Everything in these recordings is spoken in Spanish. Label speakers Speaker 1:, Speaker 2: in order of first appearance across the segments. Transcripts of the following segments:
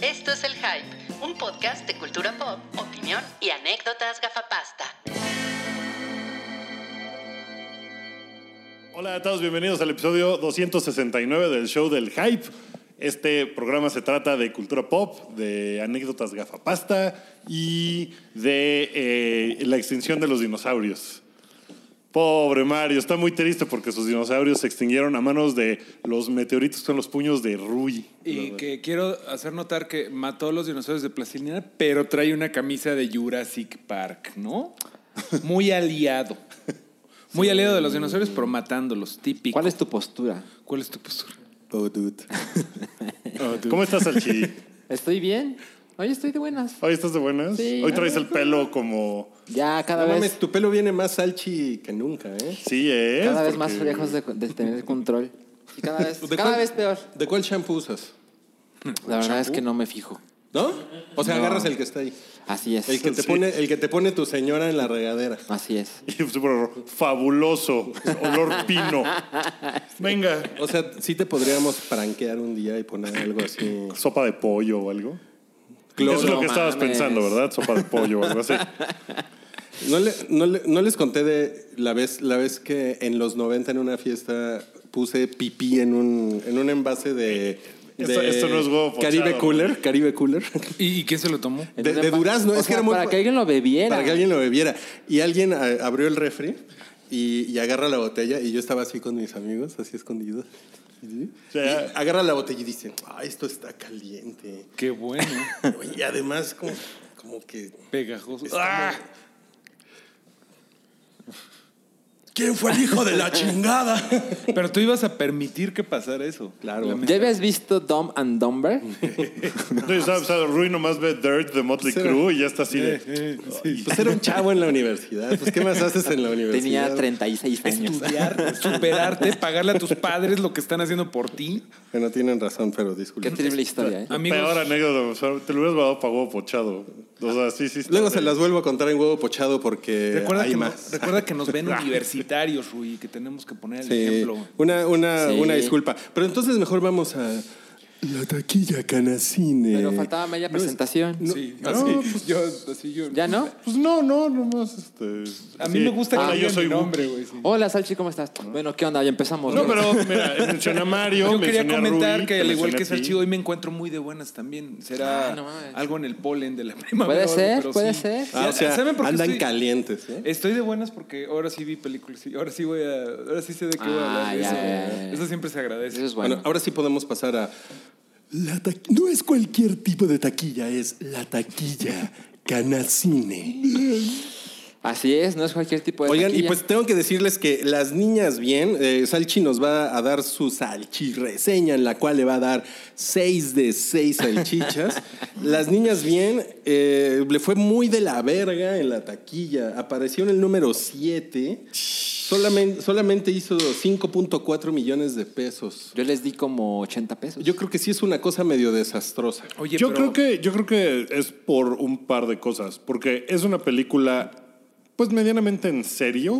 Speaker 1: Esto es El Hype, un podcast de cultura pop, opinión y anécdotas gafapasta.
Speaker 2: Hola a todos, bienvenidos al episodio 269 del show del Hype. Este programa se trata de cultura pop, de anécdotas gafapasta y de eh, la extinción de los dinosaurios. Pobre Mario, está muy triste porque sus dinosaurios se extinguieron a manos de los meteoritos con los puños de Rui.
Speaker 3: Y que quiero hacer notar que mató a los dinosaurios de plastilina, pero trae una camisa de Jurassic Park, ¿no? Muy aliado. Muy aliado de los dinosaurios, pero matándolos, típico.
Speaker 4: ¿Cuál es tu postura?
Speaker 3: ¿Cuál es tu postura?
Speaker 5: Oh, dude.
Speaker 2: ¿Cómo estás, Salchi?
Speaker 4: Estoy bien. Hoy estoy de buenas.
Speaker 2: ¿Hoy estás de buenas?
Speaker 4: Sí.
Speaker 2: Hoy traes el pelo como...
Speaker 4: Ya cada
Speaker 5: No mames,
Speaker 4: vez,
Speaker 5: tu pelo viene más salchi que nunca, ¿eh?
Speaker 2: Sí, es.
Speaker 4: cada vez más
Speaker 2: porque-
Speaker 4: lejos de, de tener el control. Y cada vez,
Speaker 5: Pues, ¿De
Speaker 4: cada
Speaker 5: cuál-
Speaker 4: vez peor.
Speaker 5: ¿De cuál shampoo usas?
Speaker 4: La verdad es que no me fijo.
Speaker 5: ¿No? O sea,
Speaker 4: No.
Speaker 5: agarras el que está ahí.
Speaker 4: Así es.
Speaker 5: El que, te
Speaker 2: Sí.
Speaker 5: pone, el que te pone tu señora en la regadera.
Speaker 4: Así es.
Speaker 2: Y súper horror- fabuloso, olor pino. Venga,
Speaker 5: O sea, sí te podríamos pranquear un día y poner algo así.
Speaker 2: sopa de pollo o algo.
Speaker 5: Cloro.
Speaker 2: Eso es lo que
Speaker 4: no
Speaker 2: estabas
Speaker 4: mames.
Speaker 2: pensando, ¿verdad? Sopa de pollo o algo así.
Speaker 5: No, le- no le- no les conté de la vez, la vez que en los 90 en una fiesta puse pipí en un, en un envase de...
Speaker 2: Esto-
Speaker 5: de
Speaker 2: esto no es huevo pochado,
Speaker 5: Caribe
Speaker 2: ¿no?
Speaker 5: Cooler, Caribe Cooler.
Speaker 3: ¿Y, y quién se lo tomó?
Speaker 5: De- de durazno,
Speaker 4: O
Speaker 5: es que
Speaker 4: sea,
Speaker 5: era muy-
Speaker 4: Para que alguien lo bebiera.
Speaker 5: Para que alguien lo bebiera. Y alguien eh, abrió el refri y, y agarra la botella y yo estaba así con mis amigos, así escondido.
Speaker 2: O sea,
Speaker 5: Y agarra la botella y dice, ah, esto está caliente.
Speaker 3: Qué bueno.
Speaker 5: Y además como, como que...
Speaker 3: Pegajoso. ¡Ah!
Speaker 5: está muy- ¿Quién fue el hijo de la chingada?
Speaker 3: Pero tú ibas a permitir que pasara eso.
Speaker 5: Claro.
Speaker 3: Lame-
Speaker 4: ¿Ya habías visto Dumb and Dumber?
Speaker 2: no, yo sabes, Rui nomás ve Dirt de Motley
Speaker 5: Sí.
Speaker 2: Crue y ya está así de.
Speaker 3: Eh, sí.
Speaker 5: Pues era un chavo en la universidad. Pues, ¿qué más haces en la universidad?
Speaker 4: Tenía 36 años.
Speaker 3: Estudiar, superarte, pagarle a tus padres lo que están haciendo por ti.
Speaker 5: Bueno, tienen razón, pero
Speaker 4: Qué
Speaker 5: disculpen.
Speaker 4: terrible historia, ¿eh?
Speaker 3: Amigos,
Speaker 2: Peor anécdota, o sea, te lo hubieras dado para huevo pochado. O sea, sí, sí. está
Speaker 5: Luego
Speaker 2: de-
Speaker 5: se las vuelvo a contar en huevo pochado porque
Speaker 3: recuerda
Speaker 5: Eh, hay
Speaker 3: que, no-
Speaker 5: más.
Speaker 3: recuerda que nos ven universitarios, Rui, que tenemos que poner el
Speaker 5: Sí,
Speaker 3: ejemplo.
Speaker 5: Una, una,
Speaker 4: Sí.
Speaker 5: una disculpa. Pero entonces mejor vamos a la taquilla canacine.
Speaker 4: Pero faltaba media presentación.
Speaker 3: Sí.
Speaker 2: No, pues,
Speaker 3: yo, así yo.
Speaker 4: ¿Ya no?
Speaker 2: pues no, no, nomás este.
Speaker 3: A mí
Speaker 2: sí.
Speaker 3: me gusta
Speaker 2: O sea,
Speaker 3: que
Speaker 2: yo soy
Speaker 3: nombre, güey. sí.
Speaker 4: Hola, Salchi, ¿cómo estás? Bueno, ¿qué onda? Ya empezamos.
Speaker 2: No, pero mira, mencioné a Mario.
Speaker 3: Yo quería
Speaker 2: mencioné a
Speaker 3: comentar
Speaker 2: Rui,
Speaker 3: que
Speaker 2: te
Speaker 3: al igual
Speaker 2: mencioné
Speaker 3: que
Speaker 2: a ti.
Speaker 3: Salchi, hoy me encuentro muy de buenas también. Será
Speaker 4: Ah, no mames.
Speaker 3: algo en el polen de la primavera.
Speaker 4: Puede
Speaker 3: o algo,
Speaker 4: ser,
Speaker 3: pero
Speaker 4: puede
Speaker 3: sí.
Speaker 4: ser.
Speaker 5: Ah, o sea,
Speaker 3: ¿Saben por qué
Speaker 5: andan
Speaker 3: estoy-
Speaker 5: calientes. ¿eh?
Speaker 3: Estoy de buenas porque ahora sí vi películas. sí, Ahora sí voy a. Ahora sí sé de qué voy a hablar.
Speaker 4: Ah,
Speaker 3: eso,
Speaker 4: ya, ya, ya.
Speaker 3: eso siempre se agradece.
Speaker 4: Eso es
Speaker 5: Bueno,
Speaker 4: bueno.
Speaker 5: ahora sí podemos pasar a... La ta- no es cualquier tipo de taquilla, es la taquilla canacine.
Speaker 4: Así es, no es cualquier tipo de
Speaker 5: Oigan, y
Speaker 4: taquilla.
Speaker 5: pues tengo que decirles que las niñas bien, eh, Salchi nos va a dar su salchi reseña en la cual le va a dar 6 de 6 salchichas. las niñas bien, eh, le fue muy de la verga en la taquilla, apareció en el número 7, solamente, solamente hizo 5.4 millones de pesos.
Speaker 4: Yo les di como 80 pesos.
Speaker 5: Yo creo que sí es una cosa medio desastrosa.
Speaker 3: Oye,
Speaker 2: yo creo
Speaker 3: pero-
Speaker 2: que yo creo que es por un par de cosas porque es una película pues medianamente en serio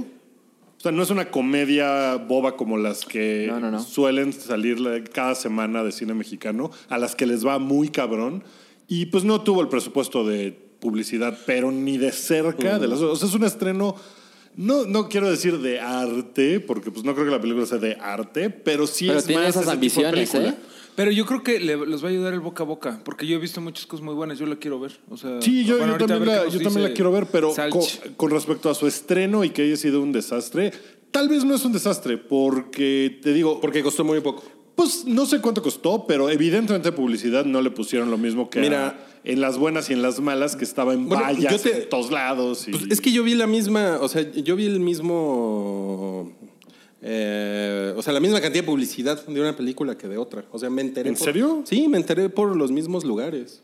Speaker 2: o sea no es una comedia boba como las que
Speaker 4: No, no, no.
Speaker 2: suelen salir la- cada semana de cine mexicano a las que les va muy cabrón y pues no tuvo el presupuesto de publicidad pero ni de cerca de las o sea es un estreno no, no quiero decir de arte, porque pues no creo que la película sea de arte, pero sí
Speaker 4: Pero
Speaker 2: es
Speaker 4: tiene
Speaker 2: más
Speaker 4: esas
Speaker 2: ese tipo de
Speaker 4: ambiciones,
Speaker 2: película.
Speaker 4: ¿eh?
Speaker 3: Pero yo creo que le- les va a ayudar el boca a boca, porque yo he visto muchas cosas muy buenas, yo la quiero ver. O sea,
Speaker 2: Sí, yo, yo
Speaker 3: bueno, ahorita a
Speaker 2: también,
Speaker 3: ver qué
Speaker 2: la,
Speaker 3: nos
Speaker 2: yo también
Speaker 3: dice
Speaker 2: la quiero ver, pero
Speaker 3: Salch.
Speaker 2: con, con respecto a su estreno y que haya sido un desastre, tal vez no es un desastre, porque te digo,
Speaker 5: Porque costó muy poco.
Speaker 2: pues no sé cuánto costó, pero evidentemente publicidad no le pusieron lo mismo que
Speaker 5: Mira.
Speaker 2: a- en las buenas y en las malas, que estaba en
Speaker 5: Bueno, yo
Speaker 2: vallas
Speaker 5: te-
Speaker 2: en todos lados. y-
Speaker 5: Pues es que yo vi la misma, o sea, yo vi el mismo, eh, o sea, la misma cantidad de publicidad de una película que de otra. O sea, me enteré.
Speaker 2: ¿En
Speaker 5: por-
Speaker 2: serio?
Speaker 5: Sí, me enteré por los mismos lugares.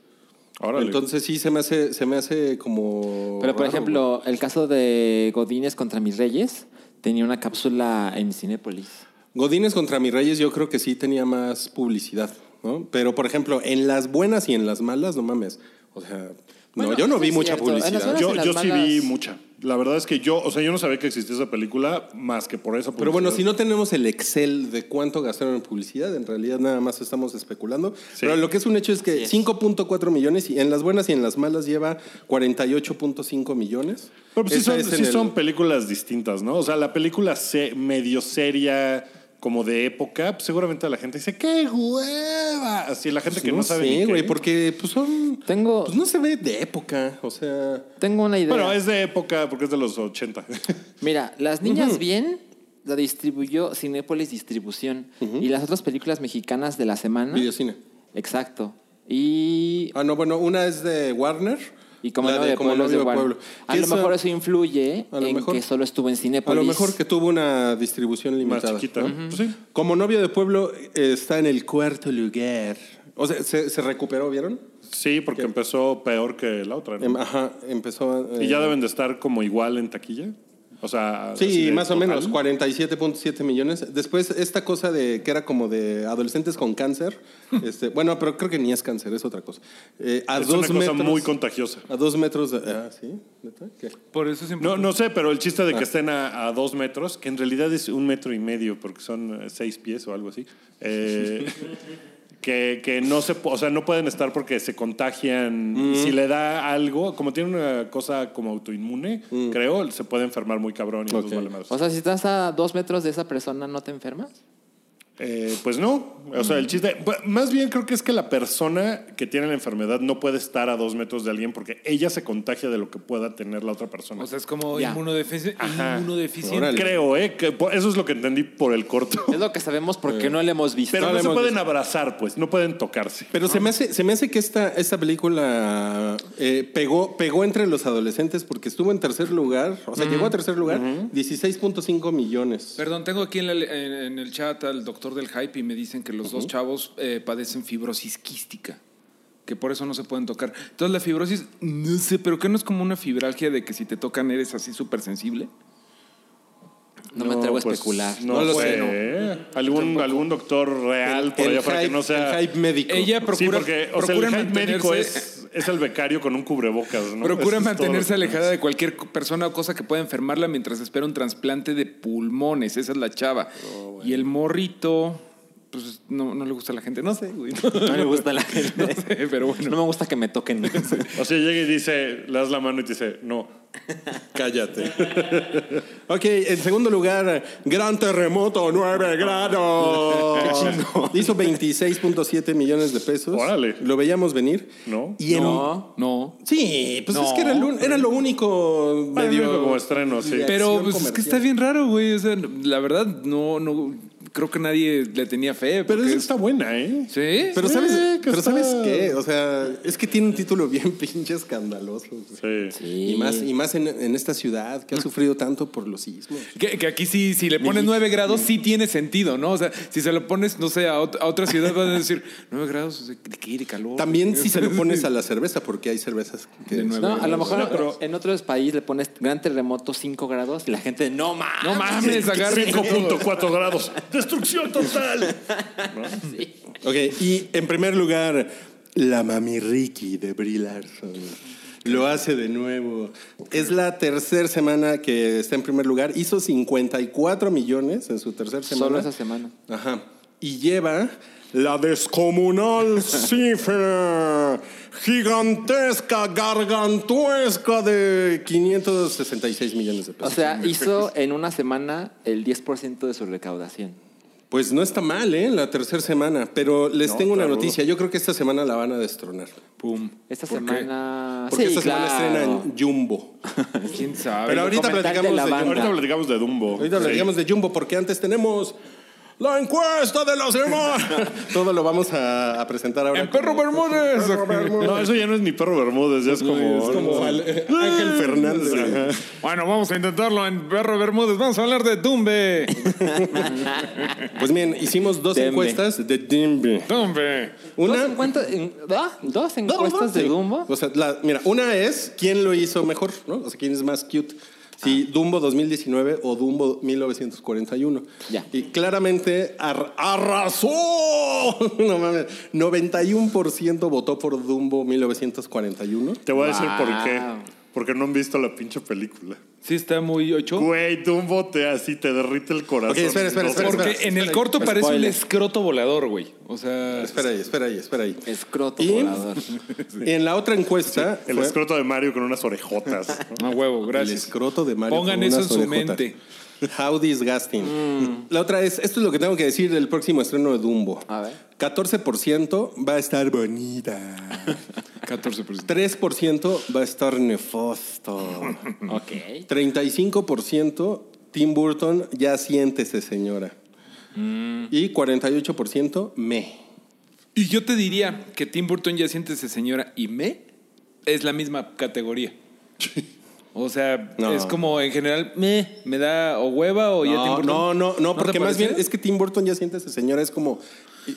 Speaker 2: Órale.
Speaker 5: Entonces sí se me hace, se me hace como.
Speaker 4: Pero, por
Speaker 5: raro,
Speaker 4: ejemplo, el caso de Godínez contra Mis Reyes tenía una cápsula en Cinépolis.
Speaker 5: güey. Godínez contra mis Reyes, yo creo que sí tenía más publicidad, ¿no? Pero por ejemplo, en las buenas y en las malas, no mames. O sea, no,
Speaker 4: Bueno,
Speaker 5: yo no
Speaker 4: eso
Speaker 5: vi
Speaker 4: es
Speaker 5: mucha
Speaker 4: cierto. En las
Speaker 5: publicidad.
Speaker 4: horas-
Speaker 2: Yo,
Speaker 4: de las
Speaker 2: yo sí
Speaker 4: malas-
Speaker 2: vi mucha. La verdad es que yo, o sea, yo no sabía que existía esa película más que por esa
Speaker 5: Pero bueno, si
Speaker 2: publicidad.
Speaker 5: no tenemos el Excel de cuánto gastaron en publicidad, en realidad nada más estamos especulando. Pero lo que es un hecho es que 5.4 millones, y en las buenas y en las malas lleva 48.5 millones.
Speaker 2: Pero pues sí
Speaker 5: Esa
Speaker 2: son,
Speaker 5: es en
Speaker 2: sí
Speaker 5: el-
Speaker 2: son películas distintas, ¿no? O sea, la película se- medio seria, como de época, pues seguramente la gente dice, ¡qué hueva! Así la gente
Speaker 5: Pues
Speaker 2: que no, sabe.
Speaker 5: sé,
Speaker 2: ni
Speaker 5: güey,
Speaker 2: qué.
Speaker 5: porque pues son...
Speaker 4: Tengo-
Speaker 5: Pues no se ve de época, o sea...
Speaker 4: Tengo una idea.
Speaker 2: Bueno, es de época porque es de los 80.
Speaker 4: Mira, Las Niñas Bien la distribuyó Cinépolis Distribución. Y las otras películas mexicanas de la semana.
Speaker 5: Videocine.
Speaker 4: Exacto. Y.
Speaker 5: Ah, no, bueno, una es de Warner.
Speaker 4: Y como
Speaker 5: la
Speaker 4: no de, pueblos de
Speaker 5: novio
Speaker 4: Warner. A
Speaker 5: Que
Speaker 4: lo
Speaker 5: esa-
Speaker 4: mejor eso influye
Speaker 5: a lo
Speaker 4: en
Speaker 5: mejor-
Speaker 4: que solo estuvo en
Speaker 5: A
Speaker 4: Cinépolis.
Speaker 5: lo mejor que tuvo una distribución
Speaker 2: más
Speaker 5: limitada.
Speaker 2: chiquita. Pues sí.
Speaker 5: Como novio de pueblo eh, está en el cuarto lugar. O sea, se, se recuperó, ¿vieron?
Speaker 2: Sí, porque empezó peor que la otra. ¿no?
Speaker 5: Em, Ajá, empezó. eh,
Speaker 2: Y ya deben de estar como igual en taquilla. O sea, así
Speaker 5: Sí,
Speaker 2: de
Speaker 5: más o
Speaker 2: total.
Speaker 5: menos, 47.7 millones. Después, esta cosa de que era como de adolescentes con cáncer. este, bueno, pero creo que ni es cáncer, es otra cosa. Eh, a
Speaker 2: Es
Speaker 5: dos
Speaker 2: una cosa
Speaker 5: metros,
Speaker 2: muy contagiosa.
Speaker 5: A dos metros. de- ah, ¿sí? ¿Neta? ¿Qué?
Speaker 3: Por eso siempre.
Speaker 2: No, no sé, pero el chiste de que estén a, a dos metros, que en realidad es un metro y medio, porque son eh, seis pies o algo así, eh, que, que no se, po- o sea, no pueden estar porque se contagian. Y si le da algo, como tiene una cosa como autoinmune, creo, se puede enfermar muy cabrón y
Speaker 5: Ok.
Speaker 2: nos vale madres.
Speaker 4: O sea, si estás a dos metros de esa persona, ¿no te enfermas?
Speaker 2: Eh, pues no, o sea, el chiste, bu- más bien creo que es que la persona que tiene la enfermedad no puede estar a dos metros de alguien porque ella se contagia de lo que pueda tener la otra persona.
Speaker 3: O sea, es como
Speaker 4: Ya.
Speaker 3: inmunodefici-
Speaker 2: Ajá.
Speaker 3: inmunodeficiente.
Speaker 5: Órale.
Speaker 2: creo, ¿eh? Que por- eso es lo que entendí por el corto.
Speaker 4: Es lo que sabemos porque
Speaker 5: Eh.
Speaker 4: no le hemos visto.
Speaker 2: Pero
Speaker 5: No
Speaker 2: no,
Speaker 5: lo
Speaker 2: se
Speaker 5: hemos
Speaker 2: pueden abrazar, pues, no pueden tocarse.
Speaker 5: Pero se, me hace, se me hace que esta, esta película eh, pegó, pegó entre los adolescentes porque estuvo en tercer lugar, o sea, llegó a tercer lugar, 16.5 millones.
Speaker 3: Perdón, tengo aquí en, la- en- en el chat al doctor del hype y me dicen que los dos chavos eh, padecen fibrosis quística, que por eso no se pueden tocar. Entonces la fibrosis, no sé, pero que no es como una fibralgia de que si te tocan eres así súper sensible.
Speaker 4: No, me atrevo a
Speaker 2: pues,
Speaker 4: especular.
Speaker 2: No,
Speaker 5: No lo
Speaker 2: lo
Speaker 5: sé,
Speaker 2: sé. ¿Algún, algún doctor real por allá para que
Speaker 5: hype-
Speaker 2: no sea.
Speaker 5: el hype médico.
Speaker 3: Ella procura,
Speaker 2: sí, porque o sea, el
Speaker 3: procura
Speaker 2: hype médico
Speaker 3: mantenerse-
Speaker 2: es, es el becario con un cubrebocas, ¿no? Eso
Speaker 3: Procura
Speaker 2: es
Speaker 3: mantenerse
Speaker 2: todo.
Speaker 3: alejada de cualquier co- persona o cosa que pueda enfermarla mientras espera un trasplante de pulmones. Esa es la chava.
Speaker 2: Oh,
Speaker 3: Y el morrito, pues no, no le gusta a la gente. No sé, güey.
Speaker 4: No me gusta la gente.
Speaker 3: No sé, pero bueno.
Speaker 4: No me gusta que me toquen.
Speaker 2: O sea, llega y dice, le das la mano y te dice, no.
Speaker 5: Cállate. ok, en segundo lugar, Gran Terremoto, 9 grados. Hizo 26.7 millones de pesos.
Speaker 2: Órale.
Speaker 5: Lo veíamos venir.
Speaker 2: No.
Speaker 5: Y en-
Speaker 4: No.
Speaker 3: No.
Speaker 5: Sí, pues
Speaker 3: No.
Speaker 5: es que era, lo- era lo único
Speaker 2: Ah,
Speaker 5: medio
Speaker 2: digo, como estreno, sí.
Speaker 5: de
Speaker 3: Pero
Speaker 5: acción
Speaker 3: pues, es que
Speaker 5: comercial.
Speaker 3: está bien raro, güey. O sea, la verdad, no, no. Creo que nadie le tenía fe.
Speaker 2: Pero
Speaker 3: porque
Speaker 2: esa está buena, ¿eh?
Speaker 3: es- ¿Sí?
Speaker 5: Pero sabes,
Speaker 2: que
Speaker 5: pero
Speaker 2: está-
Speaker 5: sabes qué, o sea, es que tiene un título bien pinche escandaloso. güey.
Speaker 2: Sí.
Speaker 5: Y más, y más en, en esta ciudad que ha sufrido tanto por los sismos.
Speaker 3: Que, que aquí sí, si le pones 9 grados, sí tiene sentido, ¿no? O sea, si se lo pones, no sé, a, ot- a otra ciudad van a decir 9 grados, o sea, ¿de qué? ¿De calor?
Speaker 5: También si se lo pones a la cerveza, porque hay cervezas que
Speaker 3: De nueve.
Speaker 4: No, a lo mejor
Speaker 2: No, pero-
Speaker 4: en otros países le pones gran terremoto 5 grados y la gente no mames.
Speaker 3: No mames, agarren.
Speaker 2: 5.4 grados. Destrucción total.
Speaker 5: Ok, y en primer lugar, la Mami Ricky de Brie Larson. Lo hace de nuevo. Es la tercera semana que está en primer lugar. Hizo 54 millones en su tercera semana.
Speaker 4: Solo esa semana.
Speaker 5: Ajá. Y lleva la descomunal cifra gigantesca, gargantuesca de 566 millones de
Speaker 4: O
Speaker 5: pesos.
Speaker 4: sea, hizo en una semana el 10% de su recaudación.
Speaker 5: Pues no está mal, ¿eh? La tercera semana. Pero les
Speaker 2: No,
Speaker 5: tengo una
Speaker 2: está rudo.
Speaker 5: noticia. Yo creo que esta semana la van a destronar.
Speaker 3: Pum.
Speaker 4: Esta
Speaker 3: ¿Por qué?
Speaker 4: semana.
Speaker 5: Porque
Speaker 4: Ah, sí,
Speaker 5: esta
Speaker 4: claro.
Speaker 5: semana estrena en Jumbo.
Speaker 3: ¿Quién sabe?
Speaker 5: Pero ahorita
Speaker 4: documental
Speaker 5: platicamos
Speaker 4: de la
Speaker 5: de
Speaker 4: banda.
Speaker 5: Jumbo.
Speaker 2: Ahorita platicamos de Dumbo.
Speaker 5: Ahorita platicamos de Jumbo porque antes tenemos la encuesta de los hermanos. Todo lo vamos a, a presentar ahora.
Speaker 3: ¡El perro Bermúdez!
Speaker 2: Sí. No, eso ya no es ni perro Bermúdez, ya es como.
Speaker 5: Es como al- Ángel Fernández.
Speaker 3: Bueno, vamos a intentarlo en Perro Bermúdez. Vamos a hablar de Dumbe.
Speaker 5: Pues bien, hicimos dos
Speaker 4: Dembe.
Speaker 5: encuestas de Jumbo.
Speaker 3: Dumbe.
Speaker 4: ¿Dos,
Speaker 5: Una
Speaker 4: encuentas- en- ah, dos
Speaker 5: No,
Speaker 4: encuestas
Speaker 5: sí.
Speaker 4: de Dumbo.
Speaker 5: O sea, la- mira, una es quién lo hizo mejor, ¿no? O sea, quién es más cute. Si
Speaker 4: Ah.
Speaker 5: Dumbo 2019 o Dumbo 1941.
Speaker 4: Ya.
Speaker 5: Y claramente ar- arrasó. No mames. 91% votó por Dumbo 1941.
Speaker 2: Te voy a decir por
Speaker 4: Wow.
Speaker 2: qué. Porque no han visto la pinche película.
Speaker 3: Sí, está muy ocho.
Speaker 2: Güey, Dumbo te así te derrite el corazón.
Speaker 5: Ok, espera, espera,
Speaker 2: No sé.
Speaker 5: espera,
Speaker 3: Porque
Speaker 5: espera,
Speaker 3: en el
Speaker 5: espera,
Speaker 3: corto parece un
Speaker 4: spoiler.
Speaker 3: escroto volador, güey. O sea,
Speaker 5: Espera ahí, espera ahí, espera ahí.
Speaker 4: Escroto
Speaker 5: Y-
Speaker 4: volador.
Speaker 5: En la otra encuesta.
Speaker 2: El
Speaker 5: fue-
Speaker 2: escroto de Mario con unas orejotas. ¿no?
Speaker 3: a huevo,
Speaker 5: El
Speaker 3: gracias.
Speaker 5: escroto de Mario.
Speaker 3: Pongan
Speaker 5: con
Speaker 3: eso en
Speaker 5: unas
Speaker 3: su
Speaker 5: orejotas.
Speaker 3: mente.
Speaker 5: How disgusting. La otra es, esto es lo que tengo que decir del próximo estreno de Dumbo.
Speaker 4: Mm. A ver.
Speaker 5: 14% va a estar bonita.
Speaker 3: 14%.
Speaker 5: 3% va a estar nefasto.
Speaker 4: Ok.
Speaker 5: 35% Tim Burton, ya siéntese señora.
Speaker 3: Mm.
Speaker 5: Y 48% me.
Speaker 3: Y yo te diría que Tim Burton ya siéntese señora y me es la misma categoría. O sea,
Speaker 5: No.
Speaker 3: es como en general me me da o hueva o ya Tim
Speaker 5: No,
Speaker 3: Burton.
Speaker 5: no, no, no,
Speaker 3: te
Speaker 5: porque más
Speaker 3: parece?
Speaker 5: bien es que Tim Burton ya siéntese señora, es como,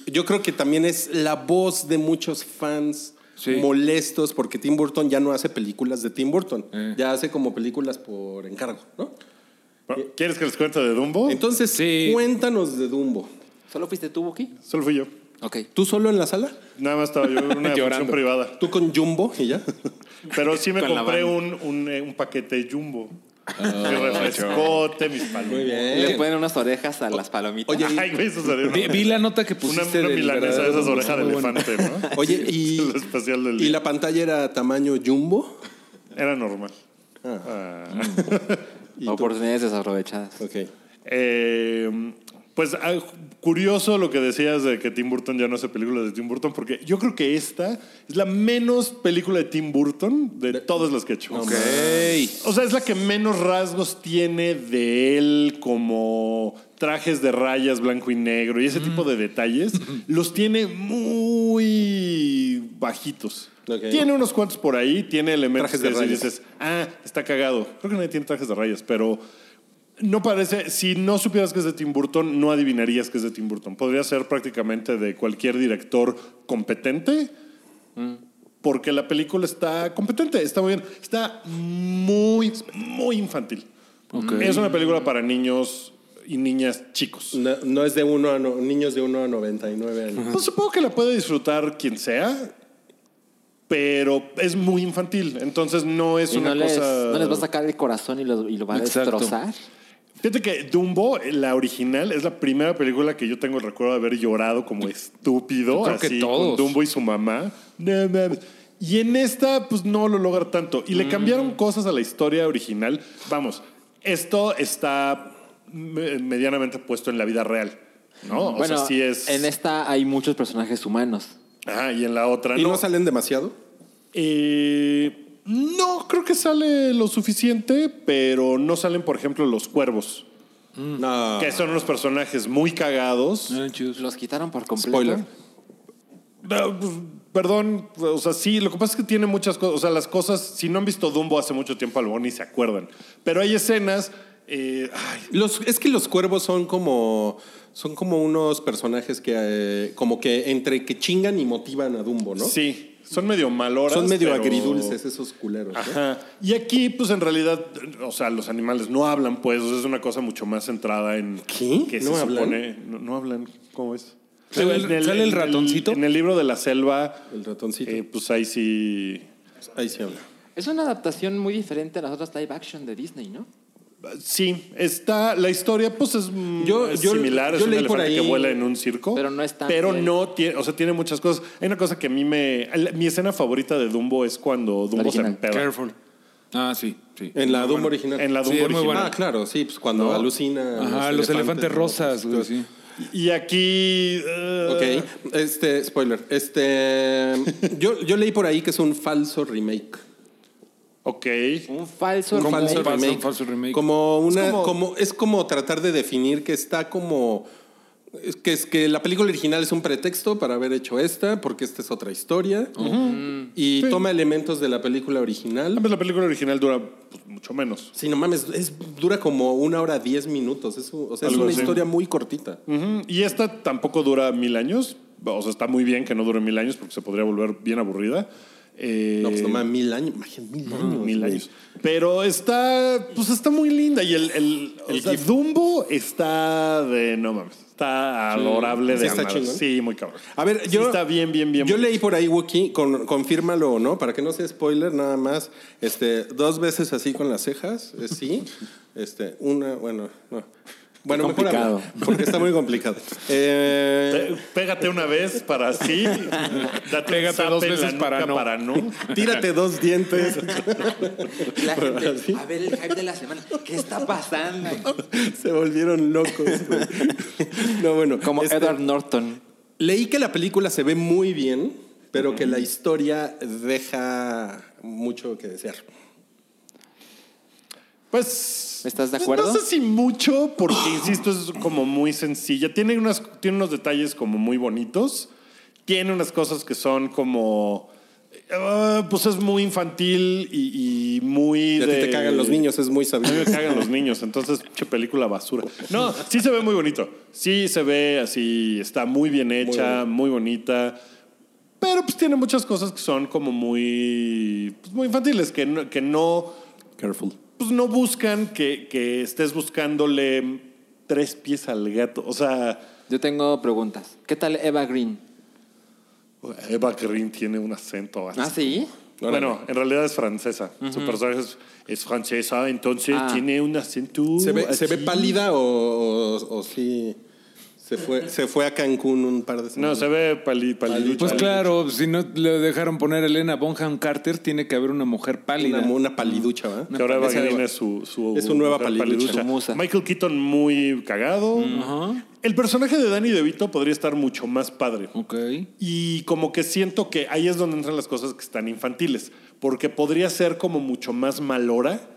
Speaker 5: yo creo que también es la voz de muchos fans
Speaker 3: Sí.
Speaker 5: molestos porque Tim Burton ya no hace películas de Tim Burton,
Speaker 3: Eh.
Speaker 5: ya hace como películas por encargo, ¿no?
Speaker 2: Pero, ¿Quieres que les cuente de Dumbo?
Speaker 5: Entonces,
Speaker 3: Oh. Sí.
Speaker 5: cuéntanos de Dumbo.
Speaker 4: ¿Solo fuiste tú, Buki?
Speaker 2: Solo fui yo.
Speaker 4: Ok.
Speaker 5: ¿Tú solo en la sala?
Speaker 2: Nada más estaba yo en una función
Speaker 3: Llorando.
Speaker 2: privada.
Speaker 5: ¿Tú con Jumbo y ya?
Speaker 2: Pero sí me
Speaker 4: Con la
Speaker 2: compré
Speaker 4: banda.
Speaker 2: un, un, eh, un paquete Jumbo. mi refrescote, mis palomitas. Muy bien.
Speaker 5: Eh,
Speaker 4: Le ponen unas orejas a las palomitas.
Speaker 5: Oye,
Speaker 2: Ay, güey, eso sería una-
Speaker 3: Vi, vi la nota que
Speaker 2: Una,
Speaker 3: pusiste
Speaker 2: una
Speaker 3: del
Speaker 2: milanesa de
Speaker 3: verdadero
Speaker 2: esas orejas de
Speaker 3: Muy buena.
Speaker 2: elefante, ¿no?
Speaker 5: Oye, y,
Speaker 2: Es el especial del
Speaker 5: y
Speaker 2: día.
Speaker 5: la pantalla era tamaño Jumbo.
Speaker 2: Era normal.
Speaker 4: Oportunidades desaprovechadas.
Speaker 5: Ok.
Speaker 2: Eh, pues ah, curioso lo que decías de que Tim Burton ya no hace películas de Tim Burton, porque yo creo que esta es la menos película de Tim Burton de, todas las que he hecho. O sea, es la que menos rasgos tiene de él como trajes de rayas blanco y negro y ese tipo de detalles. los tiene muy bajitos.
Speaker 5: Ok.
Speaker 2: Tiene unos cuantos por ahí, tiene elementos
Speaker 5: Trajes de
Speaker 2: que sí
Speaker 5: rayas.
Speaker 2: dices, ah, está cagado. Creo que nadie tiene trajes de rayas, pero no parece, si no supieras que es de Tim Burton, no adivinarías que es de Tim Burton. Podría ser prácticamente de cualquier director competente. Porque la película está competente, está muy bien. Está muy, muy infantil. Es una película para niños y niñas chicos.
Speaker 5: No, no es de uno a no- niños de 1 a 99 años.
Speaker 2: Pues supongo que la puede disfrutar quien sea, pero es muy infantil. Entonces no es
Speaker 4: ¿Y
Speaker 2: una
Speaker 4: no, les,
Speaker 2: cosa.
Speaker 4: no les va a sacar el corazón y lo, y lo va a
Speaker 3: Exacto.
Speaker 4: destrozar?
Speaker 2: Fíjate que Dumbo, la original, es la primera película que yo tengo el recuerdo de haber llorado como estúpido.
Speaker 3: Yo creo que
Speaker 2: así,
Speaker 3: todos.
Speaker 2: Con Dumbo y su mamá. No mames. Y en esta, pues no lo logra tanto. Y le cambiaron cosas a la historia original. Vamos, esto está me- medianamente puesto en la vida real. ¿No? O
Speaker 4: bueno,
Speaker 2: sea, sí es.
Speaker 4: en esta hay muchos personajes humanos.
Speaker 2: Ajá, y en la otra.
Speaker 5: ¿Y
Speaker 2: no.
Speaker 5: no salen demasiado?
Speaker 2: Eh, no, creo que sale lo suficiente, pero no salen, por ejemplo, los cuervos.
Speaker 5: No.
Speaker 2: Que son unos personajes muy cagados.
Speaker 3: No, chidos.
Speaker 4: Los quitaron por completo.
Speaker 5: Spoiler.
Speaker 2: No, pues, Perdón, o sea, sí, lo que pasa es que tiene muchas cosas, o sea, las cosas, si no han visto Dumbo hace mucho tiempo, a lo mejor ni se acuerdan, pero hay escenas, eh, ay,
Speaker 5: Los, es que los cuervos son como son como unos personajes que eh, como que entre que chingan y motivan a Dumbo, ¿no?
Speaker 2: sí, son medio maloras.
Speaker 5: Son medio
Speaker 2: pero-
Speaker 5: agridulces ¿eh? esos culeros. ¿no?
Speaker 2: Ajá. Y aquí, pues en realidad, o sea, los animales no hablan, pues, o sea, es una cosa mucho más centrada en...
Speaker 5: ¿Qué?
Speaker 2: que
Speaker 5: ¿No
Speaker 2: se
Speaker 5: hablan?
Speaker 2: supone- no, no hablan, ¿cómo es?
Speaker 3: ¿Sale el- sale el ratoncito?
Speaker 2: En el, libro de la selva,
Speaker 5: El ratoncito.
Speaker 2: eh, pues ahí sí...
Speaker 5: Ahí se habla.
Speaker 4: Es una adaptación muy diferente a las otras live action de Disney, ¿no?
Speaker 2: Sí, está la historia, pues es, mm,
Speaker 5: Yo-
Speaker 2: es
Speaker 5: yo-
Speaker 2: similar, es
Speaker 5: yo
Speaker 2: un
Speaker 5: leí por
Speaker 2: elefante
Speaker 5: ahí-
Speaker 2: que vuela en un circo.
Speaker 4: Pero no es tan
Speaker 2: Pero
Speaker 4: fiel.
Speaker 2: no tiene, o sea, tiene muchas cosas. Hay una cosa que a mí me. la- Mi escena favorita de Dumbo es cuando Dumbo se
Speaker 4: original.
Speaker 2: empeda.
Speaker 3: Careful. Ah, sí, sí.
Speaker 5: En la Dumbo original.
Speaker 2: En la
Speaker 3: Sí,
Speaker 2: Dumbo
Speaker 3: es muy
Speaker 2: original.
Speaker 3: buena.
Speaker 5: Ah, claro, sí, pues cuando
Speaker 3: No.
Speaker 5: alucina. a
Speaker 3: Ajá, los elefantes
Speaker 5: ¿no?
Speaker 3: rosas, güey, sí.
Speaker 2: Y aquí. eh,
Speaker 5: Ok, este, spoiler. Este, yo, yo leí por ahí que es un falso remake.
Speaker 2: Ok.
Speaker 4: Un falso
Speaker 5: Un
Speaker 3: Como
Speaker 4: remake.
Speaker 5: falso
Speaker 3: un falso-
Speaker 5: remake.
Speaker 3: un falso remake.
Speaker 5: Como una,
Speaker 2: Es
Speaker 5: es
Speaker 2: como-
Speaker 5: como, es como tratar de definir que está como es que es que la película original es un pretexto para haber hecho esta, porque esta es otra historia y toma elementos de la película original.
Speaker 2: Pues la película original dura pues, mucho menos.
Speaker 5: Sí, no mames, es, dura como una hora diez minutos. Es, un- o sea, es
Speaker 2: Algo
Speaker 5: una
Speaker 2: así.
Speaker 5: historia muy cortita.
Speaker 2: Ujú. Y esta tampoco dura mil años. O sea, está muy bien que no dure mil años porque se podría volver bien aburrida. Eh,
Speaker 5: No, pues nomás mil años. Imagínate, mil años.
Speaker 2: Mil
Speaker 5: güey.
Speaker 2: años. Pero está, pues está muy linda. Y el, el,
Speaker 5: El
Speaker 2: o sea,
Speaker 5: GIF.
Speaker 2: Dumbo está de, no mames, está adorable
Speaker 5: Sí
Speaker 2: de
Speaker 5: está
Speaker 2: amar.
Speaker 5: chingón.
Speaker 2: Sí, muy cabrón.
Speaker 5: A ver,
Speaker 2: Sí
Speaker 5: yo.
Speaker 2: está bien, bien, bien.
Speaker 5: Yo
Speaker 2: bonito.
Speaker 5: leí por ahí, Wookie, con, confírmalo o no, para que no sea spoiler, nada más. Este, dos veces así con las cejas, eh, sí. Este, una, bueno, no. Bueno, mejor
Speaker 4: complicado.
Speaker 5: habla, porque está muy complicado. Eh,
Speaker 2: Pe- Pégate una vez para así. Date
Speaker 3: Pégate
Speaker 2: un zape
Speaker 3: dos
Speaker 2: en la
Speaker 3: veces
Speaker 2: nuca
Speaker 3: para no.
Speaker 2: Para no.
Speaker 5: tírate dos dientes.
Speaker 4: La gente,
Speaker 5: ¿Sí?
Speaker 4: a ver el hype de la semana. ¿Qué está pasando?
Speaker 5: Se volvieron locos. güey. No, bueno.
Speaker 4: Como
Speaker 5: este,
Speaker 4: Edward Norton.
Speaker 5: Leí que la película se ve muy bien, pero que la historia deja mucho que desear.
Speaker 2: Pues.
Speaker 4: ¿Estás de
Speaker 2: pues,
Speaker 4: acuerdo?
Speaker 2: No sé si mucho, porque insisto, es como muy sencilla. Tiene, unas, tiene unos detalles como muy bonitos. Tiene unas cosas que son como. eh, pues es muy infantil y, y muy.
Speaker 5: Y a ti
Speaker 2: de-
Speaker 5: te cagan los niños, es muy
Speaker 2: A mí
Speaker 5: sabido.
Speaker 2: me cagan los niños, entonces, che, película basura. No, sí se ve muy bonito. Sí se ve así, está muy bien hecha, muy, bonita. Pero pues tiene muchas cosas que son como muy, pues, muy infantiles, que no, que no,
Speaker 5: Careful.
Speaker 2: pues, no buscan que, que estés buscándole tres pies al gato. O sea,
Speaker 4: Yo tengo preguntas. ¿Qué tal Eva Green?
Speaker 2: Eva Green tiene un acento así.
Speaker 4: ¿Ah, sí?
Speaker 2: Bueno, en realidad es francesa. Su personaje es, es francesa, entonces
Speaker 4: Ah.
Speaker 2: tiene un acento.
Speaker 5: ¿Se ve, se ve
Speaker 2: así.
Speaker 5: pálida o, o, o sí? Se fue, se fue a Cancún un par de
Speaker 2: No,
Speaker 5: semanas.
Speaker 2: se ve pali, paliducha.
Speaker 3: Pues claro, si no le dejaron poner a Elena Bonham Carter, tiene que haber una mujer pálida.
Speaker 5: Una, una paliducha, ¿verdad?
Speaker 2: Que ahora Eva
Speaker 5: Esa
Speaker 2: Green
Speaker 5: de-
Speaker 2: es su, su-
Speaker 5: Es su nueva
Speaker 2: mujer
Speaker 5: paliducha.
Speaker 4: Su musa.
Speaker 2: Michael Keaton muy cagado. El personaje de Danny DeVito podría estar mucho más padre.
Speaker 3: Ok.
Speaker 2: Y como que siento que ahí es donde entran las cosas que están infantiles. Porque podría ser como mucho más malora.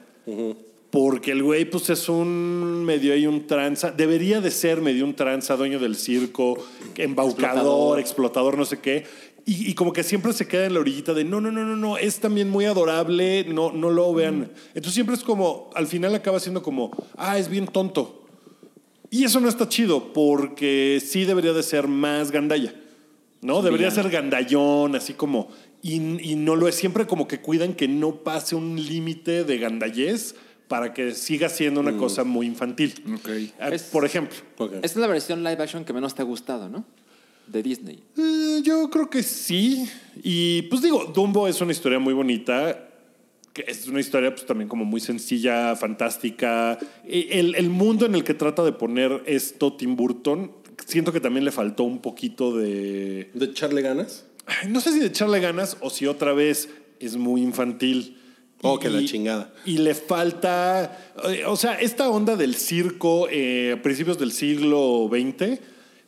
Speaker 2: Porque el güey, pues es un medio ahí un tranza. Debería de ser medio un tranza, dueño del circo, embaucador, explotador, no sé qué. Y, y como que siempre se queda en la orillita de no, no, no, no, no, es también muy adorable, no, no lo vean. Entonces siempre es como, al final acaba siendo como, ah, es bien tonto. Y eso no está chido, porque sí debería de ser más gandalla. ¿No? Debería ser gandallón, así como. Y, y no lo es. Siempre como que cuidan que no pase un límite de gandallez para que siga siendo una cosa muy infantil.
Speaker 3: Ok.
Speaker 2: Ah,
Speaker 4: Es-
Speaker 2: Por ejemplo.
Speaker 5: Ok.
Speaker 4: Esta es la versión live action que menos te ha gustado, ¿no? De Disney.
Speaker 2: Eh, yo creo que sí. Y pues digo, Dumbo es una historia muy bonita. Que es una historia pues también como muy sencilla, fantástica. E- El, el mundo en el que trata de poner esto Tim Burton, siento que también le faltó un poquito de...
Speaker 5: ¿De echarle ganas?
Speaker 2: Ay, No sé si de echarle ganas o si otra vez es muy infantil.
Speaker 5: Oh, que la chingada.
Speaker 2: Y le falta, eh, o sea, esta onda del circo eh, a principios del siglo XX,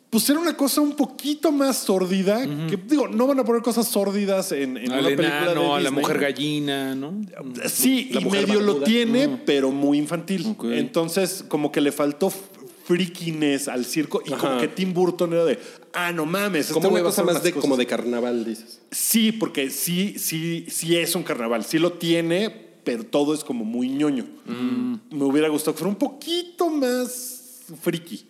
Speaker 2: pues era una cosa un poquito más sórdida, que digo, no van a poner cosas sórdidas en, en una
Speaker 3: Al
Speaker 2: película de
Speaker 3: enano, a la
Speaker 2: Disney.
Speaker 3: mujer gallina, ¿no?
Speaker 2: Sí,
Speaker 5: La
Speaker 2: y
Speaker 5: mujer
Speaker 2: medio lo
Speaker 5: barbuda. Mm.
Speaker 2: tiene, pero muy infantil.
Speaker 3: Ok.
Speaker 2: Entonces, como que le faltó f- frikines al circo y como
Speaker 5: Ajá.
Speaker 2: que Tim Burton era de, ah, no mames, este
Speaker 5: Como una
Speaker 2: güey va a
Speaker 5: cosa
Speaker 2: hacer
Speaker 5: más
Speaker 2: unas
Speaker 5: de,
Speaker 2: cosas".
Speaker 5: como de carnaval, dices.
Speaker 2: Sí, porque sí, sí, sí es un carnaval. Sí lo tiene, pero todo es como muy ñoño. Me hubiera gustado que fuera un poquito más friki.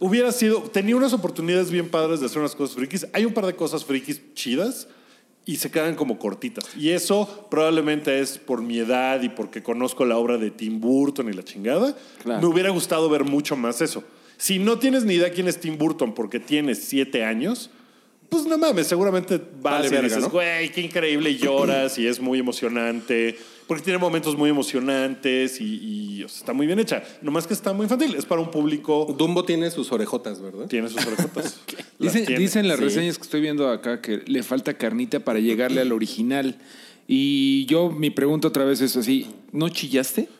Speaker 2: Hubiera sido. Tenía unas oportunidades bien padres de hacer unas cosas frikis. Hay un par de cosas frikis chidas y se quedan como cortitas. Y eso probablemente es por mi edad y porque conozco la obra de Tim Burton y la chingada.
Speaker 4: Claro.
Speaker 2: Me hubiera gustado ver mucho más eso. Si no tienes ni idea quién es Tim Burton porque tienes siete años, pues no mames, seguramente vas
Speaker 5: Vale
Speaker 2: y
Speaker 5: verga,
Speaker 2: dices,
Speaker 5: ¿no?
Speaker 2: güey, qué increíble, y lloras y es muy emocionante. Porque tiene momentos muy emocionantes y, y, o sea, está muy bien hecha. Nomás que está muy infantil. Es para un público.
Speaker 5: Dumbo tiene sus orejotas, ¿verdad?
Speaker 2: Tiene sus orejotas. Las
Speaker 3: Dicen,
Speaker 2: tiene.
Speaker 3: dicen las
Speaker 2: Sí.
Speaker 3: reseñas que estoy viendo acá que le falta carnita para llegarle al original. Y yo, mi pregunta otra vez es así: ¿no chillaste?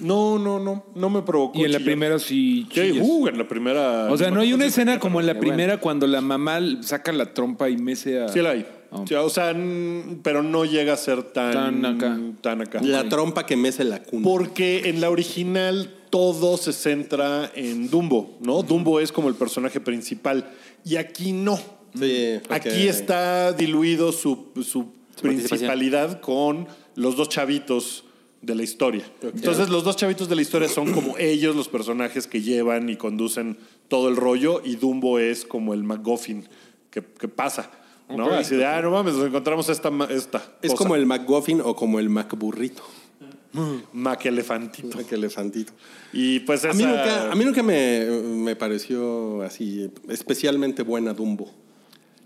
Speaker 2: No, no, no. No me provocó.
Speaker 3: Y en la
Speaker 2: chillar.
Speaker 3: primera sí
Speaker 2: Yo,
Speaker 3: chillas.
Speaker 2: uh, en la primera.
Speaker 3: O sea, no hay una
Speaker 2: Sí,
Speaker 3: escena como en la
Speaker 4: Qué
Speaker 3: primera cuando la mamá saca la trompa y mece a.
Speaker 2: Sí, la hay.
Speaker 3: Oh.
Speaker 2: Sí, O sea, n- pero no llega a ser tan.
Speaker 3: Tan acá.
Speaker 2: tan acá.
Speaker 5: La trompa que mece la cuna.
Speaker 2: Porque en la original todo se centra en Dumbo, ¿no? Dumbo es como el personaje principal. Y aquí no.
Speaker 5: Sí, ok.
Speaker 2: Aquí está diluido su, su
Speaker 4: participación.
Speaker 2: principalidad con los dos chavitos de la historia. Entonces, los dos chavitos de la historia son como ellos los personajes que llevan y conducen todo el rollo, y Dumbo es como el McGuffin que, que pasa. ¿no?
Speaker 3: Ok.
Speaker 2: Así de, ah, no mames, nos encontramos esta, ma- esta
Speaker 5: Es
Speaker 2: cosa.
Speaker 5: como el McGuffin o como el McBurrito.
Speaker 2: maquelefantito.
Speaker 5: Que elefantito.
Speaker 2: Y pues esa...
Speaker 5: A mí nunca, a mí nunca me, me pareció así especialmente buena Dumbo.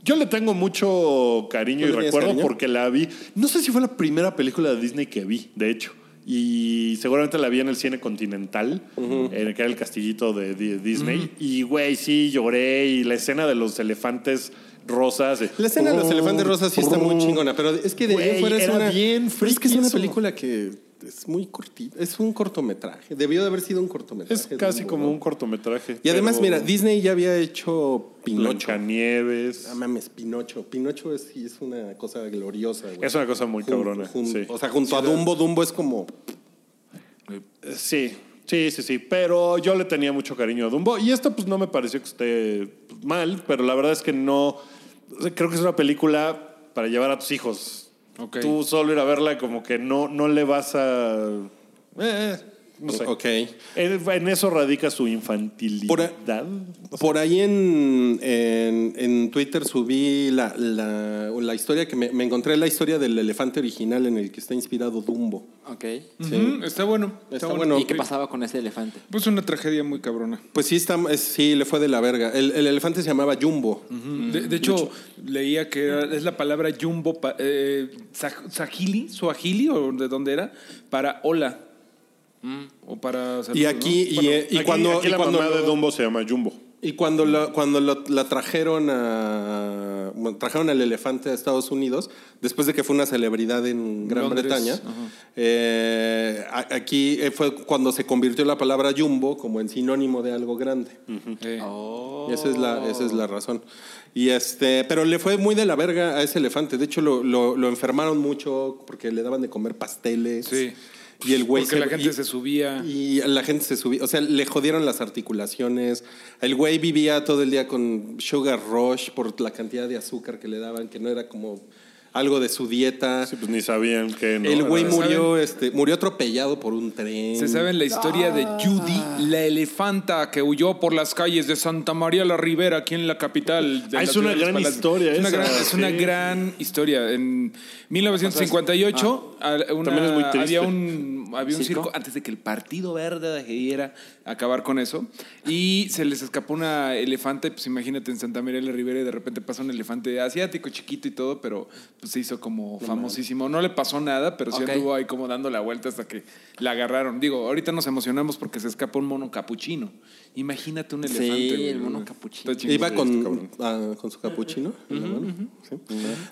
Speaker 2: Yo le tengo mucho cariño
Speaker 5: ¿Tú
Speaker 2: y
Speaker 5: le tienes
Speaker 2: recuerdo
Speaker 5: cariño?
Speaker 2: porque la vi. No sé si fue la primera película de Disney que vi, de hecho. Y seguramente la vi en el cine continental, en el que era el castillito de Di- Disney. Y güey, sí, lloré. Y la escena de los elefantes rosas. eh, de-
Speaker 5: La escena de los elefantes rosas sí está muy chingona, pero es que de ahí
Speaker 2: Güey,
Speaker 5: en fuera es
Speaker 2: era
Speaker 5: una.
Speaker 2: bien
Speaker 5: pero es que es
Speaker 2: friki
Speaker 5: una
Speaker 2: eso.
Speaker 5: película que es muy cortita. Es un cortometraje. Debió de haber sido un cortometraje.
Speaker 2: Es casi
Speaker 5: Dumbo,
Speaker 2: como
Speaker 5: ¿no?
Speaker 2: un cortometraje.
Speaker 5: Y además,
Speaker 2: pero
Speaker 5: mira, Disney ya había hecho Pinocho.
Speaker 2: Blancanieves.
Speaker 5: Ah, mames, Pinocho. Pinocho es, sí es una cosa gloriosa, güey.
Speaker 2: Es una cosa muy
Speaker 5: Jun-
Speaker 2: cabrona,
Speaker 5: jun-
Speaker 2: sí.
Speaker 5: O sea, junto a Dumbo, Dumbo es como.
Speaker 2: Sí, sí, sí, sí. Pero yo le tenía mucho cariño a Dumbo. Y esta, pues no me pareció que esté pues, mal, pero la verdad es que no. o sea, Creo que es una película para llevar a tus hijos.
Speaker 3: Ok.
Speaker 2: Tú solo ir a verla, como que no, no le vas a. eh, no sé.
Speaker 5: Ok.
Speaker 2: En, en eso radica su infantilidad.
Speaker 5: Por a- Por ahí en, en, en Twitter subí la, la, la historia que me, me encontré, la historia del elefante original en el que está inspirado Dumbo.
Speaker 4: Ok.
Speaker 3: Ujú, Está bueno.
Speaker 5: Está bueno.
Speaker 4: ¿Y qué pasaba con ese elefante?
Speaker 3: Pues una tragedia muy cabrona.
Speaker 5: Pues sí, está, es- sí le fue de la verga. El, el elefante se llamaba Jumbo.
Speaker 3: De, de hecho, leía que era- es la palabra jumbo, pa- eh, saj- sajili, suajili, o de dónde era, para hola. O para saludos,
Speaker 5: Y aquí, y, eh, y
Speaker 2: Aquí-
Speaker 5: cuando,
Speaker 2: aquí
Speaker 5: y
Speaker 2: la
Speaker 5: cuando
Speaker 2: mamá
Speaker 5: lo-
Speaker 2: de Dumbo se llama Jumbo.
Speaker 5: Y cuando, la, cuando lo- la trajeron a. bueno, trajeron al elefante a Estados Unidos, después de que fue una celebridad en Gran
Speaker 3: Londres,
Speaker 5: Bretaña,
Speaker 3: ajá.
Speaker 5: eh, a- aquí eh, fue cuando se convirtió la palabra jumbo como en sinónimo de algo grande.
Speaker 3: ¿no? Eh,
Speaker 2: Oh,
Speaker 5: Y esa es la, esa es la razón. Y este, pero le fue muy de la verga a ese elefante. De hecho, lo, lo- lo enfermaron mucho porque le daban de comer pasteles.
Speaker 3: Sí.
Speaker 5: Y el güey
Speaker 3: Porque la gente
Speaker 5: y-
Speaker 3: se subía.
Speaker 5: y la gente se subía, o sea, le jodieron las articulaciones. El güey vivía todo el día con sugar rush por la cantidad de azúcar que le daban, que no era como algo de su dieta.
Speaker 2: Sí, pues ni sabían que no.
Speaker 5: el güey
Speaker 2: era-
Speaker 3: ¿Se
Speaker 5: murió, este, murió atropellado por un tren.
Speaker 3: Se sabe la historia de
Speaker 5: Ah.
Speaker 3: Judy, la elefanta que huyó por las calles de Santa María la Ribera, aquí en la capital. de
Speaker 2: Ah,
Speaker 3: la
Speaker 2: es
Speaker 3: ciudad
Speaker 2: una
Speaker 3: de los
Speaker 2: gran
Speaker 3: Palacios.
Speaker 2: historia
Speaker 3: Es una
Speaker 2: esa,
Speaker 3: gran, es una
Speaker 2: sí. Ah,
Speaker 3: gran historia. En 1958 a- una-
Speaker 2: también es muy triste.
Speaker 3: había un, había un
Speaker 4: ¿Circo?
Speaker 3: circo antes de que el Partido Verde decidiera acabar con eso. Y se les escapó una elefanta. y, Pues imagínate en Santa María la Ribera y de repente pasa un elefante asiático, chiquito y todo, pero pues, se hizo como famosísimo. No le pasó nada, pero Pues sí
Speaker 4: Ok.
Speaker 3: anduvo ahí como dando la vuelta hasta que la agarraron. Digo, ahorita nos emocionamos porque se escapó un mono capuchino. Imagínate un
Speaker 4: Sí,
Speaker 3: elefante. güey.
Speaker 4: el mono capuchino.
Speaker 3: Está chingón.
Speaker 5: Iba con, ah, con su capuchino en la mano, ¿sí?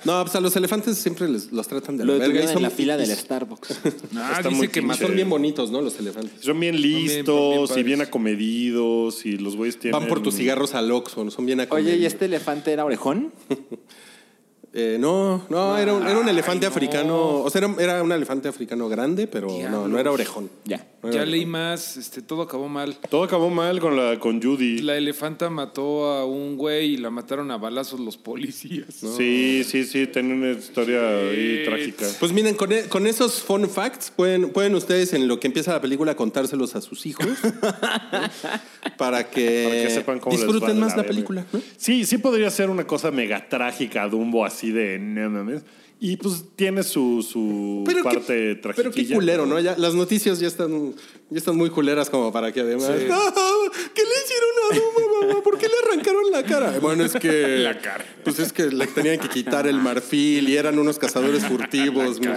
Speaker 5: No, pues a los elefantes siempre les- los tratan de la
Speaker 4: Lo
Speaker 5: verga. y
Speaker 4: detuvieron en
Speaker 5: son-
Speaker 4: la fila
Speaker 5: y-
Speaker 4: del Starbucks.
Speaker 3: Ah,
Speaker 2: Está muy
Speaker 3: dice que
Speaker 5: y
Speaker 3: mató.
Speaker 5: Son bien bonitos, ¿no? Los elefantes.
Speaker 2: Son bien
Speaker 3: bien- bien
Speaker 2: listos
Speaker 3: padres.
Speaker 2: y bien acomedidos y los güeyes tienen...
Speaker 5: Van por tus cigarros al Oxxo, son bien
Speaker 4: Oye, ¿y
Speaker 5: acomedidos.
Speaker 4: este elefante era orejón?
Speaker 5: Eh, no, no,
Speaker 2: Ah,
Speaker 5: era un, era un elefante africano. O sea, era, era un elefante africano grande, pero no, no era orejón.
Speaker 4: Ya.
Speaker 5: No era
Speaker 3: Ya leí
Speaker 5: orejón.
Speaker 3: más, este, todo acabó mal.
Speaker 2: Todo acabó mal con, la, con Judy.
Speaker 3: La elefanta mató a un güey y la mataron a balazos los policías.
Speaker 2: Sí, sí, sí, tiene una historia ahí trágica.
Speaker 5: Pues miren, con, e- con esos fun facts pueden, pueden ustedes en lo que empieza la película contárselos a sus hijos ¿no? para que,
Speaker 2: Para que sepan cómo les
Speaker 5: disfruten
Speaker 2: va de
Speaker 5: más la,
Speaker 2: verga.
Speaker 5: película. ¿no?
Speaker 2: Sí, sí podría ser una cosa mega trágica, Dumbo, así de no mames. Y pues tiene su, su
Speaker 5: Pero qué-
Speaker 2: parte trágica.
Speaker 5: Pero qué culero, ¿no? Ya, las noticias ya están, ya están muy culeras como para que además... ¡Ah! ¿Qué le hicieron a Duma, mamá? ¿Por qué le arrancaron la cara? Bueno, es que... La cara. Pues es que le tenían que quitar el marfil y eran unos cazadores furtivos. ¿no?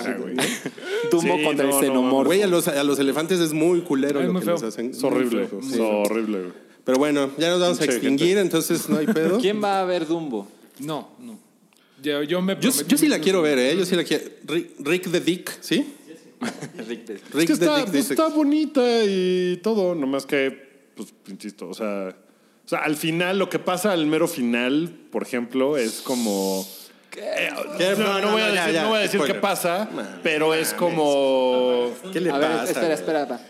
Speaker 4: Dumbo
Speaker 2: Sí,
Speaker 4: contra
Speaker 2: no,
Speaker 4: el
Speaker 2: no,
Speaker 4: xenomorfo.
Speaker 5: Güey, a los, a los elefantes es muy culero
Speaker 3: Ay,
Speaker 5: lo
Speaker 3: muy
Speaker 5: que
Speaker 3: feo.
Speaker 5: les hacen.
Speaker 2: Es horrible,
Speaker 5: Muy feo,
Speaker 2: es
Speaker 5: sí.
Speaker 2: horrible. güey.
Speaker 5: Pero bueno, ya nos vamos a
Speaker 2: Pinche
Speaker 5: extinguir,
Speaker 2: gente.
Speaker 5: entonces no hay pedo.
Speaker 4: ¿Quién va a ver Dumbo?
Speaker 3: No, no. Yo, yo me
Speaker 5: Yo,
Speaker 3: prometí-
Speaker 5: yo sí la quiero ver, ¿eh? Yo sí la quiero. Rick, Rick the Dick, ¿sí?
Speaker 2: Es que
Speaker 5: Rick the
Speaker 2: está,
Speaker 5: Dick
Speaker 2: pues,
Speaker 5: dice-
Speaker 2: está bonita y todo, nomás que, pues, insisto, o sea, o sea, al final, lo que pasa al mero final, por ejemplo, es como... Eh, no, no voy a
Speaker 5: No, no, ya,
Speaker 2: decir,
Speaker 5: ya,
Speaker 2: no voy a decir qué
Speaker 5: spoiler.
Speaker 2: pasa, pero es como...
Speaker 5: ¿Qué le
Speaker 4: a ver,
Speaker 5: pasa?
Speaker 4: espera, espera. espera.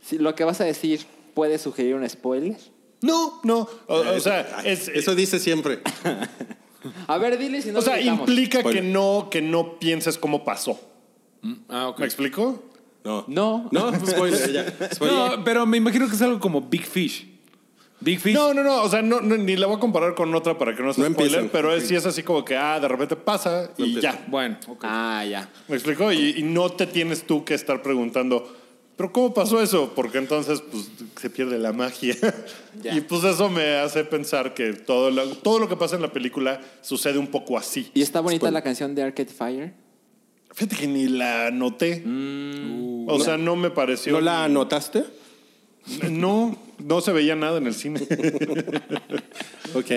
Speaker 4: Si lo que vas a decir puede sugerir un spoiler.
Speaker 2: No, no, o, o sea, es,
Speaker 5: Eso dice siempre.
Speaker 4: A ver, dile si no
Speaker 2: o sea,
Speaker 4: gritamos.
Speaker 2: implica
Speaker 5: Spoiler.
Speaker 2: que no, que no pienses cómo pasó.
Speaker 3: Ah, ok.
Speaker 2: ¿Me explico?
Speaker 5: No.
Speaker 4: No.
Speaker 5: No, spoiler, ya. Spoiler.
Speaker 3: No, pero me imagino que es algo como Big Fish. Big Fish.
Speaker 2: No, no, no, o sea, no, no, ni la voy a comparar con otra para que no sea
Speaker 5: No
Speaker 2: spoiler,
Speaker 5: empiecen.
Speaker 2: pero es, sí es así como que, ah, de repente pasa y
Speaker 5: empiecen.
Speaker 2: ya.
Speaker 3: Bueno, ok.
Speaker 4: Ah, ya.
Speaker 2: ¿Me explico? Y, y no te tienes tú que estar preguntando, ¿pero cómo pasó eso? Porque entonces pues, se pierde la magia.
Speaker 4: Ya.
Speaker 2: Y pues eso me hace pensar que todo lo, todo lo que pasa en la película sucede un poco así.
Speaker 4: ¿Y está bonita la canción de Arcade Fire?
Speaker 2: Fíjate que ni la noté. o sea, no me pareció.
Speaker 5: ¿No la anotaste?
Speaker 2: No, no se veía nada en el cine.
Speaker 5: Ok,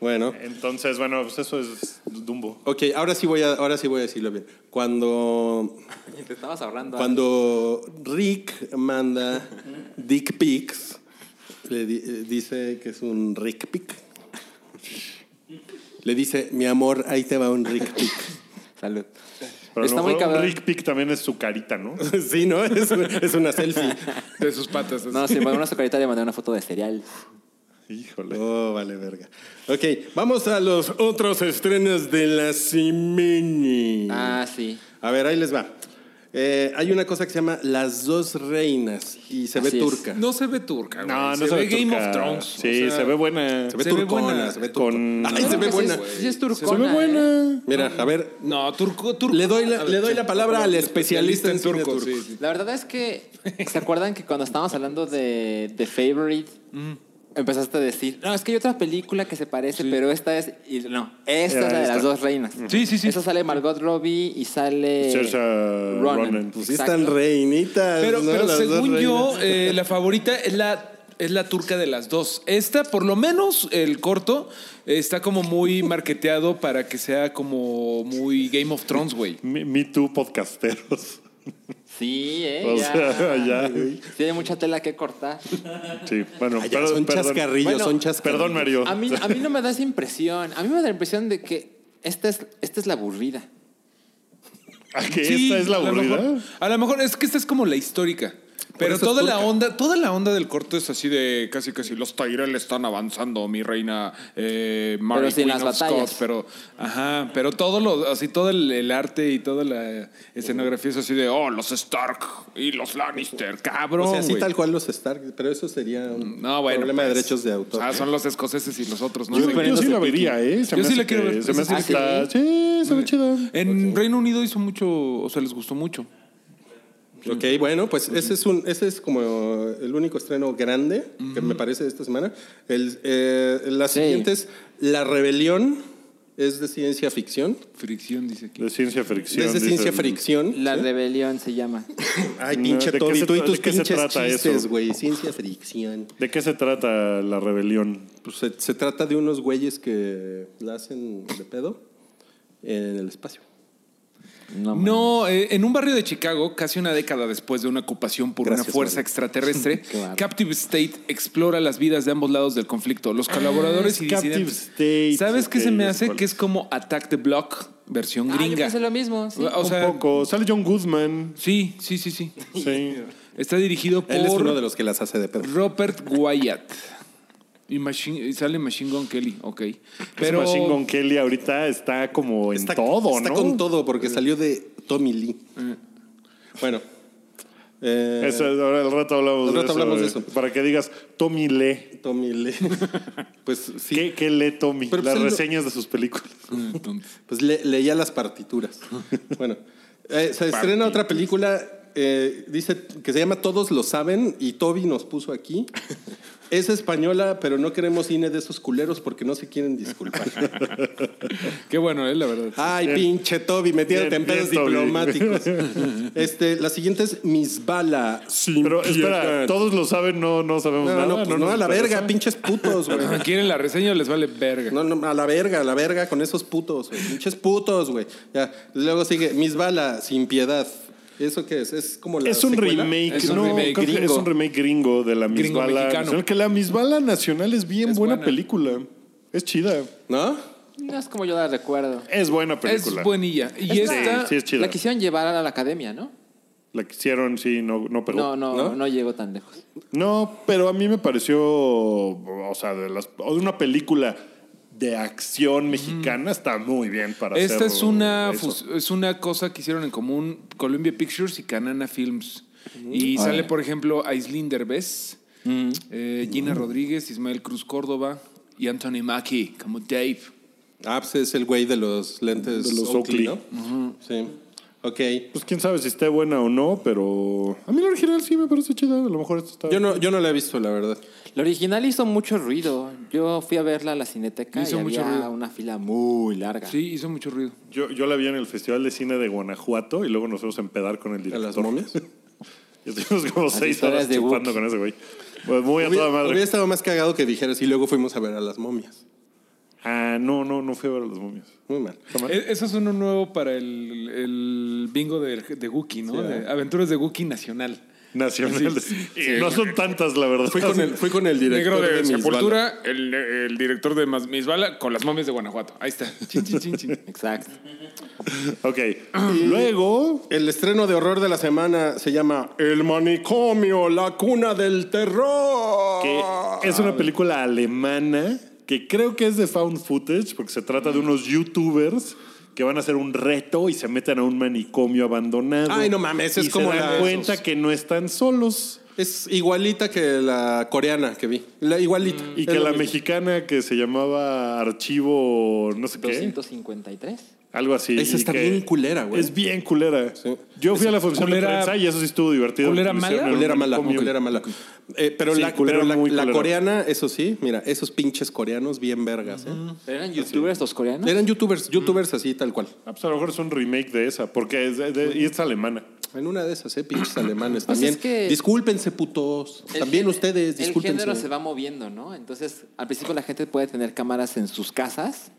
Speaker 5: bueno.
Speaker 2: Entonces, bueno, pues eso es Dumbo.
Speaker 5: Ok, ahora sí voy a, ahora sí voy a decirlo bien. Cuando,
Speaker 4: Te estabas ahorrando.
Speaker 5: cuando Rick manda dick pics, le di- eh, dice que es un Rick pic. Le dice, mi amor, ahí te va un Rick pic.
Speaker 4: Salud.
Speaker 2: Pero
Speaker 4: está
Speaker 2: a lo
Speaker 4: muy
Speaker 2: mejor
Speaker 4: cabrón.
Speaker 2: Rick Pick también es su carita, ¿no?
Speaker 5: sí, ¿no? Es, es una selfie.
Speaker 3: De sus patas.
Speaker 4: No, si para una socarita le mandé una foto de cereal.
Speaker 2: Híjole.
Speaker 5: Oh, vale, verga. Ok, vamos a los otros estrenos de la semana.
Speaker 4: Ah, sí.
Speaker 5: A ver, ahí les va. Eh, hay una cosa que se llama Las dos reinas y se
Speaker 4: Así
Speaker 5: ve
Speaker 4: es.
Speaker 5: turca.
Speaker 3: No se ve turca. güey.
Speaker 2: No, no se,
Speaker 3: se, ve Game
Speaker 2: turca.
Speaker 3: of Thrones.
Speaker 2: Sí,
Speaker 3: o sea,
Speaker 2: se ve buena.
Speaker 5: Se ve
Speaker 3: Se ve
Speaker 5: turcona,
Speaker 3: buena.
Speaker 5: se ve turco-
Speaker 2: Con-
Speaker 5: Ay, se ve
Speaker 4: Creo que pues sí
Speaker 5: buena.
Speaker 4: es- Sí, es turcona.
Speaker 2: Se ve
Speaker 4: ¿eh?
Speaker 2: buena.
Speaker 5: Mira, a ver,
Speaker 3: No, turco, turco.
Speaker 5: le doy
Speaker 3: A
Speaker 5: la,
Speaker 3: ver,
Speaker 5: le doy
Speaker 3: sí.
Speaker 5: la palabra al especialista en
Speaker 3: Especialista
Speaker 5: turco.
Speaker 3: sí, sí.
Speaker 4: La verdad es que, ¿se acuerdan que cuando estábamos hablando de The Favorite,
Speaker 3: Mm.
Speaker 4: empezaste a decir, no, es que hay otra película que se parece, pero esta es, y no, esta
Speaker 2: Era
Speaker 4: es la de
Speaker 2: esta.
Speaker 4: las dos reinas.
Speaker 3: Sí, sí, sí.
Speaker 4: Esa sale Margot Robbie y sale
Speaker 2: Saoirse
Speaker 4: Ronan.
Speaker 2: Ronan.
Speaker 5: Pues sí
Speaker 4: Exacto.
Speaker 5: están reinitas.
Speaker 3: Pero,
Speaker 5: ¿no?
Speaker 3: pero
Speaker 5: Las dos
Speaker 3: según yo,
Speaker 5: reinas.
Speaker 3: eh, la favorita es la, es la turca de las dos. Esta, por lo menos el corto, eh, está como muy marketeado para que sea como muy Game of Thrones, güey.
Speaker 2: Me, Me Too podcasteros.
Speaker 4: Sí, eh.
Speaker 2: O
Speaker 4: ya.
Speaker 2: sea, ya. güey.
Speaker 4: Tiene mucha tela que cortar.
Speaker 2: Sí, bueno,
Speaker 5: Ay, Ah, ya,
Speaker 2: pero-
Speaker 5: son
Speaker 2: perdón.
Speaker 5: chascarrillos,
Speaker 4: Bueno,
Speaker 5: son chascarrillos.
Speaker 2: Perdón, Mario.
Speaker 4: A mí, a mí no me da esa impresión. A mí me da la impresión de que esta es, esta es la aburrida.
Speaker 2: ¿A que
Speaker 3: Sí,
Speaker 2: esta es la
Speaker 3: a lo
Speaker 2: aburrida?
Speaker 3: mejor- A lo mejor es que esta es como la histórica. Pero
Speaker 5: eso es
Speaker 3: toda la
Speaker 5: turca.
Speaker 3: onda, toda la onda del corto es así de casi casi los Tyrell están avanzando, mi reina eh, Mary
Speaker 4: Pero sin
Speaker 3: Queen
Speaker 4: las
Speaker 3: of Scots",
Speaker 4: batallas.
Speaker 3: pero ajá, pero todo lo así todo el, el arte y toda la escenografía es así de oh, los Stark y los Lannister, cabrón.
Speaker 5: O sea, sí
Speaker 3: güey".
Speaker 5: tal cual los Stark, pero eso sería un
Speaker 3: No, bueno,
Speaker 5: problema de
Speaker 3: pues,
Speaker 5: derechos de autor. ¿eh?
Speaker 3: Ah, son los escoceses y los otros, ¿no?
Speaker 2: Yo,
Speaker 3: Sí.
Speaker 2: yo sí la vería, ¿eh?
Speaker 3: Yo
Speaker 2: me
Speaker 3: sí eh,
Speaker 2: hace
Speaker 3: la quiero
Speaker 2: que-
Speaker 3: ver.
Speaker 2: Se me hace
Speaker 4: Ah,
Speaker 2: que
Speaker 4: ¿sí?
Speaker 2: está. Sí, se ve chida.
Speaker 5: Pues
Speaker 3: En Reino Unido hizo mucho, o sea, les gustó mucho.
Speaker 5: Ok, bueno, pues ese es, un, ese es como el único estreno grande que me parece esta semana. El, eh, la
Speaker 4: Sí.
Speaker 5: siguiente es La Rebelión, es de ciencia ficción.
Speaker 3: Fricción dice aquí.
Speaker 2: De ciencia fricción.
Speaker 5: Es de ciencia
Speaker 2: dicen.
Speaker 5: ficción.
Speaker 4: La
Speaker 5: ¿sí?
Speaker 4: rebelión se llama.
Speaker 5: Ay,
Speaker 2: No,
Speaker 5: pinche
Speaker 2: ¿de qué
Speaker 5: Toby,
Speaker 2: se
Speaker 5: tú y
Speaker 2: tra-
Speaker 5: tus
Speaker 2: de qué se
Speaker 5: pinches
Speaker 2: trata eso?
Speaker 5: chistes, güey. Ciencia ficción.
Speaker 2: ¿De qué se trata la rebelión?
Speaker 5: Pues se, se trata de unos güeyes que la hacen de pedo en el espacio.
Speaker 4: No.
Speaker 3: No, eh, en un barrio de Chicago, casi una década después de una ocupación por una
Speaker 5: Gracias,
Speaker 3: fuerza
Speaker 5: Mario.
Speaker 3: extraterrestre,
Speaker 4: Qué bárbaro.
Speaker 3: Captive State explora las vidas de ambos lados del conflicto, los colaboradores
Speaker 2: Ah, es
Speaker 3: y
Speaker 2: Captive
Speaker 3: disidentes.
Speaker 2: State,
Speaker 3: ¿Sabes qué
Speaker 2: ok,
Speaker 5: eh,
Speaker 3: se
Speaker 2: ya
Speaker 3: me
Speaker 2: sé
Speaker 3: hace?
Speaker 2: cuál
Speaker 3: Que es como Attack the Block, versión
Speaker 4: Ah, yo
Speaker 3: gringa.
Speaker 4: pensé lo mismo. sí.
Speaker 3: O sea,
Speaker 2: un poco. Sale John Goodman.
Speaker 3: sí, sí, sí, sí.
Speaker 2: Sí.
Speaker 3: Está dirigido por
Speaker 5: Él es uno de los que las hace de pedo.
Speaker 3: Robert Wyatt. Y Machine- y sale Machine Gun Kelly, ok.
Speaker 2: Pero
Speaker 3: Pero
Speaker 2: Machine Gun Kelly ahorita está como en todo,
Speaker 5: está
Speaker 2: ¿no?
Speaker 5: con todo porque salió de Tommy Lee. Bueno. eh,
Speaker 2: Eso, ahora al rato hablamos,
Speaker 5: Al
Speaker 2: de,
Speaker 5: rato
Speaker 2: eso,
Speaker 5: hablamos de
Speaker 2: eh,
Speaker 5: eso.
Speaker 2: Para que digas, Tommy lee.
Speaker 5: Tommy Lee. pues sí.
Speaker 2: ¿Qué, qué lee Tommy?
Speaker 5: Pero,
Speaker 2: Las
Speaker 5: pues, él lo-
Speaker 2: reseñas de sus películas.
Speaker 5: Pues le- leía las partituras. bueno, eh, se estrena otra película, eh, dice que se llama Todos lo saben y Toby nos puso aquí. Es española, pero no queremos cine de esos culeros porque no se quieren disculpar.
Speaker 3: Qué bueno, eh, la verdad.
Speaker 5: Ay, pinche Toby, metiéndote
Speaker 2: Bien,
Speaker 5: en pedos
Speaker 2: bien, Toby.
Speaker 5: diplomáticos. Este, la siguiente es Misbala.
Speaker 2: Pero espera, todos lo saben, no, no sabemos
Speaker 5: No, no,
Speaker 2: nada.
Speaker 5: no, pues no,
Speaker 2: nos
Speaker 5: a la
Speaker 2: interesa.
Speaker 5: verga, pinches putos, güey.
Speaker 3: ¿Quieren la reseña o les vale verga?
Speaker 5: No, no, a la verga, a la verga con esos putos, güey. Pinches putos, güey. Ya. Luego sigue Mis Balas, sin piedad. ¿Eso qué es? Es como la.
Speaker 2: Es un
Speaker 5: secuela?
Speaker 2: remake,
Speaker 3: Es un
Speaker 2: no,
Speaker 3: remake
Speaker 2: creo que
Speaker 3: gringo.
Speaker 2: es un remake gringo de la
Speaker 3: Gringo
Speaker 2: Misbala
Speaker 3: mexicano.
Speaker 2: Nacional. Que la Misbala Nacional es bien
Speaker 3: Es
Speaker 2: buena,
Speaker 3: buena.
Speaker 2: película. Es chida.
Speaker 5: ¿No?
Speaker 4: No es como yo la recuerdo.
Speaker 2: Es buena película.
Speaker 3: es buenilla. Y
Speaker 2: Sí,
Speaker 3: esta,
Speaker 2: sí, es chida.
Speaker 4: La quisieron llevar a la academia, ¿no?
Speaker 2: La quisieron, sí, no, no pegó.
Speaker 4: No, no,
Speaker 5: ¿No?
Speaker 4: no, llegó tan lejos.
Speaker 2: No, pero a mí me pareció, o sea, de las, o de una película de acción mexicana está muy bien para
Speaker 3: Esta
Speaker 2: hacer
Speaker 3: es una,
Speaker 2: eso.
Speaker 3: fus- es una cosa que hicieron en común Columbia Pictures y Canana Films. Y sale, por ejemplo, Aislinn Derbez, Eh, Gina Rodríguez, Ismael Cruz Córdoba y Anthony Mackie como Dave.
Speaker 5: Ah, pues es el güey de los lentes.
Speaker 2: De los Oakley.
Speaker 5: ¿no? Sí. Ok.
Speaker 2: Pues quién sabe si esté buena o no, pero a mí la original sí me parece chida. A lo mejor esto está.
Speaker 5: Yo no, yo no la he visto, la verdad.
Speaker 4: La original hizo mucho ruido. Yo fui a verla a la Cineteca
Speaker 3: Hizo
Speaker 4: y
Speaker 3: mucho
Speaker 4: había
Speaker 3: ruido.
Speaker 4: una fila muy larga.
Speaker 3: Sí, hizo mucho ruido.
Speaker 2: Yo, yo la vi en el Festival de Cine de Guanajuato y luego nos fuimos a empedar con el
Speaker 5: ¿A
Speaker 2: director.
Speaker 5: las momias?
Speaker 2: Y estuvimos como seis
Speaker 4: historias
Speaker 2: horas
Speaker 4: de
Speaker 2: chupando
Speaker 4: Wookiee.
Speaker 2: con ese güey. Pues muy a toda
Speaker 5: Hubiera,
Speaker 2: madre.
Speaker 5: hubiera estado más cagado que dijeras y luego fuimos a ver a las momias.
Speaker 2: Ah, no, no, no fui a ver a los momios.
Speaker 5: Muy mal.
Speaker 3: E- Eso es uno nuevo para el, el bingo de, de Wookiee, ¿no?
Speaker 2: ¿eh?
Speaker 3: De Aventuras de Wookiee Nacional.
Speaker 2: Nacionales.
Speaker 3: Sí.
Speaker 2: Y no son tantas, la verdad.
Speaker 5: Fui con el, fui con el
Speaker 3: Negro
Speaker 5: director
Speaker 3: de,
Speaker 5: de, Misbala.
Speaker 3: Sepultura, el, el director de Mas- Misbala con las momias de Guanajuato. Ahí está. Chin, chin, chin, chin.
Speaker 4: Exacto.
Speaker 2: Ok. Luego,
Speaker 5: El estreno de horror de la semana se llama El manicomio, la cuna del terror.
Speaker 2: que
Speaker 5: Ah.
Speaker 2: es una película alemana que creo que es de found footage porque se trata de unos youtubers que van a hacer un reto y se meten a un manicomio abandonado.
Speaker 5: Ay, no mames, es
Speaker 2: y
Speaker 5: como
Speaker 2: se
Speaker 5: la
Speaker 2: dan
Speaker 5: de
Speaker 2: cuenta
Speaker 5: esos.
Speaker 2: que no están solos
Speaker 5: Es igualita que la coreana que vi. La igualita.
Speaker 2: y
Speaker 5: Es
Speaker 2: que
Speaker 5: lo
Speaker 2: la
Speaker 5: mismo.
Speaker 2: mexicana que se llamaba Archivo no sé qué,
Speaker 4: 253.
Speaker 2: algo así.
Speaker 5: Esa
Speaker 2: y
Speaker 5: está
Speaker 2: que
Speaker 5: bien culera, güey.
Speaker 2: Es bien culera.
Speaker 5: Sí.
Speaker 2: Yo fui a la función
Speaker 3: culera-
Speaker 2: de prensa y eso sí estuvo divertido.
Speaker 3: ¿Culera
Speaker 2: porque lo hicieron en
Speaker 3: mala?
Speaker 2: un
Speaker 5: Ah, Culera mala,
Speaker 2: manicomio.
Speaker 5: culera mala. Eh, pero
Speaker 2: Sí,
Speaker 5: la,
Speaker 2: culera
Speaker 5: pero la-
Speaker 2: muy
Speaker 5: la
Speaker 2: culera.
Speaker 5: coreana, eso sí, mira, esos pinches coreanos bien vergas. ¿eh?
Speaker 4: ¿Pero eran youtubers los coreanos?
Speaker 5: Eran youtubers, youtubers así, tal cual.
Speaker 2: Ah, pues a lo mejor es un remake de esa, porque es de- de- y es alemana.
Speaker 5: En una de esas, ¿eh? pinches alemanes
Speaker 4: Pues
Speaker 5: también.
Speaker 4: es que-
Speaker 5: Discúlpense, putos.
Speaker 4: El
Speaker 5: también
Speaker 4: gé-
Speaker 5: ustedes,
Speaker 4: El género
Speaker 5: discúlpense.
Speaker 4: se va moviendo, ¿no? Entonces, al principio la gente puede tener cámaras en sus casas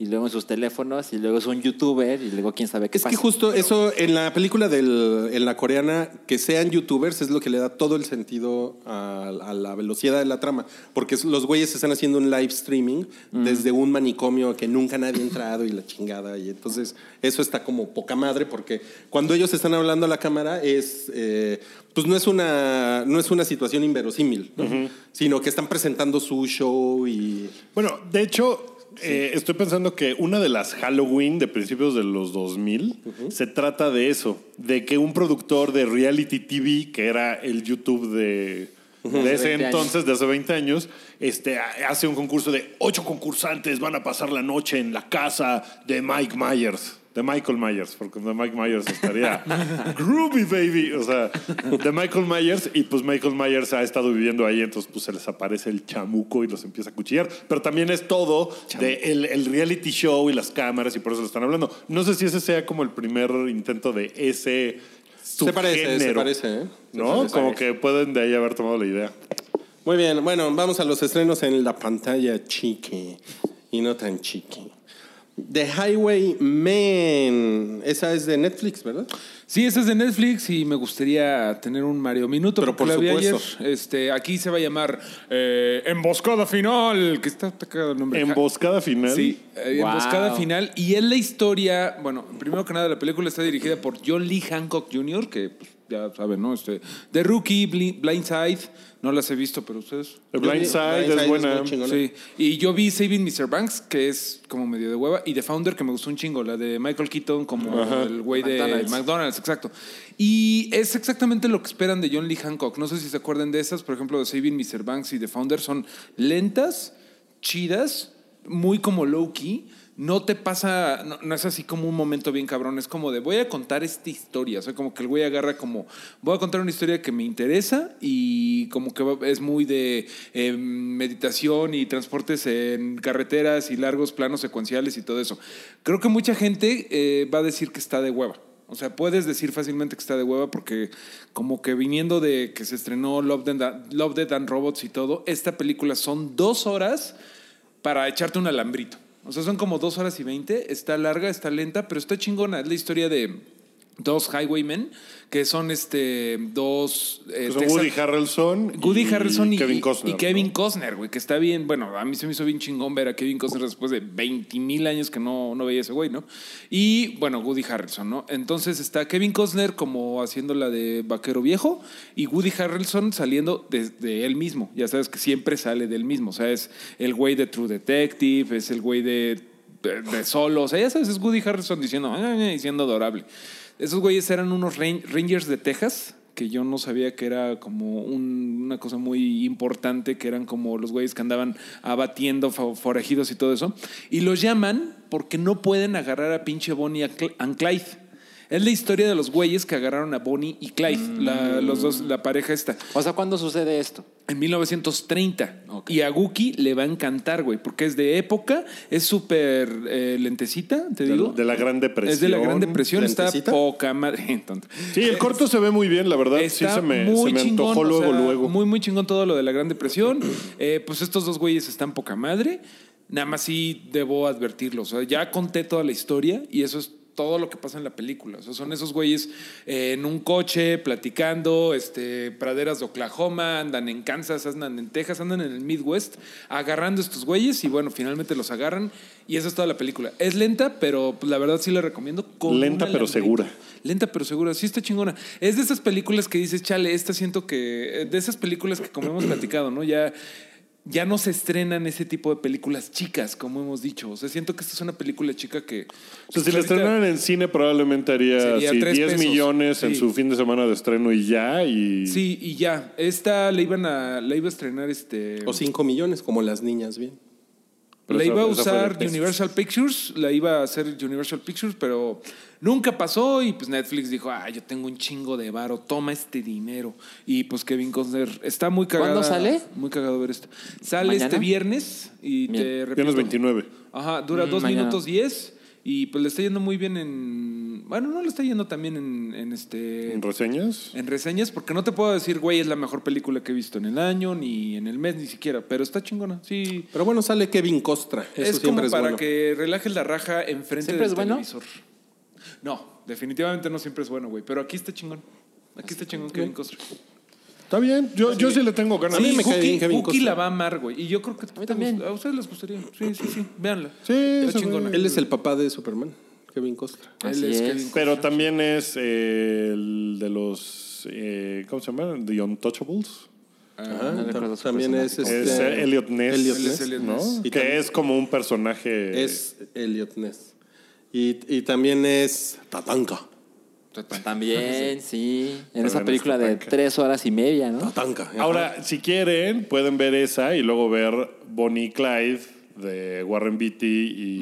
Speaker 4: y luego en sus teléfonos y luego es un youtuber y luego quién sabe qué
Speaker 5: Es
Speaker 4: pasa.
Speaker 5: que justo eso en la película del, en la coreana, que sean youtubers es lo que le da todo el sentido a, a la velocidad de la trama. Porque es- los güeyes están haciendo un live streaming desde un manicomio que nunca nadie ha entrado y la chingada. Y entonces eso está como poca madre porque cuando ellos están hablando a la cámara es eh, pues no es una no es una situación inverosímil, ¿no? sino que están presentando su show y
Speaker 2: Bueno, de hecho, eh, estoy pensando que una de las Halloween de principios de los 2000 se trata de eso, de que un productor de reality TV, que era el YouTube de, de
Speaker 4: Hace
Speaker 2: ese
Speaker 4: 20 años.
Speaker 2: entonces, de hace 20 años, este, ha- hace un concurso de ocho concursantes van a pasar la noche en la casa de Mike Myers. De Michael Myers, porque de Mike Myers estaría groovy, baby. O sea, de Michael Myers, y pues Michael Myers ha estado viviendo ahí, entonces pues se les aparece el chamuco y los empieza a cuchillar. Pero también es todo de el, el reality show y las cámaras, y por eso lo están hablando. No sé si ese sea como el primer intento de ese
Speaker 5: se parece, se
Speaker 2: subgénero,
Speaker 5: parece, ¿eh? Se
Speaker 2: ¿No?
Speaker 5: parece.
Speaker 2: Como que pueden de ahí haber tomado la idea.
Speaker 5: Muy bien, bueno, vamos a los estrenos en la pantalla chiqui y no tan chiqui. The Highway Man. Esa es de Netflix, ¿verdad?
Speaker 3: Sí, esa es de Netflix y me gustaría tener un Mario Minuto.
Speaker 5: Pero
Speaker 3: porque
Speaker 5: por
Speaker 3: la vi
Speaker 5: supuesto.
Speaker 3: ayer. Este, aquí se va a llamar eh, Emboscada Final, que está atacado el nombre. Ja-
Speaker 2: Emboscada final.
Speaker 3: Sí, eh,
Speaker 4: Wow.
Speaker 3: emboscada final. Y es la historia, bueno, primero que nada, la película está dirigida por John Lee Hancock Jr., que pues, ya saben, ¿no? Este, The Rookie, Bli- Blindside, no las he visto, pero ustedes...
Speaker 2: The Blind Side es buena.
Speaker 5: muy chingona.
Speaker 3: Sí, y yo vi Saving Mr. Banks, que es como medio de hueva, y The Founder, que me gustó un chingo, la de Michael Keaton, como el güey de
Speaker 4: McDonald's.
Speaker 3: McDonald's, exacto. Y es exactamente lo que esperan de John Lee Hancock. No sé si se acuerdan de esas, por ejemplo, de Saving Mr. Banks y The Founder son lentas, chidas, muy como low key. No te pasa, no, no es así como un momento bien cabrón, es como de voy a contar esta historia. O sea, como que el güey agarra como voy a contar una historia que me interesa y como que va- es muy de eh, meditación y transportes en carreteras y largos planos secuenciales y todo eso. Creo que mucha gente eh, va a decir que está de hueva. O sea, puedes decir fácilmente que está de hueva porque como que viniendo de que se estrenó Love, Dead- Love, Dead and Robots y todo, esta película son dos horas para echarte un alambrito. O sea, son como dos horas y veinte. Está larga, está lenta, pero está chingona. Es la historia de dos highwaymen que son este dos... eh,
Speaker 2: Que son
Speaker 3: Texas-
Speaker 2: Pues, Woody Harrelson.
Speaker 3: Woody Harrelson y
Speaker 2: Kevin Costner.
Speaker 3: y Kevin
Speaker 2: ¿no?
Speaker 3: Costner, güey, que está bien. Bueno, a mí se me hizo bien chingón ver a Kevin Costner después de 20 mil años que no, no veía ese güey, ¿no? Y bueno, Woody Harrelson, ¿no? Entonces está Kevin Costner como haciendo la de vaquero viejo y Woody Harrelson saliendo desde él mismo. Ya sabes que siempre sale del mismo. O sea, es el güey de True Detective, es el güey de de, de solo. O sea, ya sabes, es Woody Harrison diciendo, "Ah, ah, ah", y siendo adorable. Esos güeyes eran unos ran- Rangers de Texas que que yo no sabía que era como un- una cosa muy importante, que eran como los güeyes que andaban abatiendo fo- forajidos y todo eso. Y los llaman porque no pueden agarrar a pinche Bonnie Cl- and Clyde. Es la historia de los güeyes que agarraron a Bonnie y Clyde, la, los dos, la pareja esta.
Speaker 4: O sea, ¿cuándo sucede esto?
Speaker 3: En 1930. Y a Guki le va a encantar, güey, porque es de época, es súper eh, lentecita, te
Speaker 2: De,
Speaker 3: digo.
Speaker 2: de la Gran Depresión.
Speaker 3: es de la Gran Depresión, está
Speaker 5: ¿Lentecita?
Speaker 3: poca madre. Tonto.
Speaker 2: Sí, el corto se ve muy bien, la verdad. Sí,
Speaker 3: Está
Speaker 2: se me,
Speaker 3: muy
Speaker 2: se me
Speaker 3: chingón,
Speaker 2: antojó
Speaker 3: o
Speaker 2: luego,
Speaker 3: sea,
Speaker 2: luego.
Speaker 3: Muy, muy chingón todo lo de la Gran Depresión. Eh, pues estos dos güeyes están poca madre. Nada más sí debo advertirlos. O sea, ya conté toda la historia y eso es todo lo que pasa en la película. O sea, son esos güeyes eh, en un coche, platicando, este, praderas de Oklahoma, andan en Kansas, andan en Texas, andan en el Midwest, agarrando estos güeyes y bueno, finalmente los agarran y esa es toda la película. Es lenta, pero pues, la verdad sí la recomiendo. como
Speaker 2: Lenta,
Speaker 3: una
Speaker 2: pero
Speaker 3: lambreta.
Speaker 2: segura.
Speaker 3: Lenta pero segura, sí está chingona. Es de esas películas que dices, chale, esta siento que. eh, De esas películas que, como hemos platicado, ¿no? Ya, ya no se estrenan ese tipo de películas chicas, como hemos dicho. O sea, siento que esta es una película chica que.
Speaker 2: O sea, si
Speaker 3: pues,
Speaker 2: la
Speaker 3: ahorita-
Speaker 2: estrenaran en cine, probablemente haría
Speaker 3: Sería
Speaker 2: sí,
Speaker 3: tres
Speaker 2: 10
Speaker 3: pesos.
Speaker 2: millones en
Speaker 3: Sí.
Speaker 2: su fin de semana de estreno y ya. Y...
Speaker 3: Sí, y ya. Esta la iban a. La iba a estrenar este.
Speaker 5: O 5 millones, como las niñas bien.
Speaker 2: Pero
Speaker 3: la
Speaker 2: esa-
Speaker 3: iba a
Speaker 2: esa fue de
Speaker 3: usar
Speaker 2: pesos.
Speaker 3: Universal Pictures, la iba a hacer Universal Pictures, pero nunca pasó y pues Netflix dijo, ah, yo tengo un chingo de varo, toma este dinero. Y pues Kevin Costner está muy cagado.
Speaker 4: ¿Cuándo sale?
Speaker 3: Muy cagado ver esto. Sale
Speaker 4: ¿Mañana?
Speaker 3: este viernes y
Speaker 4: Bien.
Speaker 3: te repito.
Speaker 2: Viernes 29.
Speaker 3: Ajá, dura
Speaker 4: Mm,
Speaker 3: dos
Speaker 4: mañana.
Speaker 3: minutos 10 y pues le está yendo muy bien en... Bueno, no le está yendo también en, en este...
Speaker 2: ¿En reseñas?
Speaker 3: En reseñas, porque no te puedo decir, güey, es la mejor película que he visto en el año, ni en el mes, ni siquiera, pero está chingona. Sí,
Speaker 5: Pero bueno, sale Kevin Costra. Eso
Speaker 3: es como
Speaker 5: siempre es
Speaker 3: para
Speaker 5: bueno.
Speaker 3: que relajes la raja enfrente
Speaker 4: ¿Siempre
Speaker 3: del
Speaker 4: es bueno?
Speaker 3: televisor. No, definitivamente no siempre es bueno, güey. Pero aquí está chingón. Aquí está chingón Kevin Costner.
Speaker 2: Está bien. Yo, yo sí le tengo ganas.
Speaker 5: A mí me cae
Speaker 3: Cookie-
Speaker 5: bien Kevin
Speaker 3: Cookie
Speaker 5: Costner.
Speaker 3: la va a amar, güey. Y yo creo que te
Speaker 4: también.
Speaker 3: gusta- a ustedes les gustaría. Sí, sí, sí. Véanla.
Speaker 2: Sí,
Speaker 3: está
Speaker 2: se
Speaker 3: chingona.
Speaker 2: ve.
Speaker 5: Él es el papá de Superman, Kevin Costra.
Speaker 3: Él
Speaker 4: Así
Speaker 3: es
Speaker 4: es.
Speaker 3: Kevin
Speaker 2: Pero
Speaker 3: Costner.
Speaker 2: también es eh, el de los. eh, ¿Cómo se llama? The Untouchables.
Speaker 5: Ajá,
Speaker 4: Ah, no recuerdo su
Speaker 5: también es,
Speaker 4: personaje.
Speaker 2: Es
Speaker 5: este-
Speaker 2: eh, Elliot Ness.
Speaker 5: Elliot
Speaker 3: Él es
Speaker 5: Ness.
Speaker 3: Elliot
Speaker 2: ¿no?
Speaker 3: Ness.
Speaker 2: Que
Speaker 5: Y también-
Speaker 2: es como un personaje.
Speaker 5: Es Elliot Ness. Y, y también es Tatanka.
Speaker 4: Pues También, sí. En
Speaker 2: Pero en
Speaker 4: esa película
Speaker 2: esta
Speaker 4: de
Speaker 2: tanca.
Speaker 4: tres horas y media, ¿no?
Speaker 5: Tatanka. ajá.
Speaker 2: Ahora, si quieren, pueden ver esa y luego ver Bonnie y Clyde de Warren Beatty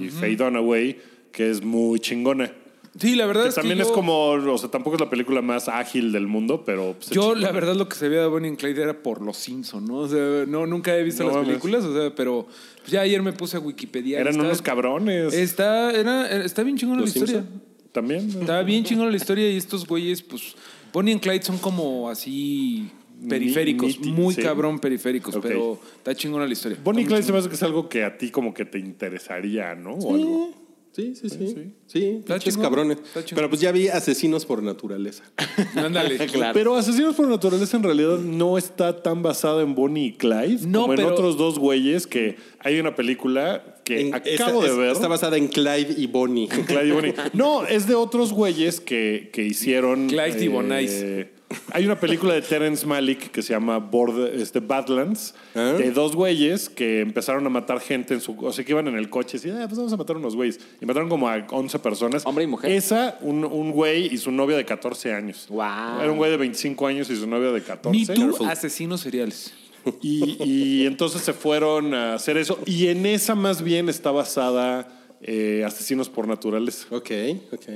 Speaker 2: y Faye Dunaway, que es muy chingona.
Speaker 3: Sí, la verdad
Speaker 2: Que
Speaker 3: es que
Speaker 2: también es
Speaker 3: yo-
Speaker 2: como, o sea, tampoco es la película más ágil del mundo, pero... pues,
Speaker 3: Yo,
Speaker 2: es
Speaker 3: la verdad, lo que se veía de Bonnie and Clyde era por los Simpsons, ¿no? O sea, no, nunca he visto
Speaker 2: No
Speaker 3: las
Speaker 2: mames.
Speaker 3: películas, o sea, pero pues, ya ayer me puse a Wikipedia.
Speaker 2: Eran
Speaker 3: Está-
Speaker 2: unos cabrones.
Speaker 3: Está, era, está bien chingona la
Speaker 5: ¿Los
Speaker 3: historia.
Speaker 5: Simpson?
Speaker 2: También.
Speaker 3: Está bien chingona la historia y estos güeyes, pues, Bonnie and Clyde son como así periféricos,
Speaker 2: Niti,
Speaker 3: muy
Speaker 2: sí.
Speaker 3: cabrón periféricos,
Speaker 2: Ok.
Speaker 3: pero está chingona la historia.
Speaker 2: Bonnie y Clyde se me hace que es algo que a ti como que te interesaría, ¿no? O algo.
Speaker 5: Sí, sí, sí.
Speaker 2: sí.
Speaker 5: Sí, pinches
Speaker 3: chingón,
Speaker 5: cabrones.
Speaker 3: está chingón.
Speaker 5: Pero pues ya vi Asesinos por Naturaleza.
Speaker 3: Ándale.
Speaker 2: Pero Asesinos por Naturaleza en realidad no está tan basada en Bonnie y Clyde
Speaker 3: No,
Speaker 2: como en
Speaker 3: pero-
Speaker 2: otros dos güeyes que hay una película que
Speaker 5: En-
Speaker 2: acabo
Speaker 5: esta-
Speaker 2: de
Speaker 5: es-
Speaker 2: ver.
Speaker 5: Está basada en Clive y Bonnie.
Speaker 2: Clyde y Bonnie. No, es de otros güeyes que, que hicieron. eh,
Speaker 3: Clyde y Bonnice.
Speaker 2: Hay una película de Terence Malick que se llama Border- este, Badlands,
Speaker 5: ¿Ah?
Speaker 2: de dos güeyes que empezaron a matar gente en su. O sea, que iban en el coche y decían, "Ah, pues vamos a matar a unos güeyes. Y mataron como a 11 personas.
Speaker 4: Hombre y mujer.
Speaker 2: Esa, un, un güey y su novia de 14 años.
Speaker 4: Guau.
Speaker 2: Era un güey de 25 años y su novia de 14.
Speaker 3: Ni tú, asesinos seriales.
Speaker 2: Y, y entonces se fueron a hacer eso. Y en esa más bien está basada eh, Asesinos por Naturaleza.
Speaker 5: ok, ok.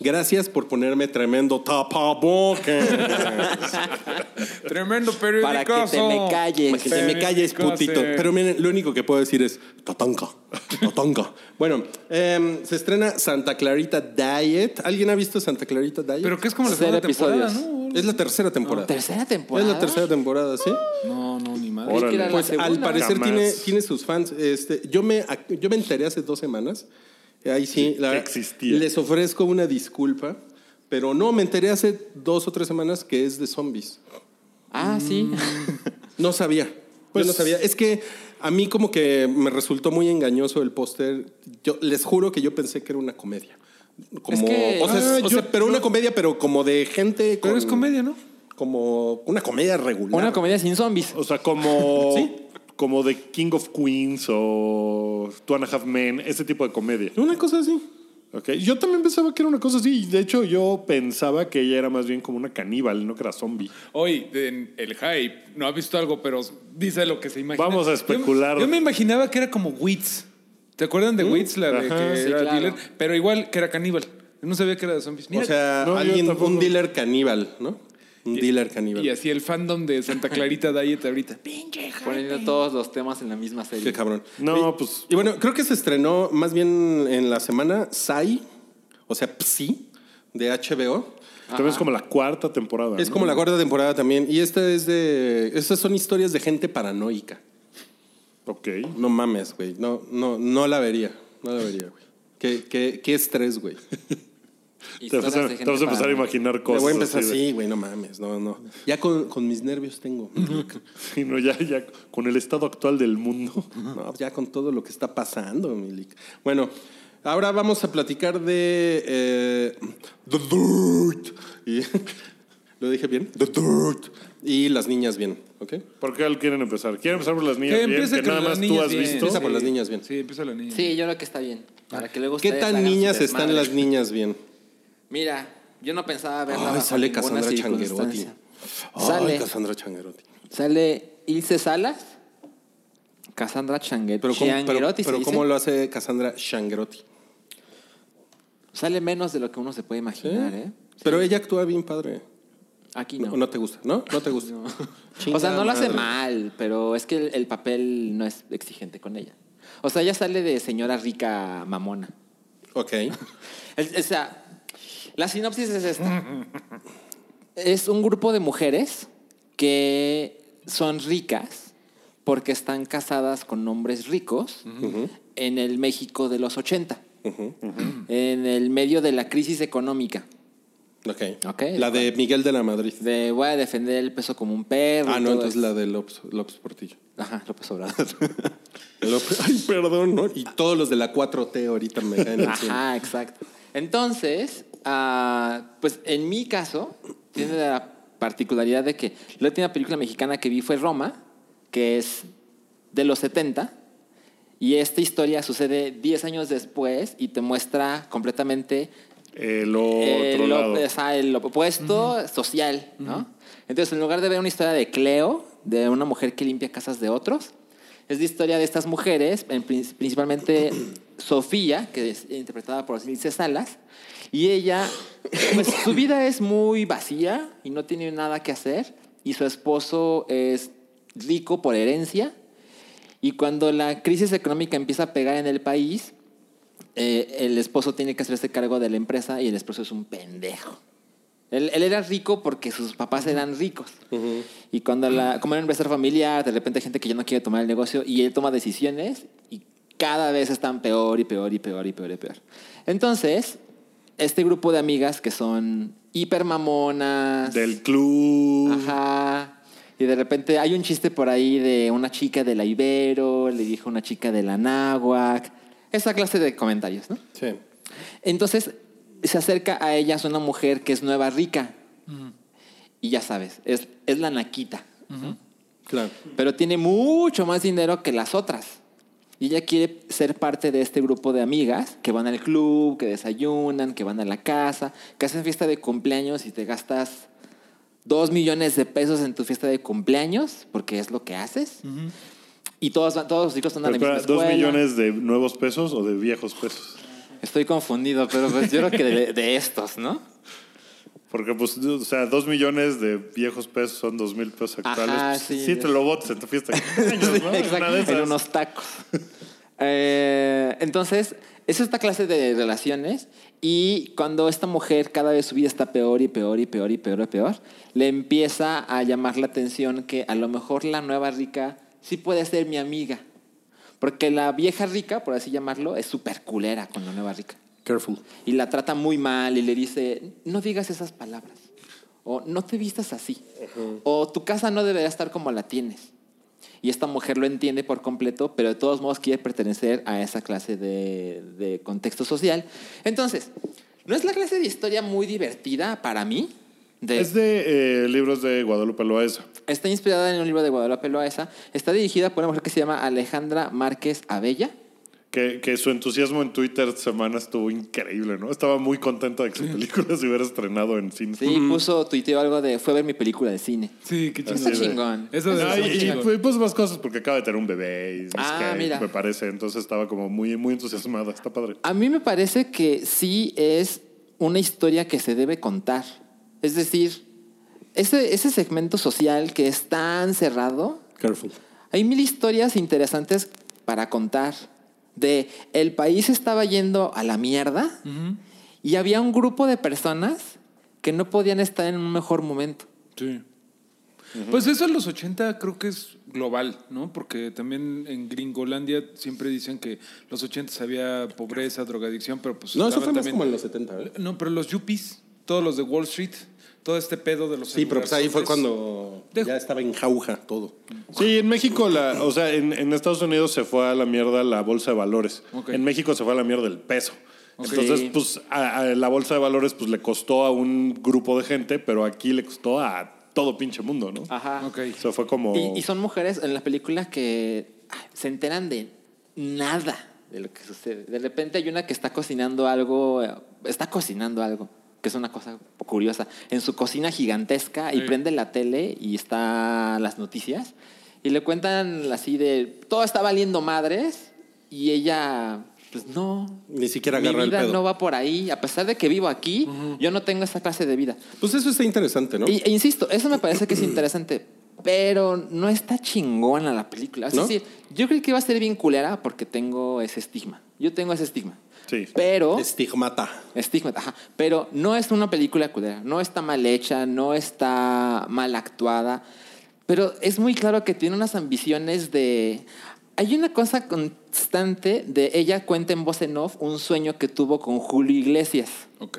Speaker 5: Gracias por ponerme tremendo tapabocas.
Speaker 3: Tremendo periódico.
Speaker 4: Para que te me calles.
Speaker 5: Que se me calles, putito. Pero miren, lo único que puedo decir es Tatanka. Tatanka. bueno, em, se estrena Santa Clarita Diet. ¿Alguien ha visto Santa Clarita Diet?
Speaker 3: Pero que es como la
Speaker 4: Ser
Speaker 3: segunda temporada,
Speaker 4: episodios.
Speaker 3: ¿no?
Speaker 5: es la tercera temporada.
Speaker 4: ¿Tercera
Speaker 5: Es
Speaker 4: temporada?
Speaker 5: la tercera temporada, ¿sí?
Speaker 3: No, no, ni madre.
Speaker 2: Órale.
Speaker 4: que era la
Speaker 5: Pues al
Speaker 4: segunda.
Speaker 5: parecer
Speaker 2: Jamás.
Speaker 5: tiene, tiene sus fans. Este, yo, me, ac- yo me enteré hace dos semanas. eh, Ahí sí, la
Speaker 2: que
Speaker 5: verdad,
Speaker 2: existía.
Speaker 5: Les ofrezco una disculpa, pero no, me enteré hace dos o tres semanas que es de zombies.
Speaker 4: Ah,
Speaker 5: Mm,
Speaker 4: sí.
Speaker 5: No sabía.
Speaker 2: Pues-
Speaker 5: yo no sabía. Es que a mí como que me resultó muy engañoso el póster. Yo les juro que yo pensé que era una comedia. Como,
Speaker 4: Es que-
Speaker 5: o sea,
Speaker 2: Ah,
Speaker 5: o
Speaker 2: yo-
Speaker 5: sea, pero una comedia, pero como de gente.
Speaker 3: Pero
Speaker 5: con-
Speaker 3: es comedia, ¿no?
Speaker 5: Como una comedia regular.
Speaker 4: Una comedia sin zombies.
Speaker 2: O sea, como, como de King of Queens o Two and a Half Men, ese tipo de comedia.
Speaker 5: Una cosa así.
Speaker 2: Ok, Yo también pensaba que era una cosa así. y De hecho, yo pensaba que ella era más bien como una caníbal, no que era zombie.
Speaker 3: Hoy, en el hype, no ha visto algo, pero dice lo que se imagina.
Speaker 2: Vamos a especular.
Speaker 3: Yo, yo me imaginaba que era como Wits. ¿Te acuerdan de Wits? La de
Speaker 2: Ajá.
Speaker 3: que
Speaker 4: Sí,
Speaker 3: era
Speaker 4: claro.
Speaker 3: dealer. Pero igual que era caníbal. No sabía que era de zombies. Mira,
Speaker 5: o sea,
Speaker 2: no, yo
Speaker 5: alguien,
Speaker 2: tampoco.
Speaker 5: un dealer caníbal, ¿no? Un dealer caníbal.
Speaker 3: y así el fandom de Santa Clarita Diet ahorita.
Speaker 4: Poniendo todos los temas en la misma serie.
Speaker 5: Qué cabrón.
Speaker 2: No,
Speaker 5: Y-
Speaker 2: pues-
Speaker 5: Y bueno, creo que se estrenó más bien en la semana Psy, o sea, Psy, de HBO.
Speaker 2: También es como la cuarta temporada.
Speaker 5: Es
Speaker 2: Ah, ¿no?
Speaker 5: como la cuarta temporada también. Y esta es de. Estas son historias de gente paranoica.
Speaker 2: Ok.
Speaker 5: No mames, güey. No, no, no la vería. No la vería, güey. Qué, qué, qué estrés, güey.
Speaker 4: Y
Speaker 2: Te vas, a,
Speaker 4: historias de gente
Speaker 2: te vas a empezar a
Speaker 4: paranoica.
Speaker 2: imaginar
Speaker 5: Me
Speaker 2: cosas.
Speaker 5: voy a empezar
Speaker 2: así de-
Speaker 5: así, güey, no mames. No, no. Ya con, con mis nervios tengo.
Speaker 2: Sí, no, ya, ya, con el estado actual del mundo.
Speaker 5: No, pues ya con todo lo que está pasando, Milik. Bueno, ahora vamos a platicar de eh, The Dirt. Y- ¿Lo dije bien? The Dirt. Y las niñas bien, ¿ok?
Speaker 2: ¿Por qué quieren empezar? ¿Quieren empezar por las niñas?
Speaker 3: Que
Speaker 2: bien? que
Speaker 3: empiece con
Speaker 2: nada
Speaker 3: las
Speaker 2: más tú
Speaker 3: niñas
Speaker 2: has
Speaker 3: bien.
Speaker 2: visto.
Speaker 5: Empieza por las niñas bien.
Speaker 3: Sí, empieza la niña.
Speaker 4: Sí, yo creo que está bien. Para que luego
Speaker 5: ¿Qué
Speaker 4: ustedes
Speaker 5: tan
Speaker 4: hagan su
Speaker 5: niñas están
Speaker 4: desmadre.
Speaker 5: las niñas bien?
Speaker 4: Mira, yo no pensaba verla.
Speaker 5: Ay,
Speaker 4: bajo
Speaker 5: sale
Speaker 4: ninguna
Speaker 5: Cassandra
Speaker 4: circunstancia.
Speaker 5: Changuerotti. Ay,
Speaker 4: Sale,
Speaker 5: Cassandra Changuerotti.
Speaker 4: sale Ilse Salas, Cassandra Changuerotti.
Speaker 5: Pero ¿cómo, pero,
Speaker 4: Changuerotti se
Speaker 5: pero
Speaker 4: dice.
Speaker 5: ¿cómo lo hace Cassandra Changuerotti?
Speaker 4: Sale menos de lo que uno se puede imaginar, ¿eh?
Speaker 5: Pero ella actúa bien padre.
Speaker 4: Aquí
Speaker 5: No.
Speaker 4: no.
Speaker 5: te gusta, ¿no? No te gusta.
Speaker 4: o sea, no lo hace
Speaker 5: Chingada madre.
Speaker 4: mal, pero es que el, el papel no es exigente con ella. O sea, ella sale de señora rica mamona.
Speaker 5: Ok.
Speaker 4: El- o sea, la sinopsis es esta. Es un grupo de mujeres que son ricas porque están casadas con hombres ricos en el México de los 80, en el medio de la crisis económica.
Speaker 5: Ok.
Speaker 4: Ok.
Speaker 5: La de Miguel de la Madrid.
Speaker 4: De voy a defender el peso como un perro.
Speaker 5: Ah,
Speaker 4: y
Speaker 5: no,
Speaker 4: todo
Speaker 5: entonces
Speaker 4: eso.
Speaker 5: la de López, López Portillo.
Speaker 4: Ajá, López Obrador.
Speaker 5: López- ay, perdón, ¿no? Y todos los de la 4T ahorita me caen encima.
Speaker 4: Ajá, exacto. Entonces, ah, pues en mi caso, tiene la particularidad de que la última película mexicana que vi fue Roma, que es de los 70, y esta historia sucede 10 años después y te muestra completamente
Speaker 2: El otro
Speaker 4: el,
Speaker 2: lado.
Speaker 4: op- ajá, el op- opuesto social, ¿no? Entonces, en lugar de ver una historia de Cleo, de una mujer que limpia casas de otros, es la historia de estas mujeres, en prin- principalmente Sofía, que es interpretada por Silce Salas, y ella, pues su vida es muy vacía y no tiene nada que hacer, y su esposo es rico por herencia, y cuando la crisis económica empieza a pegar en el país, eh, el esposo tiene que hacerse cargo de la empresa y el esposo es un pendejo. Él, él era rico porque sus papás eran ricos. Y cuando la, como era una empresa familiar, de repente hay gente que ya no quiere tomar el negocio y él toma decisiones y cada vez están peor y peor y peor y peor y peor. Entonces, este grupo de amigas que son hiper mamonas.
Speaker 2: Del club.
Speaker 4: Ajá. Y de repente hay un chiste por ahí de una chica de la Ibero, le dijo una chica de la Náhuac, esa clase de comentarios, ¿no?
Speaker 5: Sí.
Speaker 4: Entonces se acerca a ellas una mujer que es nueva rica. Y ya sabes, es, es la naquita,
Speaker 5: Claro.
Speaker 4: pero tiene mucho más dinero que las otras. Y ella quiere ser parte de este grupo de amigas que van al club, que desayunan, que van a la casa, que hacen fiesta de cumpleaños y te gastas dos millones de pesos en tu fiesta de cumpleaños, porque es lo que haces. Y todos, van- todos los chicos están a
Speaker 2: Pero
Speaker 4: la misma
Speaker 2: espera, ¿Dos
Speaker 4: escuela.
Speaker 2: millones de nuevos pesos o de viejos pesos?
Speaker 4: Estoy confundido, pero pues yo creo que de, de estos, ¿no?
Speaker 2: Porque, pues, o sea, dos millones de viejos pesos son dos mil pesos
Speaker 4: Ajá,
Speaker 2: actuales. Pues,
Speaker 4: sí,
Speaker 2: sí,
Speaker 4: ya.
Speaker 2: te lo botes en tu fiesta. de
Speaker 4: Sí,
Speaker 2: cumpleaños, ¿no? En
Speaker 4: exacto,
Speaker 2: una de
Speaker 4: en
Speaker 2: esas.
Speaker 4: unos tacos. Eh, entonces, es esta clase de relaciones y cuando esta mujer cada vez su vida está peor y peor y peor y peor y peor, le empieza a llamar la atención que a lo mejor la nueva rica sí puede ser mi amiga. Porque la vieja rica, por así llamarlo, es súper culera con la nueva rica.
Speaker 5: Careful.
Speaker 4: Y la trata muy mal y le dice, no digas esas palabras. O no te vistas así. O tu casa no debería estar como la tienes. Y esta mujer lo entiende por completo, pero de todos modos quiere pertenecer a esa clase de, de contexto social. Entonces, ¿no es la clase de historia muy divertida para mí? De-
Speaker 2: Es de eh, libros de Guadalupe Loaiza.
Speaker 4: Está inspirada en un libro de Guadalupe Loaesa. Está dirigida por una mujer que se llama Alejandra Márquez Abella.
Speaker 2: Que, que su entusiasmo en Twitter semana estuvo increíble, ¿no? Estaba muy contento de que su película se hubiera estrenado en cine.
Speaker 4: Mm. Sí, puso, tuiteó algo de, fue a ver mi película de cine.
Speaker 3: Sí, qué
Speaker 4: Está
Speaker 3: chingón.
Speaker 2: es.
Speaker 4: chingón.
Speaker 3: Eso de
Speaker 2: No,
Speaker 3: eso
Speaker 2: y,
Speaker 3: es
Speaker 2: y,
Speaker 3: chingón.
Speaker 2: pues, puso más cosas porque acaba de tener un bebé y no sé
Speaker 4: Ah,
Speaker 2: qué,
Speaker 4: mira.
Speaker 2: me parece. Entonces estaba como muy, muy entusiasmada. Está padre.
Speaker 4: A mí me parece que sí es una historia que se debe contar. Es decir, ese, ese segmento social que es tan cerrado,
Speaker 5: Careful.
Speaker 4: hay mil historias interesantes para contar. De el país estaba yendo a la mierda y había un grupo de personas que no podían estar en un mejor momento.
Speaker 3: Sí. Pues eso en los 80 creo que es global, ¿no? Porque también en Gringolandia siempre dicen que los 80 había pobreza, drogadicción, pero pues...
Speaker 5: No, eso
Speaker 3: estaban
Speaker 5: fue más
Speaker 3: también-
Speaker 5: como en los 70, ¿eh?
Speaker 3: No, pero los yuppies, todos los de Wall Street, todo este pedo de los...
Speaker 5: Sí, pero pues ahí fue
Speaker 3: celulares.
Speaker 5: cuando
Speaker 3: Dejo.
Speaker 5: ya estaba en jauja todo.
Speaker 2: Sí, en México, la, o sea, en, en Estados Unidos se fue a la mierda la bolsa de valores.
Speaker 3: Ok.
Speaker 2: En México se fue a la mierda el peso.
Speaker 3: Ok.
Speaker 2: Entonces, pues, a, a la bolsa de valores pues le costó a un grupo de gente, pero aquí le costó a todo pinche mundo, ¿no?
Speaker 4: Ajá.
Speaker 3: Ok.
Speaker 2: O sea, fue como...
Speaker 4: Ah, Y, y son mujeres en las películas que ay, se enteran de nada de lo que sucede. De repente hay una que está cocinando algo, eh, está cocinando algo, que es una cosa curiosa, en su cocina gigantesca y
Speaker 3: Sí.
Speaker 4: prende la tele y está las noticias y le cuentan así de todo está valiendo madres y ella pues no.
Speaker 5: Ni siquiera
Speaker 4: Mi
Speaker 5: agarra el
Speaker 4: vida
Speaker 5: pedo.
Speaker 4: no va por ahí, a pesar de que vivo aquí, yo no tengo esa clase de vida.
Speaker 5: Pues eso está interesante, ¿no?
Speaker 4: Y- e insisto, eso me parece que es interesante, pero no está chingona la película. Es
Speaker 5: ¿No?
Speaker 4: decir, yo creí que iba a ser bien culera porque tengo ese estigma. Yo tengo ese estigma.
Speaker 2: Sí.
Speaker 4: Pero.
Speaker 5: Estigmata.
Speaker 4: Estigma, ajá. Pero no es una película culera. No está mal hecha, no está mal actuada. Pero es muy claro que tiene unas ambiciones de. Hay una cosa constante de ella cuenta en voz en off un sueño que tuvo con Julio Iglesias.
Speaker 3: Ok.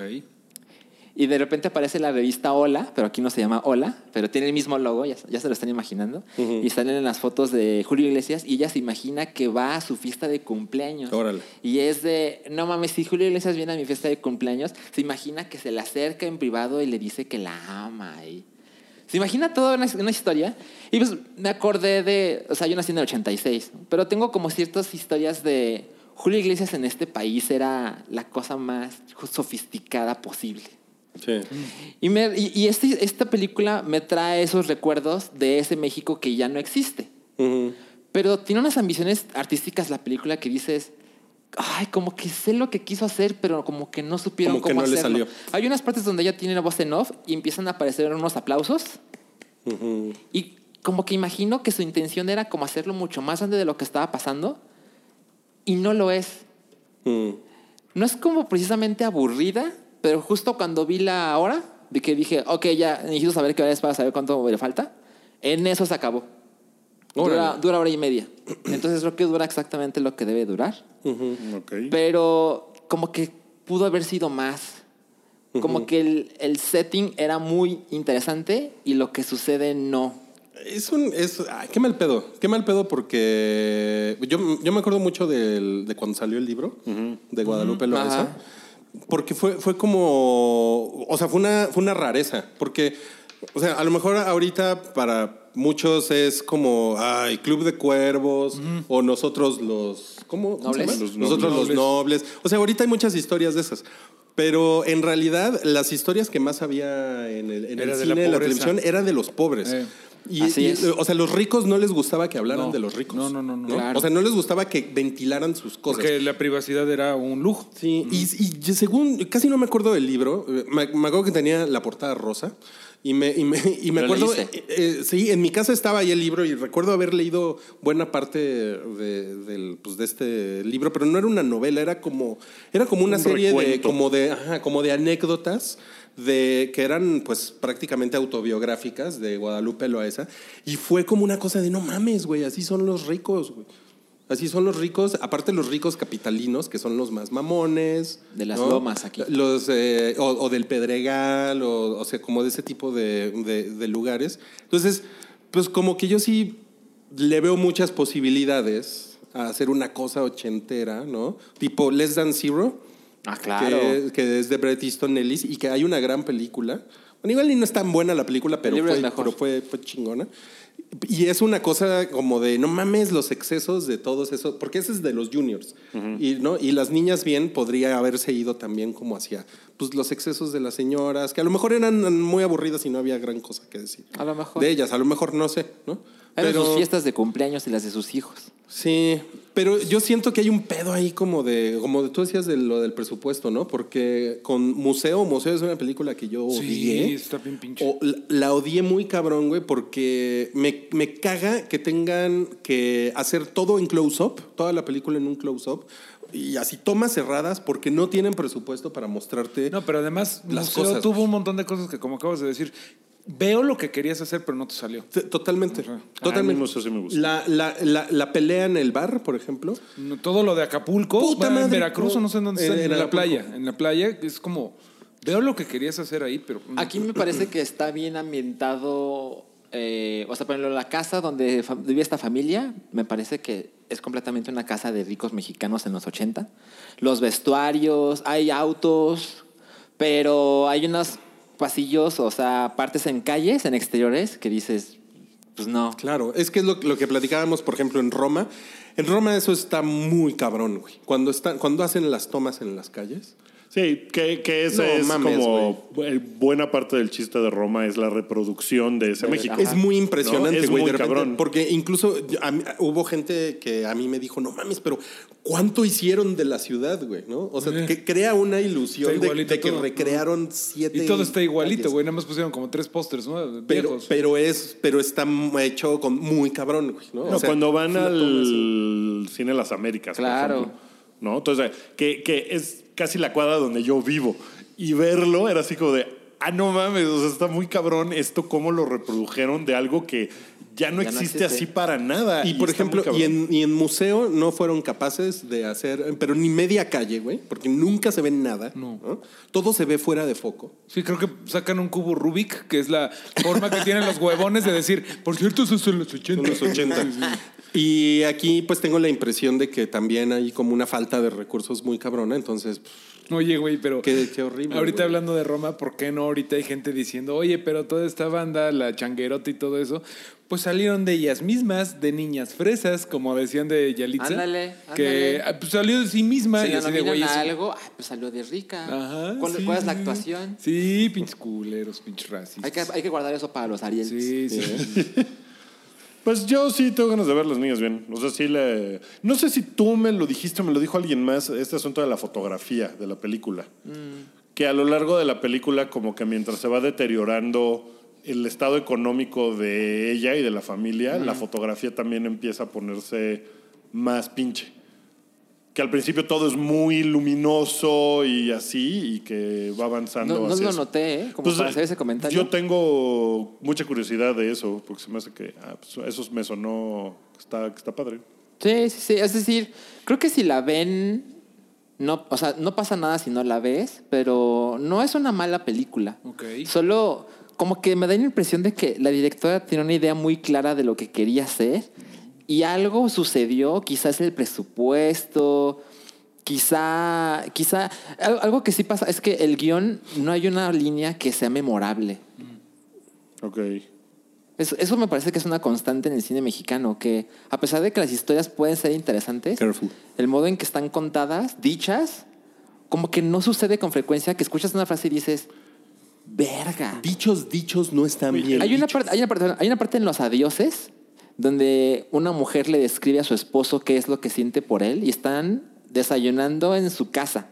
Speaker 4: Y de repente aparece la revista Hola, pero aquí no se llama Hola, pero tiene el mismo logo, ya, ya se lo están imaginando. Y salen en las fotos de Julio Iglesias y ella se imagina que va a su fiesta de cumpleaños.
Speaker 5: Órale.
Speaker 4: Y es de, no mames, si Julio Iglesias viene a mi fiesta de cumpleaños, se imagina que se le acerca en privado y le dice que la ama. Y... Se imagina toda una, una historia. Y pues me acordé de, o sea, yo nací en el 86, ¿no? pero tengo como ciertas historias de Julio Iglesias en este país era la cosa más sofisticada posible.
Speaker 5: Sí.
Speaker 4: Y, me- y- y este- esta película me trae esos recuerdos de ese México que ya no existe.
Speaker 5: Ujú.
Speaker 4: Pero tiene unas ambiciones artísticas la película que dices, ay, como que sé lo que quiso hacer, pero como que no supieron
Speaker 5: Como que
Speaker 4: cómo
Speaker 5: no le
Speaker 4: hacerlo.
Speaker 5: salió.
Speaker 4: Hay unas partes donde ella tiene la voz en off y empiezan a aparecer unos aplausos. Y como que imagino que su intención era como hacerlo mucho más grande de lo que estaba pasando. Y no lo es.
Speaker 5: Mm.
Speaker 4: No es como precisamente aburrida, pero justo cuando vi la hora, de que dije, ok, ya necesito saber qué hora es para saber cuánto le falta, en eso se acabó. Dura,
Speaker 5: Órale.
Speaker 4: dura hora y media. Entonces creo que dura exactamente lo que debe durar.
Speaker 2: Ok.
Speaker 4: Pero como que pudo haber sido más. Como que el, el setting era muy interesante y lo que sucede no.
Speaker 5: Es un. Es, ay, qué mal pedo. Qué mal pedo porque. Yo, yo me acuerdo mucho del- de cuando salió el libro de Guadalupe Lorenzo.
Speaker 4: Ajá.
Speaker 5: Porque fue, fue como. O sea, fue una, fue una rareza. Porque. O sea, a lo mejor ahorita para muchos es como. Ay, Club de Cuervos. O nosotros los. ¿Cómo? ¿Cómo se
Speaker 4: Nobles.
Speaker 5: llama? Nosotros los nobles. O sea, ahorita hay muchas historias de esas. Pero en realidad, las historias que más había en el, en el
Speaker 3: Era de la
Speaker 5: cine, en la
Speaker 3: pobreza.
Speaker 5: televisión, eran de los pobres.
Speaker 3: Eh.
Speaker 5: Y,
Speaker 4: Así
Speaker 5: y-
Speaker 4: es.
Speaker 5: O sea, los ricos no les gustaba que hablaran
Speaker 3: No.
Speaker 5: de los ricos.
Speaker 3: No, no, no, no.
Speaker 4: Claro.
Speaker 5: O sea, no les gustaba que ventilaran sus cosas.
Speaker 3: Porque la privacidad era un lujo.
Speaker 5: Sí, y, y según, casi no me acuerdo del libro, eh, me, me acuerdo que tenía la portada rosa y me, y me, y me
Speaker 4: ¿Lo
Speaker 5: acuerdo,
Speaker 4: leíste?
Speaker 5: eh, eh, sí, en mi casa estaba ahí el libro y recuerdo haber leído buena parte de, del, pues, de este libro, pero no era una novela, era como, era como una
Speaker 2: Un
Speaker 5: serie de,
Speaker 2: recuento.
Speaker 5: como de, ajá, como de anécdotas de que eran pues prácticamente autobiográficas de Guadalupe Loaesa y fue como una cosa de no mames, güey, así son los ricos, güey. Así son los ricos, aparte los ricos capitalinos, que son los más mamones.
Speaker 4: De las lomas aquí.
Speaker 5: Los, eh, o, o del Pedregal, o, o sea, como de ese tipo de, de- de lugares. Entonces, pues como que yo sí le veo muchas posibilidades a hacer una cosa ochentera, ¿no? Tipo Less Than Zero,
Speaker 4: Ah, claro.
Speaker 5: Que, que es de Bret Easton Ellis y que hay una gran película. Bueno, igual y no es tan buena la película, pero,
Speaker 4: El libro
Speaker 5: fue,
Speaker 4: es mejor.
Speaker 5: pero fue, fue chingona. Y es una cosa como de, no mames los excesos de todos esos, porque ese es de los juniors. y, ¿no? y las niñas bien podría haberse ido también como hacia pues, los excesos de las señoras, que a lo mejor eran muy aburridas y no había gran cosa que decir.
Speaker 4: A lo mejor.
Speaker 5: De ellas, a lo mejor no sé, ¿no?
Speaker 4: Eran sus fiestas de cumpleaños y las de sus hijos.
Speaker 5: Sí, pero yo siento que hay un pedo ahí como de, como tú decías de lo del presupuesto, ¿no? Porque con Museo, Museo es una película que yo
Speaker 3: Sí,
Speaker 5: odié.
Speaker 3: está bien pinche.
Speaker 5: O la, la odié muy cabrón, güey, porque me, me caga que tengan que hacer todo en close-up, toda la película en un close-up, y así tomas cerradas porque no tienen presupuesto para mostrarte.
Speaker 3: No, pero además
Speaker 5: Las
Speaker 3: Museo
Speaker 5: cosas,
Speaker 3: tuvo
Speaker 5: güey.
Speaker 3: un montón de cosas que, como acabas de decir, veo lo que querías hacer, pero no te salió.
Speaker 5: T- Totalmente,
Speaker 2: Ah, A mí
Speaker 5: totalmente.
Speaker 2: Museo sí me gusta.
Speaker 5: La, la, la, la pelea en el bar, por ejemplo.
Speaker 3: No, Todo lo de Acapulco,
Speaker 5: Puta
Speaker 3: bueno, en
Speaker 5: madre,
Speaker 3: Veracruz
Speaker 5: no.
Speaker 3: o no sé en dónde está,
Speaker 5: En-
Speaker 3: en,
Speaker 5: en
Speaker 3: la
Speaker 5: Acapulco.
Speaker 3: playa. En la playa es como, veo lo que querías hacer ahí, pero...
Speaker 4: Aquí me parece que está bien ambientado. eh, o sea, por ejemplo, la casa donde fa- vivía esta familia, me parece que es completamente una casa de ricos mexicanos en los 80. Los vestuarios, hay autos, pero hay unos pasillos, o sea, partes en calles, en exteriores, que dices, pues no.
Speaker 5: Claro, es que es lo, lo que platicábamos, por ejemplo, en Roma. En Roma eso está muy cabrón, güey. Cuando, están, cuando hacen las tomas en las calles.
Speaker 2: Sí, que, que ese
Speaker 5: No
Speaker 2: es
Speaker 5: mames,
Speaker 2: como eh, buena parte del chiste de Roma es la reproducción de ese México.
Speaker 5: Es muy impresionante,
Speaker 2: No, es
Speaker 5: güey.
Speaker 2: muy
Speaker 5: de repente,
Speaker 2: cabrón.
Speaker 5: Porque incluso yo- a mí- hubo gente que a mí me dijo, no mames, pero ¿cuánto hicieron de la ciudad, güey? ¿No? O sea,
Speaker 3: Sí.
Speaker 5: que crea una ilusión
Speaker 3: Eh. Está
Speaker 5: de,
Speaker 3: igualito
Speaker 5: de que
Speaker 3: todo.
Speaker 5: recrearon siete.
Speaker 3: Y todo está igualito,
Speaker 5: calles.
Speaker 3: güey. Nada más pusieron como tres pósters, ¿no?
Speaker 5: Pero,
Speaker 3: Viejos.
Speaker 5: pero es, pero está hecho con muy cabrón, güey. No,
Speaker 2: No,
Speaker 5: O sea,
Speaker 2: cuando van
Speaker 5: una toma así.
Speaker 2: al cine Las Américas, por
Speaker 4: Claro.
Speaker 2: ejemplo, ¿no? Entonces, que, que es casi la cuadra donde yo vivo. Y verlo era así como de, ah, no mames, o sea, está muy cabrón esto, cómo lo reprodujeron de algo que ya no,
Speaker 4: Ya no
Speaker 2: existe,
Speaker 4: existe.
Speaker 2: así para nada.
Speaker 5: Y por
Speaker 2: Ah, está muy
Speaker 5: ejemplo,
Speaker 2: cabrón.
Speaker 5: y en, y en museo no fueron capaces de hacer, pero ni media calle, güey, porque nunca se ve nada.
Speaker 3: No.
Speaker 5: ¿no? Todo se ve fuera de foco.
Speaker 3: Sí, creo que sacan un cubo Rubik, que es la forma que tienen los huevones de decir, por cierto, eso es en los 80.
Speaker 5: Son los 80. Y aquí pues tengo la impresión de que también hay como una falta de recursos muy cabrona, entonces pff,
Speaker 3: Oye, güey, pero.
Speaker 5: Qué- qué horrible,
Speaker 3: Ahorita
Speaker 5: güey.
Speaker 3: hablando de Roma, ¿por qué no? Ahorita hay gente diciendo, oye, pero toda esta banda, la changuerota y todo eso, pues salieron de ellas mismas, de niñas fresas, como decían de Yalitza.
Speaker 4: Ándale,
Speaker 3: Que
Speaker 4: ándale.
Speaker 3: ah, pues, salió de sí misma
Speaker 4: Si
Speaker 3: y
Speaker 4: la
Speaker 3: así de güey.
Speaker 4: nominan a
Speaker 3: es-
Speaker 4: algo, ay, pues salió de rica.
Speaker 3: Ajá,
Speaker 4: ¿Cuál,
Speaker 3: sí,
Speaker 4: cuál es la
Speaker 3: sí, sí.
Speaker 4: actuación?
Speaker 3: Sí, pinches culeros, pinches racistas.
Speaker 4: Hay que, hay que guardar eso para los Ariel.
Speaker 3: Sí, sí.
Speaker 2: Pues yo sí tengo ganas de ver las niñas bien. O sea, sí le... No sé si tú me lo dijiste o me lo dijo alguien más, este asunto de la fotografía de la película.
Speaker 4: Mm.
Speaker 2: Que a lo largo de la película, como que mientras se va deteriorando el estado económico de ella y de la familia, la fotografía también empieza a ponerse más pinche. Que al principio todo es muy luminoso y así, y que va avanzando.
Speaker 4: No, no
Speaker 2: hacia
Speaker 4: lo
Speaker 2: eso.
Speaker 4: noté, ¿eh? Como
Speaker 2: Pues,
Speaker 4: para hacer ese
Speaker 2: eh,
Speaker 4: comentario.
Speaker 2: Yo tengo mucha curiosidad de eso, porque se me hace que ah, pues, eso me sonó que está, que está padre.
Speaker 4: Sí, sí, sí. Es decir, creo que si la ven, no, o sea, no pasa nada si no la ves, pero no es una mala película.
Speaker 3: Ok.
Speaker 4: Solo como que me da la impresión de que la directora tiene una idea muy clara de lo que quería hacer y algo sucedió, quizás el presupuesto, quizá, quizá, al- algo que sí pasa es que el guión no hay una línea que sea memorable.
Speaker 2: Ok.
Speaker 4: Eso, eso me parece que es una constante en el cine mexicano, que a pesar de que las historias pueden ser interesantes,
Speaker 5: Careful.
Speaker 4: el modo en que están contadas, dichas, como que no sucede con frecuencia que escuchas una frase y dices, verga.
Speaker 5: dichos, dichos no están bien.
Speaker 4: Hay una,
Speaker 5: dichos.
Speaker 4: parte, hay, una parte, hay una parte en los adioses donde una mujer le describe a su esposo qué es lo que siente por él y están desayunando en su casa.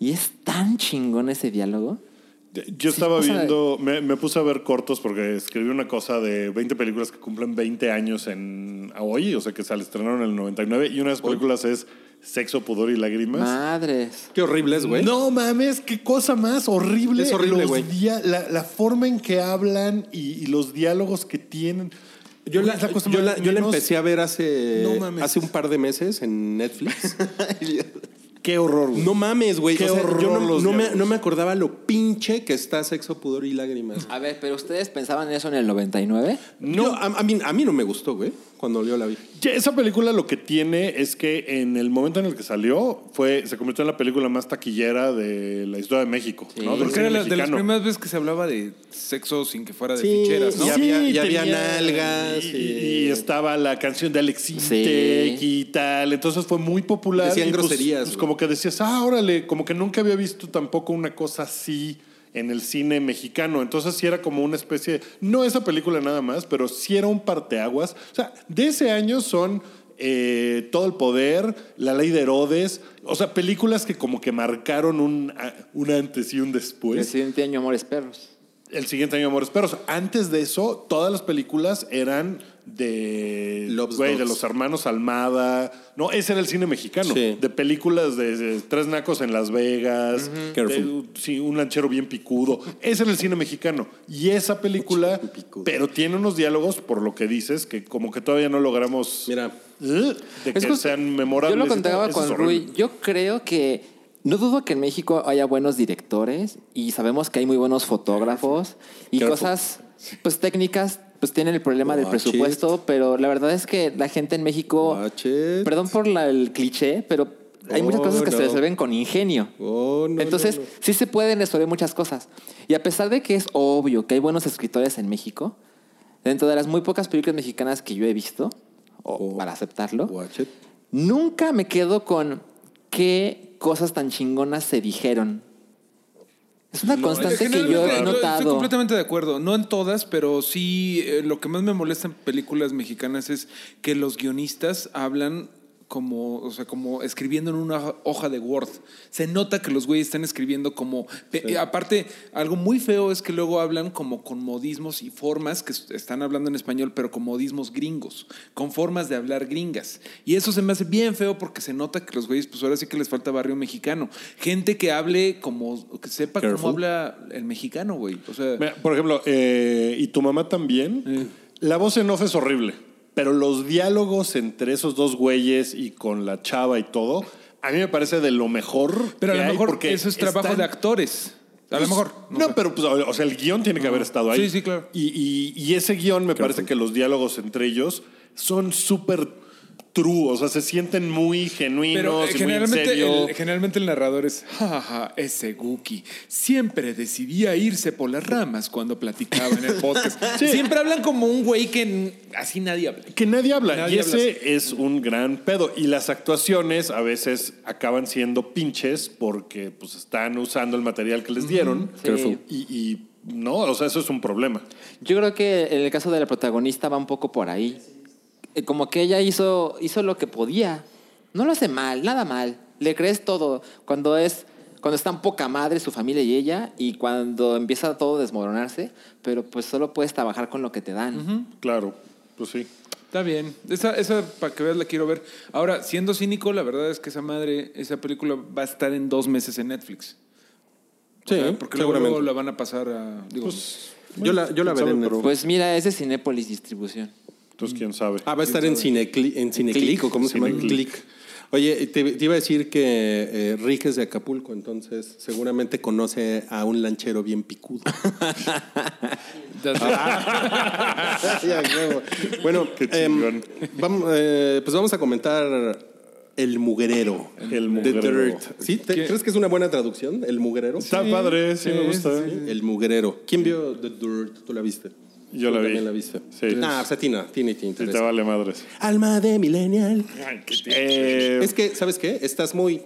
Speaker 4: Y es tan chingón ese diálogo.
Speaker 2: Yo estaba
Speaker 4: o sea-
Speaker 2: viendo, me, me puse a ver cortos porque escribí una cosa de 20 películas que cumplen 20 años en a hoy, o sea que se le estrenaron en el 99, y una de las películas es Sexo, Pudor y Lágrimas.
Speaker 4: Madres.
Speaker 5: Qué horrible es, güey.
Speaker 2: No mames, qué cosa más horrible.
Speaker 5: ¿eh? Es horrible,
Speaker 2: Los
Speaker 5: güey.
Speaker 2: dia- la, la forma en que hablan y, y los diálogos que tienen.
Speaker 5: Yo la,
Speaker 2: Es cosa
Speaker 5: yo la-
Speaker 2: más-
Speaker 5: yo la
Speaker 2: menos-
Speaker 5: empecé a ver hace,
Speaker 2: No mames.
Speaker 5: hace un par de meses en Netflix.
Speaker 2: Qué horror. güey.
Speaker 5: No mames, güey.
Speaker 2: Qué
Speaker 5: O sea, yo
Speaker 2: horror
Speaker 5: no,
Speaker 2: los
Speaker 5: no me,
Speaker 2: diálogos.
Speaker 5: no me acordaba lo pinche que está sexo, pudor y lágrimas.
Speaker 4: A ver, pero ustedes pensaban eso en el 99?
Speaker 5: No, a, a mí, a mí no me gustó, güey. cuando yo la vi.
Speaker 2: Ya, Esa película lo que tiene es que en el momento en el que salió fue se convirtió en la película más taquillera de la historia de México. ¿no? Del
Speaker 3: Porque era
Speaker 2: cine
Speaker 3: la- de las
Speaker 2: mexicano.
Speaker 3: primeras veces que se hablaba de sexo sin que fuera de
Speaker 5: Sí,
Speaker 3: ficheras, ¿no?
Speaker 5: y había- y había
Speaker 2: tenía-
Speaker 5: nalgas,
Speaker 2: Y,
Speaker 5: y-
Speaker 2: y estaba la canción de Alex
Speaker 4: Sí.
Speaker 2: Intec y tal. Entonces fue muy popular.
Speaker 5: Decían
Speaker 2: y pues,
Speaker 5: groserías,
Speaker 2: pues
Speaker 5: güey.
Speaker 2: como que decías, ah, órale, como que nunca había visto tampoco una cosa así en el cine mexicano. Entonces sí era como una especie, no esa película nada más, pero sí era un parteaguas. O sea, de ese año son... eh, todo el poder, La ley de Herodes, o sea, películas que como que marcaron un, a- un antes y un
Speaker 4: El
Speaker 2: después.
Speaker 4: siguiente año, Amores Perros.
Speaker 2: El siguiente año Amores Perros. Antes de eso, todas las películas eran de
Speaker 5: Loves
Speaker 2: güey, de
Speaker 5: Dogs.
Speaker 2: los hermanos Almada. No, ese era el cine mexicano.
Speaker 5: Sí.
Speaker 2: De películas de, de Tres Nacos en Las Vegas.
Speaker 5: Careful.
Speaker 2: de- sí, un lanchero bien picudo. ese era el cine mexicano. Y esa película,
Speaker 5: Bien picudo.
Speaker 2: pero tiene unos diálogos, por lo que dices, que como que todavía no logramos
Speaker 5: Mira.
Speaker 2: ¿eh? de que
Speaker 4: Es justo-
Speaker 2: sean memorables.
Speaker 4: Yo
Speaker 2: y
Speaker 4: lo contaba
Speaker 2: todo. Eso es
Speaker 4: con
Speaker 2: horrible.
Speaker 4: Rui. Yo creo que no dudo que en México haya buenos directores y sabemos que hay muy buenos fotógrafos y
Speaker 5: Careful.
Speaker 4: cosas pues técnicas pues tienen el problema del
Speaker 5: Watch
Speaker 4: presupuesto, pero la verdad es que la gente en México,
Speaker 5: Watch it.
Speaker 4: perdón por la- el cliché, pero hay muchas
Speaker 5: Oh,
Speaker 4: cosas que
Speaker 5: no.
Speaker 4: se resuelven con ingenio.
Speaker 5: Oh, no,
Speaker 4: Entonces,
Speaker 5: no, no.
Speaker 4: sí se pueden resolver muchas cosas. Y a pesar de que es obvio que hay buenos escritores en México, dentro de las muy pocas películas mexicanas que yo he visto, o
Speaker 5: Oh.
Speaker 4: para aceptarlo,
Speaker 5: Watch it.
Speaker 4: Nunca me quedo con qué cosas tan chingonas se dijeron. Es una constante que yo
Speaker 3: Generalmente,
Speaker 4: he
Speaker 3: Estoy
Speaker 4: notado.
Speaker 3: completamente de acuerdo. No en todas, pero sí eh, lo que más me molesta en películas mexicanas es que los guionistas hablan como, o sea, como escribiendo en una hoja- hoja de Word. Se nota que los güeyes están escribiendo como. pe- eh, Aparte, algo muy feo es que luego hablan como con modismos y formas que es- están hablando en español, pero con modismos gringos, con formas de hablar gringas. Y eso se me hace bien feo porque se nota que los güeyes, pues ahora sí que les falta barrio mexicano. Gente que hable como, que sepa
Speaker 5: Careful.
Speaker 3: cómo habla a- el mexicano, güey. O sea,
Speaker 2: Mira, por ejemplo, eh, y tu mamá también. La voz en off es horrible, pero los diálogos entre esos dos güeyes y con la chava y todo, a mí me parece de lo mejor.
Speaker 3: pero a
Speaker 2: que
Speaker 3: lo
Speaker 2: hay
Speaker 3: mejor
Speaker 2: porque
Speaker 3: eso es trabajo
Speaker 2: están-
Speaker 3: de actores. A lo
Speaker 2: pues,
Speaker 3: mejor.
Speaker 2: No,
Speaker 3: sé.
Speaker 2: pero pues, o o sea, el guión tiene que haber estado ahí.
Speaker 3: Sí, sí, claro.
Speaker 2: Y, y- y ese guión me parece que los diálogos entre ellos son súper true, o sea, se sienten muy genuinos
Speaker 3: Pero,
Speaker 2: y
Speaker 3: eh,
Speaker 2: muy en
Speaker 3: generalmente,
Speaker 2: serio.
Speaker 3: el, generalmente el narrador es, jajaja, ese Guki siempre decidía irse por las ramas cuando platicaba en el podcast.
Speaker 2: Sí.
Speaker 3: Siempre hablan como un güey que n- así nadie habla.
Speaker 2: Que nadie habla.
Speaker 3: Nadie
Speaker 2: y ese es un gran pedo. Y las actuaciones a veces acaban siendo pinches porque pues están usando el material que les dieron.
Speaker 4: sí. Careful.
Speaker 2: Y, y no, o sea, eso es un problema.
Speaker 4: Yo creo que en el caso de la protagonista va un poco por ahí. Eh, Como que ella hizo, hizo lo que podía. No lo hace mal, nada mal. Le crees todo. Cuando es, cuando están poca madre su familia y ella, y cuando empieza todo a desmoronarse, pero pues solo puedes trabajar con lo que te dan.
Speaker 2: Claro, pues sí.
Speaker 3: Está bien. Esa, esa, para que veas, la quiero ver. Ahora, siendo cínico, la verdad es que esa madre, esa película va a estar en dos meses en Netflix.
Speaker 5: Sí,
Speaker 3: O sea, porque luego,
Speaker 5: seguramente.
Speaker 3: luego la van a pasar a... digo,
Speaker 5: yo la, yo la veré
Speaker 2: sabe,
Speaker 5: en
Speaker 2: pero-
Speaker 5: Netflix.
Speaker 4: Pues mira, es de Cinépolis Distribución.
Speaker 2: Entonces, quién sabe.
Speaker 5: Ah, va a estar en Cineclick, en Cineclick
Speaker 4: Click.
Speaker 5: o cómo se llama?
Speaker 2: Cineclick.
Speaker 5: Click. Oye, te, te iba a decir que eh, Rick es de Acapulco, entonces seguramente conoce a un lanchero bien picudo.
Speaker 3: ah,
Speaker 5: Ya, huevo. bueno,
Speaker 2: Qué chingón.
Speaker 5: em, vamos, eh, pues vamos a comentar El Mugrero.
Speaker 2: El
Speaker 5: The
Speaker 2: Mugrero.
Speaker 5: Dirt. ¿Sí? ¿Te- ¿Crees que es una buena traducción? El Mugrero.
Speaker 2: Está padre, sí, me
Speaker 3: sí,
Speaker 2: gusta.
Speaker 5: Sí, ¿eh? El Mugrero. ¿Quién vio The Dirt? ¿Tú la viste?
Speaker 2: Yo
Speaker 5: Tú
Speaker 2: la vi.
Speaker 5: También la viste.
Speaker 2: Sí.
Speaker 5: Ah, o sea, Tina, Tina y te
Speaker 2: Sí,
Speaker 5: interesa.
Speaker 2: te vale madres.
Speaker 5: Alma de Millennial.
Speaker 2: Eh,
Speaker 5: Es que, ¿sabes qué? Estás muy.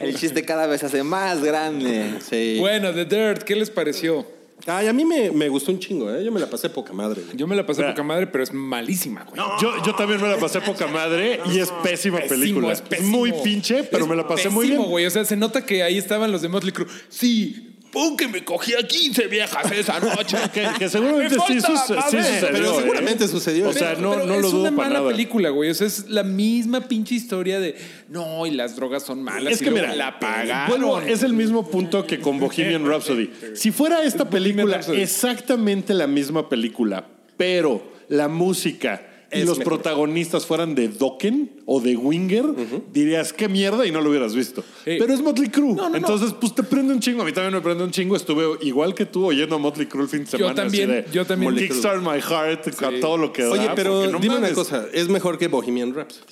Speaker 4: El chiste cada vez se hace más grande.
Speaker 5: Sí.
Speaker 3: Bueno, The Dirt, ¿qué les pareció?
Speaker 5: Ay, a mí me, me gustó un chingo, ¿eh? Yo me la pasé poca madre. güey.
Speaker 3: Yo me la pasé
Speaker 2: Mira.
Speaker 3: poca madre, pero es malísima, güey.
Speaker 2: Yo, yo también me la pasé poca madre y es pésima
Speaker 3: Pésimo,
Speaker 2: película.
Speaker 3: es pésimo.
Speaker 2: Muy pinche, pero
Speaker 3: Es
Speaker 2: me la pasé
Speaker 3: pésimo,
Speaker 2: muy bien.
Speaker 3: güey. O sea, se nota que ahí estaban los de Motley Crue. Sí, pon que me cogía 15 viejas esa noche.
Speaker 2: Que, que seguramente
Speaker 3: Me
Speaker 2: sí,
Speaker 3: falta
Speaker 2: suce- sí
Speaker 3: madre.
Speaker 2: sucedió.
Speaker 5: Pero
Speaker 2: ¿eh?
Speaker 5: seguramente sucedió.
Speaker 2: O sea,
Speaker 3: Pero-
Speaker 2: no,
Speaker 3: pero
Speaker 2: no lo
Speaker 3: es
Speaker 2: dudo
Speaker 3: una
Speaker 2: para
Speaker 3: mala
Speaker 2: nada.
Speaker 3: película, güey. O sea, es la misma pinche historia de no, y las drogas son malas.
Speaker 2: Es
Speaker 3: y
Speaker 2: que
Speaker 3: luego
Speaker 2: mira,
Speaker 3: la pagaron.
Speaker 2: vuelvo, es el mismo punto que con Bohemian Rhapsody. Si fuera esta película
Speaker 3: Rhapsody.
Speaker 2: exactamente la misma película, pero la música y
Speaker 5: es
Speaker 2: los
Speaker 5: mejor.
Speaker 2: protagonistas fueran de Dokken o de Winger, dirías qué mierda y no lo hubieras visto.
Speaker 3: Sí.
Speaker 2: Pero es Motley Crue.
Speaker 3: No, no, no.
Speaker 2: Entonces, pues te prende un chingo. A mí también me prende un chingo. Estuve igual que tú oyendo a Motley Crue el fin de semana. así
Speaker 3: también,
Speaker 2: de,
Speaker 3: yo también.
Speaker 2: Motley Kickstart My Heart con todo lo que da,
Speaker 5: Oye, pero
Speaker 2: porque no
Speaker 5: dime
Speaker 2: mames.
Speaker 5: una cosa, ¿es mejor que Bohemian Rhapsody?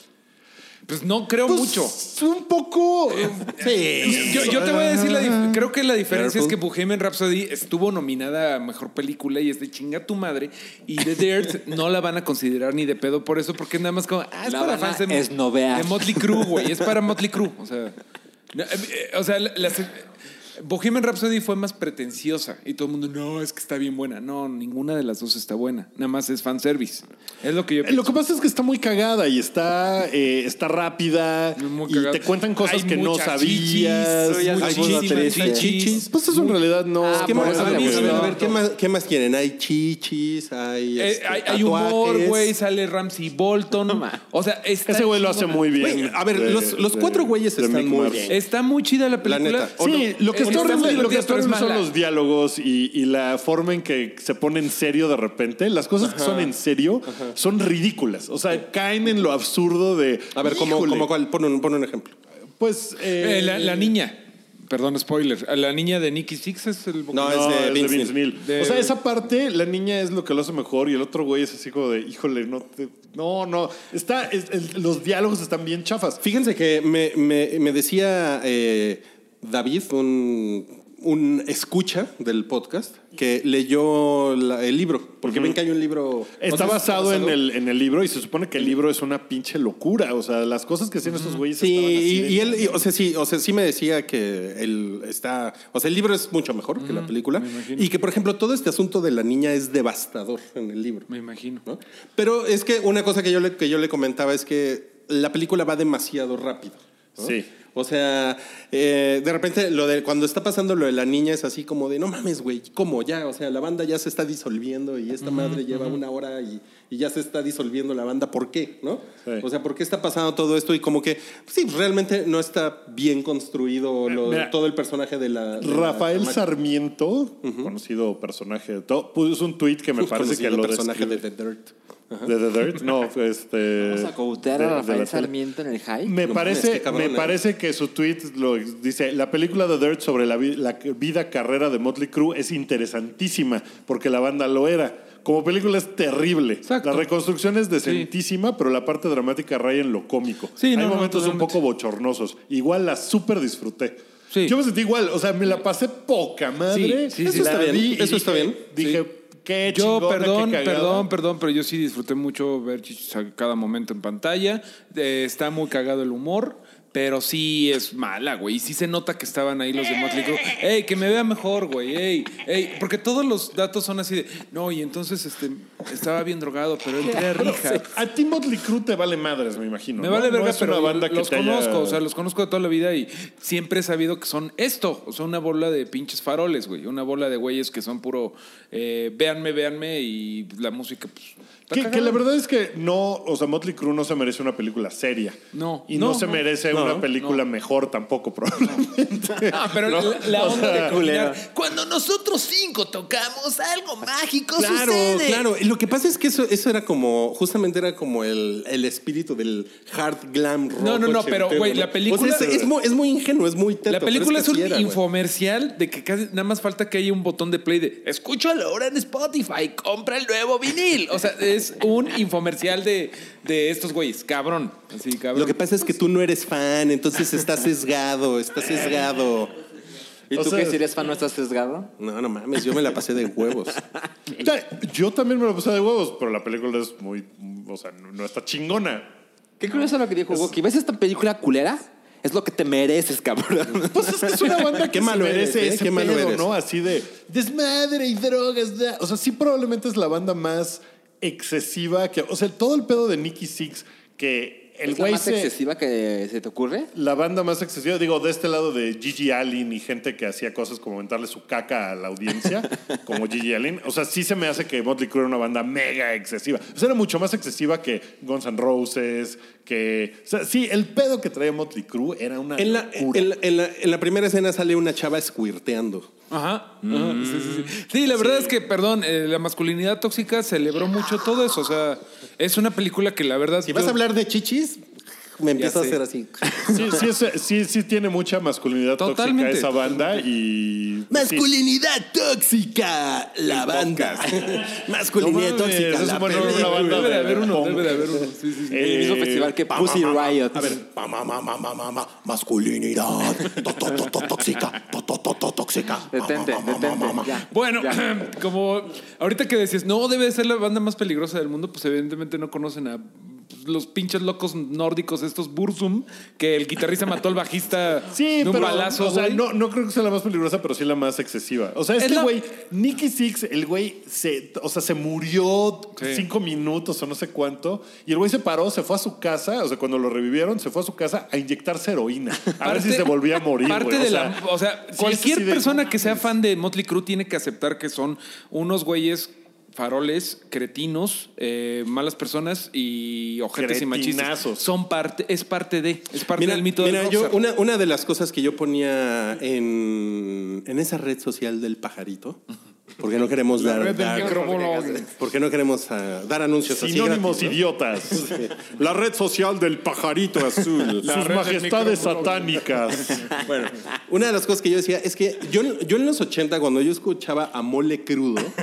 Speaker 3: Pues no creo
Speaker 2: Pues,
Speaker 3: mucho.
Speaker 2: Un poco. sí.
Speaker 3: Pues, Yo, yo te voy a decir, la dif- creo que la diferencia es que
Speaker 5: Careful.
Speaker 3: Bohemian Rhapsody estuvo nominada a Mejor Película y es de chinga tu madre. Y The Dirt no la van a considerar ni de pedo por eso, porque es nada más como, ah, es
Speaker 4: La
Speaker 3: para
Speaker 4: van a
Speaker 3: fans de,
Speaker 4: esnovear.
Speaker 3: de Motley Crue, güey. Es para Motley Crue. O sea, no, eh, eh, o sea la- las- eh, Bohemian Rhapsody fue más pretenciosa y todo el mundo, no, es que está bien buena. No, ninguna de las dos está buena. Nada más es fanservice. Es lo que yo
Speaker 2: Eh, Lo que pasa es que está muy cagada y está, eh, está rápida
Speaker 3: Muy
Speaker 2: y
Speaker 3: cagado.
Speaker 2: te cuentan cosas
Speaker 3: Hay
Speaker 2: que no
Speaker 3: muchas
Speaker 2: sabías.
Speaker 3: chichis,
Speaker 5: Hay
Speaker 3: muchísimas
Speaker 5: chichis.
Speaker 3: chichis.
Speaker 2: Pues eso en realidad no.
Speaker 4: Ah,
Speaker 2: no
Speaker 5: ¿Qué
Speaker 4: por
Speaker 5: más,
Speaker 2: es
Speaker 4: eso
Speaker 5: a
Speaker 4: le
Speaker 5: ver,
Speaker 2: aburrido.
Speaker 5: a ver, a
Speaker 4: gustó.
Speaker 5: ver, ¿qué, más, qué más quieren? Hay chichis, hay.
Speaker 3: Eh,
Speaker 5: este,
Speaker 3: hay, hay
Speaker 5: tatuajes.
Speaker 3: humor, güey. Sale Ramsey Bolton. o sea, está
Speaker 2: Ese güey lo hace
Speaker 3: chingona.
Speaker 2: muy bien.
Speaker 5: Güey, a ver,
Speaker 2: de-
Speaker 5: los- los
Speaker 2: de-
Speaker 5: cuatro güeyes
Speaker 2: de
Speaker 5: están
Speaker 2: Mick
Speaker 5: muy
Speaker 2: Mars.
Speaker 5: bien.
Speaker 3: Está muy chida la película.
Speaker 5: La neta.
Speaker 3: ¿o no?
Speaker 2: Sí, lo que
Speaker 3: Eh,
Speaker 2: está
Speaker 3: muy
Speaker 2: horrible, lo que
Speaker 3: divertida,
Speaker 2: está
Speaker 3: pero es
Speaker 2: horrible son
Speaker 3: mala.
Speaker 2: los diálogos y, y la forma en que se pone en serio de repente. Las cosas que son en serio son ridículas. O sea, caen en lo absurdo de.
Speaker 5: A ver, ¿cómo,
Speaker 2: híjole,
Speaker 5: cómo cuál? Pon un, pon un ejemplo.
Speaker 2: Pues. eh,
Speaker 3: Eh, la, la niña. Perdón, spoiler. La niña de Nicky Six es el
Speaker 5: No, es
Speaker 2: No,
Speaker 5: de Vince Neil.
Speaker 2: Neil.
Speaker 3: De-
Speaker 2: O sea, esa parte, la niña es lo que lo hace mejor y el otro güey es así como de, híjole, no, te- no, no. Está, es- el- los diálogos están bien chafas.
Speaker 5: Fíjense que me, me- me decía eh, David, un, un escucha del podcast, que leyó la- el libro, porque ven que hay un libro.
Speaker 2: Está
Speaker 5: ¿no?
Speaker 2: basado en
Speaker 5: basado-
Speaker 2: el, en el libro y se supone que el libro es una pinche locura. O sea, las cosas que hacían estos güeyes.
Speaker 5: Sí,
Speaker 2: estaban así
Speaker 5: y,
Speaker 2: de-
Speaker 5: y él, y, o sea, sí, o sea, sí me decía que él está, o sea, el libro es mucho mejor que la película y que, por ejemplo, todo este asunto de la niña es devastador en el libro.
Speaker 3: Me imagino.
Speaker 5: ¿no? Pero es que una cosa que yo le, que yo le comentaba es que la película va demasiado rápido. ¿no?
Speaker 2: Sí.
Speaker 5: O sea, eh, de repente lo de cuando está pasando lo de la niña es así como de no mames, güey, ¿cómo ya? O sea, la banda ya se está disolviendo y esta madre lleva una hora y, y ya se está disolviendo la banda. ¿Por qué? ¿No?
Speaker 2: Sí.
Speaker 5: O sea, ¿por qué está pasando todo esto? Y como que sí, realmente no está bien construido lo-
Speaker 2: Eh, Mira.
Speaker 5: todo el personaje de la. de la
Speaker 2: Rafael
Speaker 5: chamaca.
Speaker 2: Sarmiento, conocido personaje de todo, puso un tweet que me parece que
Speaker 5: Conocido
Speaker 2: lo
Speaker 5: personaje
Speaker 2: describe-
Speaker 5: de The Dirt.
Speaker 2: de The Dirt. No, fue este.
Speaker 4: Vamos a cobutear
Speaker 2: de- de
Speaker 4: a
Speaker 2: la
Speaker 4: Rafael
Speaker 2: tele.
Speaker 4: Sarmiento en el high.
Speaker 2: Me,
Speaker 5: No
Speaker 2: parece,
Speaker 5: mames, qué cabrón,
Speaker 2: me
Speaker 5: eh.
Speaker 2: parece que su tweet lo ex- dice, la película The Dirt sobre la, vi- la vida carrera de Motley Crue es interesantísima porque la banda lo era. Como película es terrible.
Speaker 3: Exacto.
Speaker 2: La reconstrucción es decentísima, pero la parte dramática raya en lo cómico.
Speaker 3: Sí,
Speaker 2: Hay
Speaker 3: no, no,
Speaker 2: momentos un
Speaker 3: totalmente.
Speaker 2: poco bochornosos. Igual la súper disfruté.
Speaker 3: Sí.
Speaker 2: Yo me sentí igual, o sea, me la pasé poca madre.
Speaker 3: Sí, sí, sí.
Speaker 2: La
Speaker 5: Está bien,
Speaker 2: vi y
Speaker 5: eso está
Speaker 2: dije-
Speaker 5: bien.
Speaker 2: Dije, qué
Speaker 3: Yo,
Speaker 2: chingona, qué
Speaker 3: perdón,
Speaker 2: cagada.
Speaker 3: perdón, perdón, pero yo sí disfruté mucho ver chichis a cada momento en pantalla. Eh, está muy cagado el humor, pero sí es mala, güey. Y sí se nota que estaban ahí los de Motley Crue. ¡Ey, que me vea mejor, güey! ¡Ey, ey! Porque todos los datos son así de. No, y entonces este, estaba bien drogado, pero entré a rija.
Speaker 2: A ti Motley Crue te vale madres, me imagino.
Speaker 3: Me
Speaker 2: ¿no?
Speaker 3: vale
Speaker 2: No
Speaker 3: verga,
Speaker 2: es una
Speaker 3: pero
Speaker 2: banda que
Speaker 3: los
Speaker 2: te haya-
Speaker 3: conozco, o sea, los conozco de toda la vida y siempre he sabido que son esto, o sea, una bola de pinches faroles, güey, una bola de güeyes que son puro, eh, véanme, véanme y la música, pues...
Speaker 2: Que,
Speaker 3: está
Speaker 2: que
Speaker 3: cagada.
Speaker 2: la verdad es que no, o sea, Motley Crue no se merece una película seria.
Speaker 3: No,
Speaker 2: Y no,
Speaker 3: no,
Speaker 2: se
Speaker 3: no,
Speaker 2: merece
Speaker 5: no,
Speaker 2: una
Speaker 5: no.
Speaker 2: película mejor tampoco, probablemente.
Speaker 3: Ah, pero la, la
Speaker 2: O
Speaker 3: onda
Speaker 2: sea,
Speaker 3: de combinar-
Speaker 6: Cuando nosotros cinco tocamos, algo mágico
Speaker 5: Claro,
Speaker 6: sucede.
Speaker 5: claro. Lo que pasa es que eso, eso era como, justamente era como el, el espíritu del hard glam rock.
Speaker 3: No, no, no, pero,
Speaker 5: ochentero,
Speaker 3: güey,
Speaker 5: ¿no?
Speaker 3: la película-
Speaker 5: O sea, es, es muy, es muy ingenuo, es muy teto.
Speaker 3: La
Speaker 5: pero
Speaker 3: película
Speaker 5: que
Speaker 3: es, un
Speaker 5: sí era, güey.
Speaker 3: infomercial de que casi nada más falta que haya un botón de play de
Speaker 6: Escúchalo ahora en Spotify, compra el nuevo vinil.
Speaker 3: O sea, es un infomercial de, de estos güeyes, cabrón. Así, cabrón.
Speaker 5: Lo que pasa es que tú no eres fan, entonces estás sesgado, estás sesgado.
Speaker 4: ¿Y
Speaker 2: o
Speaker 4: tú
Speaker 2: sea-
Speaker 4: que si eres fan no estás sesgado?
Speaker 5: No, no mames, yo me la pasé de huevos.
Speaker 2: O sea, yo también me lo puse de huevos, pero la película es muy, o sea, no, no está chingona.
Speaker 4: Qué curioso lo que dijo Wookie. ¿Ves esta película culera? Es lo que te mereces, cabrón.
Speaker 2: Pues es que es una banda
Speaker 5: Qué
Speaker 2: que se
Speaker 5: malo eres,
Speaker 2: merece
Speaker 5: ¿eh?
Speaker 2: ese
Speaker 5: Qué malo
Speaker 2: pedo,
Speaker 5: eres.
Speaker 2: ¿no? Así de desmadre y drogas. da- O sea, sí probablemente es la banda más excesiva que... O sea, todo el pedo de Nicky Six que el
Speaker 4: ¿Es la
Speaker 2: güey
Speaker 4: más
Speaker 2: se,
Speaker 4: excesiva que se te ocurre?
Speaker 2: la banda más excesiva, digo, de este lado de Gigi Allen y gente que hacía cosas como aventarle su caca a la audiencia, como Gigi Allen. O sea, sí se me hace que Motley Crue era una banda mega excesiva. O sea, era mucho más excesiva que Guns N' Roses, que... O sea, sí, el pedo que traía Motley Crue era una
Speaker 5: En la,
Speaker 2: locura.
Speaker 5: en la- en la- en la primera escena sale una chava squirteando.
Speaker 3: Ajá. ajá, sí, sí, sí. Sí, la verdad es que, perdón, eh, la masculinidad tóxica celebró mucho todo eso. O sea, es una película que la verdad.
Speaker 5: Si vas
Speaker 3: yo-
Speaker 5: a hablar de chichis, me empieza a
Speaker 3: sé.
Speaker 5: hacer así.
Speaker 2: Sí, sí, es- sí, sí tiene mucha masculinidad
Speaker 3: Totalmente,
Speaker 2: tóxica esa banda y... pues, sí.
Speaker 5: Masculinidad tóxica, la banda. Masculinidad
Speaker 2: No mames,
Speaker 5: tóxica,
Speaker 2: eso
Speaker 5: la
Speaker 2: supone una
Speaker 5: película.
Speaker 2: banda
Speaker 3: Debe de haber uno,
Speaker 2: punk.
Speaker 3: debe de haber uno. Sí, sí, sí.
Speaker 4: El mismo
Speaker 2: Eh,
Speaker 4: festival que Pussy Riot.
Speaker 5: A ver,
Speaker 7: Ma, ma, ma, ma, ma, ma, ma, masculinidad to, to, to, to, tóxica, to, to, to, to, tóxica. Ma, ma,
Speaker 4: Detente,
Speaker 7: ma, ma, ma, ma,
Speaker 4: detente.
Speaker 7: ma.
Speaker 4: ya.
Speaker 3: Bueno,
Speaker 4: Ya.
Speaker 3: como ahorita que decías, no, debe de ser la banda más peligrosa del mundo, pues evidentemente no conocen a los pinches locos nórdicos, estos Bursum, que el guitarrista mató al bajista
Speaker 2: Sí,
Speaker 3: de un
Speaker 2: pero
Speaker 3: balazo.
Speaker 2: o sea,
Speaker 3: güey.
Speaker 2: no, no creo que sea la más peligrosa, pero sí la más excesiva. O sea, es,
Speaker 3: Es
Speaker 2: que,
Speaker 3: la-
Speaker 2: güey, Nicky Six, el güey, se, o sea, se murió
Speaker 3: Sí.
Speaker 2: cinco minutos o no sé cuánto, y el güey se paró, se fue a su casa, o sea, cuando lo revivieron, se fue a su casa a inyectarse heroína, a ver si se volvía a morir,
Speaker 3: Parte
Speaker 2: güey.
Speaker 3: de
Speaker 2: o sea,
Speaker 3: la, o sea,
Speaker 2: sí es
Speaker 3: cualquier
Speaker 2: así de-
Speaker 3: persona que sea fan de Motley Crue tiene que aceptar que son unos güeyes faroles, cretinos, eh, malas personas y ojetes y machistas.
Speaker 2: Cretinazos.
Speaker 3: Son parte, es parte de, es parte
Speaker 5: Mira,
Speaker 3: del mito
Speaker 5: mira,
Speaker 3: del
Speaker 5: yo,
Speaker 3: rockstar.
Speaker 5: una, una de las cosas que yo ponía en, en esa red social del pajarito, porque no queremos dar, dar- porque no queremos ah, dar anuncios así
Speaker 2: Sinónimos
Speaker 5: gratis, ¿no?
Speaker 2: idiotas.
Speaker 5: La red social del pajarito azul.
Speaker 2: Sus majestades satánicas.
Speaker 5: Bueno, una de las cosas que yo decía es que yo, yo en los 80, cuando yo escuchaba a Mole Crudo,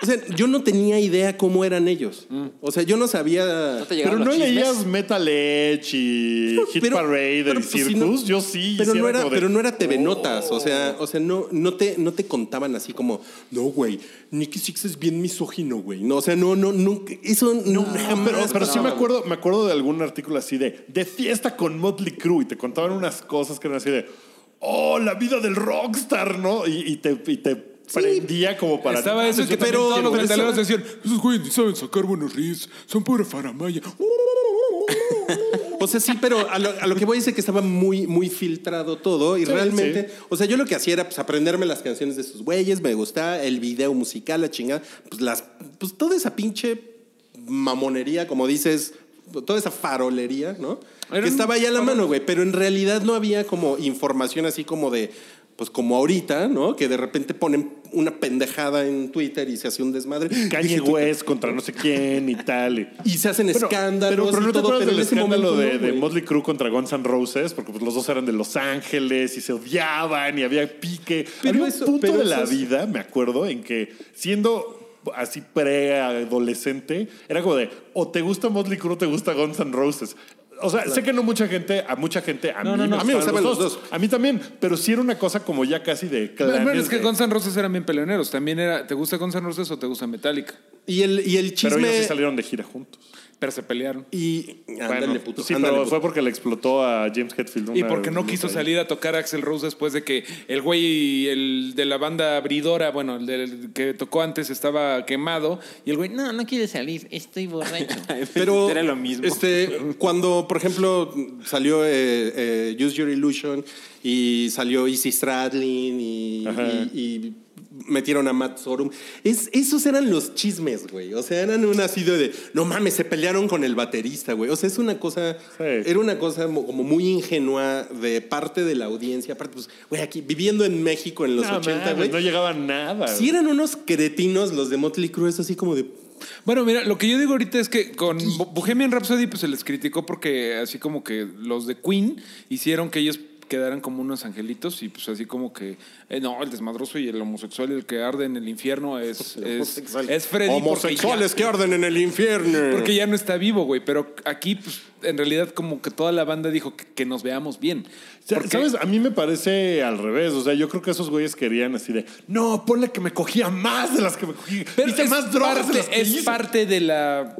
Speaker 5: o sea, yo no tenía idea cómo eran ellos.
Speaker 3: Mm.
Speaker 5: O sea, yo no sabía.
Speaker 4: No
Speaker 2: Pero
Speaker 4: te llegaron
Speaker 2: no
Speaker 4: los chismes.
Speaker 2: leías Metal Edge y Hit
Speaker 5: Pero-
Speaker 2: Parade
Speaker 5: pero,
Speaker 2: y
Speaker 5: pues, si
Speaker 2: Circus.
Speaker 5: no-
Speaker 2: Yo sí.
Speaker 5: Pero
Speaker 2: sí
Speaker 5: no, era,
Speaker 2: como de- "Oh".
Speaker 5: pero no era TV Notas, o sea, o sea no, no, te, no te contaban así como, no, güey, Nicky Six es bien misógino, güey. No, o sea, no, no, no, eso no, jamás.
Speaker 2: Pero, pero sí
Speaker 5: pasaba.
Speaker 2: me acuerdo, me acuerdo de algún artículo así de de fiesta con Motley Crue y te contaban unas cosas que eran así de oh, la vida del rockstar, ¿no? Y, y te, y te prendía como para
Speaker 3: Estaba eso que
Speaker 5: también
Speaker 3: pero todos
Speaker 5: quiero
Speaker 2: pues
Speaker 3: los
Speaker 5: eso.
Speaker 3: metaleros decían, esos güeyes ni saben sacar buenos riffs, son pura faramaya. Uh,
Speaker 5: O sea, sí, pero a lo, a lo que voy es de que estaba muy, muy filtrado todo y realmente, o sea, yo lo que hacía era pues, aprenderme las canciones de sus güeyes, me gustaba el video musical, la chingada, pues las, pues toda esa pinche mamonería, como dices, toda esa farolería, ¿no?
Speaker 3: Era
Speaker 5: que
Speaker 3: un
Speaker 5: estaba allá a la
Speaker 3: farol.
Speaker 5: mano, güey, pero en realidad no había como información así como de, pues como ahorita, ¿no? Que de repente ponen una pendejada en Twitter y se hace un desmadre.
Speaker 2: Kanye
Speaker 5: Dije, "Tú-
Speaker 2: West contra no sé quién y tal. y-
Speaker 5: Y se hacen escándalos.
Speaker 2: Pero, pero
Speaker 5: y
Speaker 2: no te
Speaker 5: todo,
Speaker 2: acuerdas
Speaker 5: pero
Speaker 2: del
Speaker 5: en ese
Speaker 2: escándalo
Speaker 5: momento
Speaker 2: de,
Speaker 5: no,
Speaker 2: de
Speaker 5: güey.
Speaker 2: Motley Crue contra Guns N' Roses, porque pues, los dos eran de Los Ángeles y se odiaban y había pique.
Speaker 5: Pero
Speaker 2: había
Speaker 5: eso-
Speaker 2: un punto
Speaker 5: pero
Speaker 2: de la
Speaker 5: eso es-
Speaker 2: vida, me acuerdo, en que siendo así preadolescente, era como de o te gusta Motley Crue o te gusta Guns N' Roses. O sea, sé que no mucha gente, a mucha gente, a
Speaker 3: No,
Speaker 2: mí
Speaker 3: no, no.
Speaker 2: me
Speaker 5: A mí me
Speaker 2: gustaban
Speaker 5: gustaban los dos.
Speaker 2: A mí también, pero sí era una cosa como ya casi de clanes.
Speaker 3: Bueno, es que
Speaker 2: de-
Speaker 3: Guns N' Roses eran bien peleoneros. También era, ¿te gusta Guns N' Roses o te gusta Metallica?
Speaker 5: Y el, y el
Speaker 2: pero
Speaker 5: chisme.
Speaker 2: ellos sí salieron de gira juntos.
Speaker 3: Pero se pelearon.
Speaker 5: Y ándale,
Speaker 2: Bueno,
Speaker 5: puto,
Speaker 2: sí,
Speaker 5: ándale,
Speaker 2: pero
Speaker 5: puto.
Speaker 2: fue porque le explotó a James Hetfield.
Speaker 3: Y
Speaker 2: una-
Speaker 3: porque no
Speaker 2: una
Speaker 3: quiso
Speaker 2: ahí.
Speaker 3: salir a tocar a Axel Rose después de que el güey el de la banda abridora, bueno, el del que tocó antes estaba quemado y el güey, no, no quiere salir, estoy borracho.
Speaker 5: Pero
Speaker 4: Era lo mismo.
Speaker 5: Este, cuando, por ejemplo, salió eh, eh, Use Your Illusion y salió Izzy Stradlin y,
Speaker 2: Ajá.
Speaker 5: y- y metieron a Matt Sorum. Es, esos eran los chismes, güey. O sea, eran un así de, no mames, se pelearon con el baterista, güey. O sea, es una cosa,
Speaker 2: Sí.
Speaker 5: era una cosa mo- como muy ingenua de parte de la audiencia. Aparte, pues, güey, aquí viviendo en México en los
Speaker 2: No,
Speaker 5: 80,
Speaker 2: mames,
Speaker 5: güey.
Speaker 2: No llegaba nada.
Speaker 5: Si eran unos cretinos los de Motley Crue, es así como de,
Speaker 3: Bueno, mira, lo que yo digo ahorita es que con Bo- Bohemian Rhapsody pues se les criticó porque así como que los de Queen hicieron que ellos quedaran como unos angelitos y pues así como que eh, no, el desmadroso y el homosexual y el que arde en el infierno es, es, es Freddy. porque ya-
Speaker 5: Homosexuales que arden en el infierno.
Speaker 3: Porque ya no está vivo, güey. Pero aquí, pues, en realidad, como que toda la banda dijo que, que nos veamos bien.
Speaker 2: Sa-
Speaker 3: Porque-
Speaker 2: ¿Sabes? A mí me parece al revés. O sea, yo creo que esos güeyes querían así de, no, ponle que me cogía más de las que me cogí.
Speaker 3: Pero
Speaker 2: hice
Speaker 3: es,
Speaker 2: más drogas de
Speaker 3: parte,
Speaker 2: las que
Speaker 3: es
Speaker 2: hice".
Speaker 3: parte de la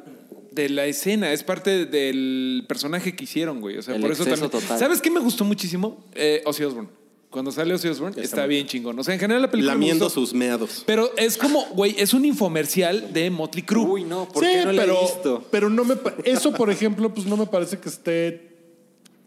Speaker 3: de la escena, es parte del personaje que hicieron, güey. O sea,
Speaker 4: El
Speaker 3: por eso
Speaker 4: exceso
Speaker 3: también.
Speaker 4: total.
Speaker 3: ¿Sabes qué me gustó muchísimo? Eh, Ozzy Osbourne. Cuando sale Ozzy Osbourne, está, bien chingón. O sea, en general la película. me
Speaker 5: lamiendo
Speaker 3: gustó,
Speaker 5: sus meados.
Speaker 3: Pero es como, güey, es un infomercial de Motley Crue.
Speaker 4: Uy, no, ¿por
Speaker 2: sí,
Speaker 4: qué no
Speaker 2: pero,
Speaker 4: la he visto?
Speaker 2: pero no me pa- eso, por ejemplo, pues no me parece que esté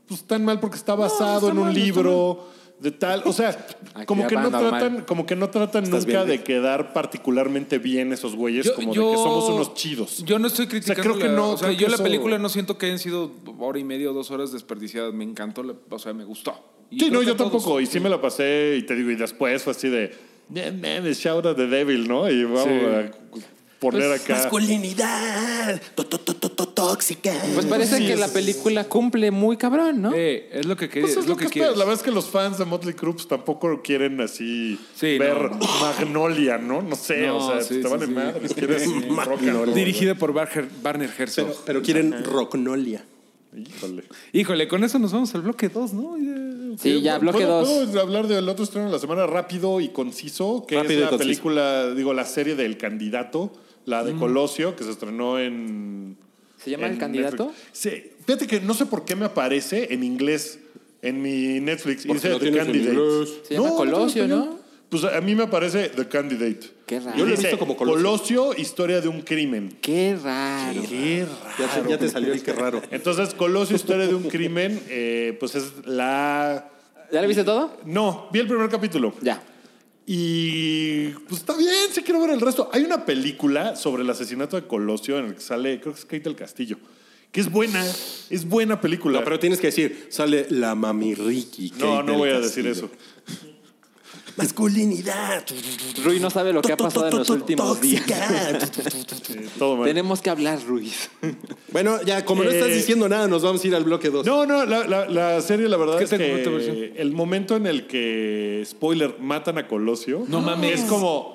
Speaker 2: pues, tan mal porque está basado
Speaker 3: está
Speaker 2: en un
Speaker 3: mal, no está
Speaker 2: libro de tal, o sea,
Speaker 4: Aquí
Speaker 2: como que,
Speaker 4: va
Speaker 2: no
Speaker 4: normal.
Speaker 2: tratan, como que no tratan
Speaker 5: Estás
Speaker 2: nunca
Speaker 5: bien,
Speaker 2: de
Speaker 5: Vic.
Speaker 2: quedar particularmente bien esos güeyes, como de que somos unos chidos.
Speaker 3: Yo no estoy criticando.
Speaker 2: creo que
Speaker 3: la-
Speaker 2: no,
Speaker 3: o sea,
Speaker 2: creo que
Speaker 3: yo la
Speaker 2: eso-
Speaker 3: película no siento que hayan sido hora y media o dos horas desperdiciadas. Me encantó, la- o sea, me gustó. Y
Speaker 2: sí,
Speaker 3: creo
Speaker 2: no,
Speaker 3: que
Speaker 2: yo
Speaker 3: a todos.
Speaker 2: tampoco, y sí me la pasé y te digo, y después fue así de, "No mames, shout out the devil, ¿no? Y vamos
Speaker 3: Sí.
Speaker 2: a poner
Speaker 3: Pues,
Speaker 2: acá.
Speaker 7: Masculinidad. to- to- to- to- Tóxica.
Speaker 4: Pues parece
Speaker 2: Sí,
Speaker 4: que
Speaker 2: es-
Speaker 4: la película cumple muy cabrón, ¿no?
Speaker 3: Eh, es lo que quería.
Speaker 2: Pues
Speaker 3: es, lo que,
Speaker 2: esperas.
Speaker 3: quieres.
Speaker 2: La verdad es que los fans de Motley Crue pues, tampoco quieren así
Speaker 3: Sí,
Speaker 2: ver
Speaker 3: no.
Speaker 2: Magnolia, ¿no? No sé,
Speaker 3: No,
Speaker 2: o sea,
Speaker 3: sí,
Speaker 2: te
Speaker 3: sí,
Speaker 2: vale
Speaker 3: sí.
Speaker 2: madre. Quieres rock and roll.
Speaker 3: Dirigida por Barger- Barner Herzog.
Speaker 5: Pero, pero quieren rocknolia.
Speaker 2: Híjole.
Speaker 3: Híjole, con eso nos vamos al bloque 2, ¿no? Ya,
Speaker 4: Sí, ya, bloque
Speaker 2: ¿Puedo-
Speaker 4: 2.
Speaker 2: ¿Puedo hablar del otro estreno de la semana rápido y conciso? Mm. Que
Speaker 5: Rápido y
Speaker 2: es la
Speaker 5: conciso.
Speaker 2: película, digo, la serie del candidato, la de Colosio, que se estrenó en.
Speaker 4: ¿Se llama
Speaker 2: en
Speaker 4: El Candidato?
Speaker 2: Netflix. Sí. Fíjate que no sé por qué me aparece en inglés en mi Netflix. y
Speaker 5: Porque
Speaker 2: dice
Speaker 5: lo
Speaker 2: The
Speaker 5: tienes en
Speaker 2: Candidate.
Speaker 5: inglés.
Speaker 4: Se llama
Speaker 2: tiene
Speaker 4: Colosio,
Speaker 2: español.
Speaker 4: ¿no?
Speaker 2: Pues a mí me aparece The Candidate.
Speaker 4: Qué raro.
Speaker 2: Yo
Speaker 4: Yo
Speaker 2: lo
Speaker 4: lo
Speaker 5: he visto
Speaker 2: como
Speaker 5: como
Speaker 2: Colosio. historia de un crimen.
Speaker 4: Qué raro.
Speaker 2: Qué raro.
Speaker 5: Ya, te- ya te salió el que raro.
Speaker 2: Entonces, Colosio, historia de un crimen, eh, pues es la...
Speaker 4: ¿Ya lo viste todo?
Speaker 2: No, vi el primer capítulo.
Speaker 4: Ya.
Speaker 2: Y pues está bien, sí quiero ver el resto. Hay una película sobre el asesinato de Colosio en el que sale, creo que es Kate del Castillo, que es buena, es buena película.
Speaker 5: No, pero tienes que decir, sale la mami Ricky.
Speaker 2: no,
Speaker 5: Kate
Speaker 2: no
Speaker 5: del
Speaker 2: voy a
Speaker 5: Castillo.
Speaker 2: decir eso.
Speaker 7: Masculinidad.
Speaker 4: Rui no sabe lo que ha pasado en los últimos días.
Speaker 7: días.
Speaker 2: Eh, todo mal.
Speaker 4: Tenemos que hablar, Ruiz.
Speaker 5: Bueno, ya, como no
Speaker 2: Eh,
Speaker 5: estás diciendo nada, nos vamos a ir al bloque 2.
Speaker 2: No, no, la, la- la serie, la verdad
Speaker 3: ¿Qué
Speaker 2: es
Speaker 3: te ocurre tu
Speaker 2: que
Speaker 3: versión?
Speaker 2: el momento en el que, spoiler, matan a Colosio.
Speaker 3: No mames.
Speaker 2: Es como,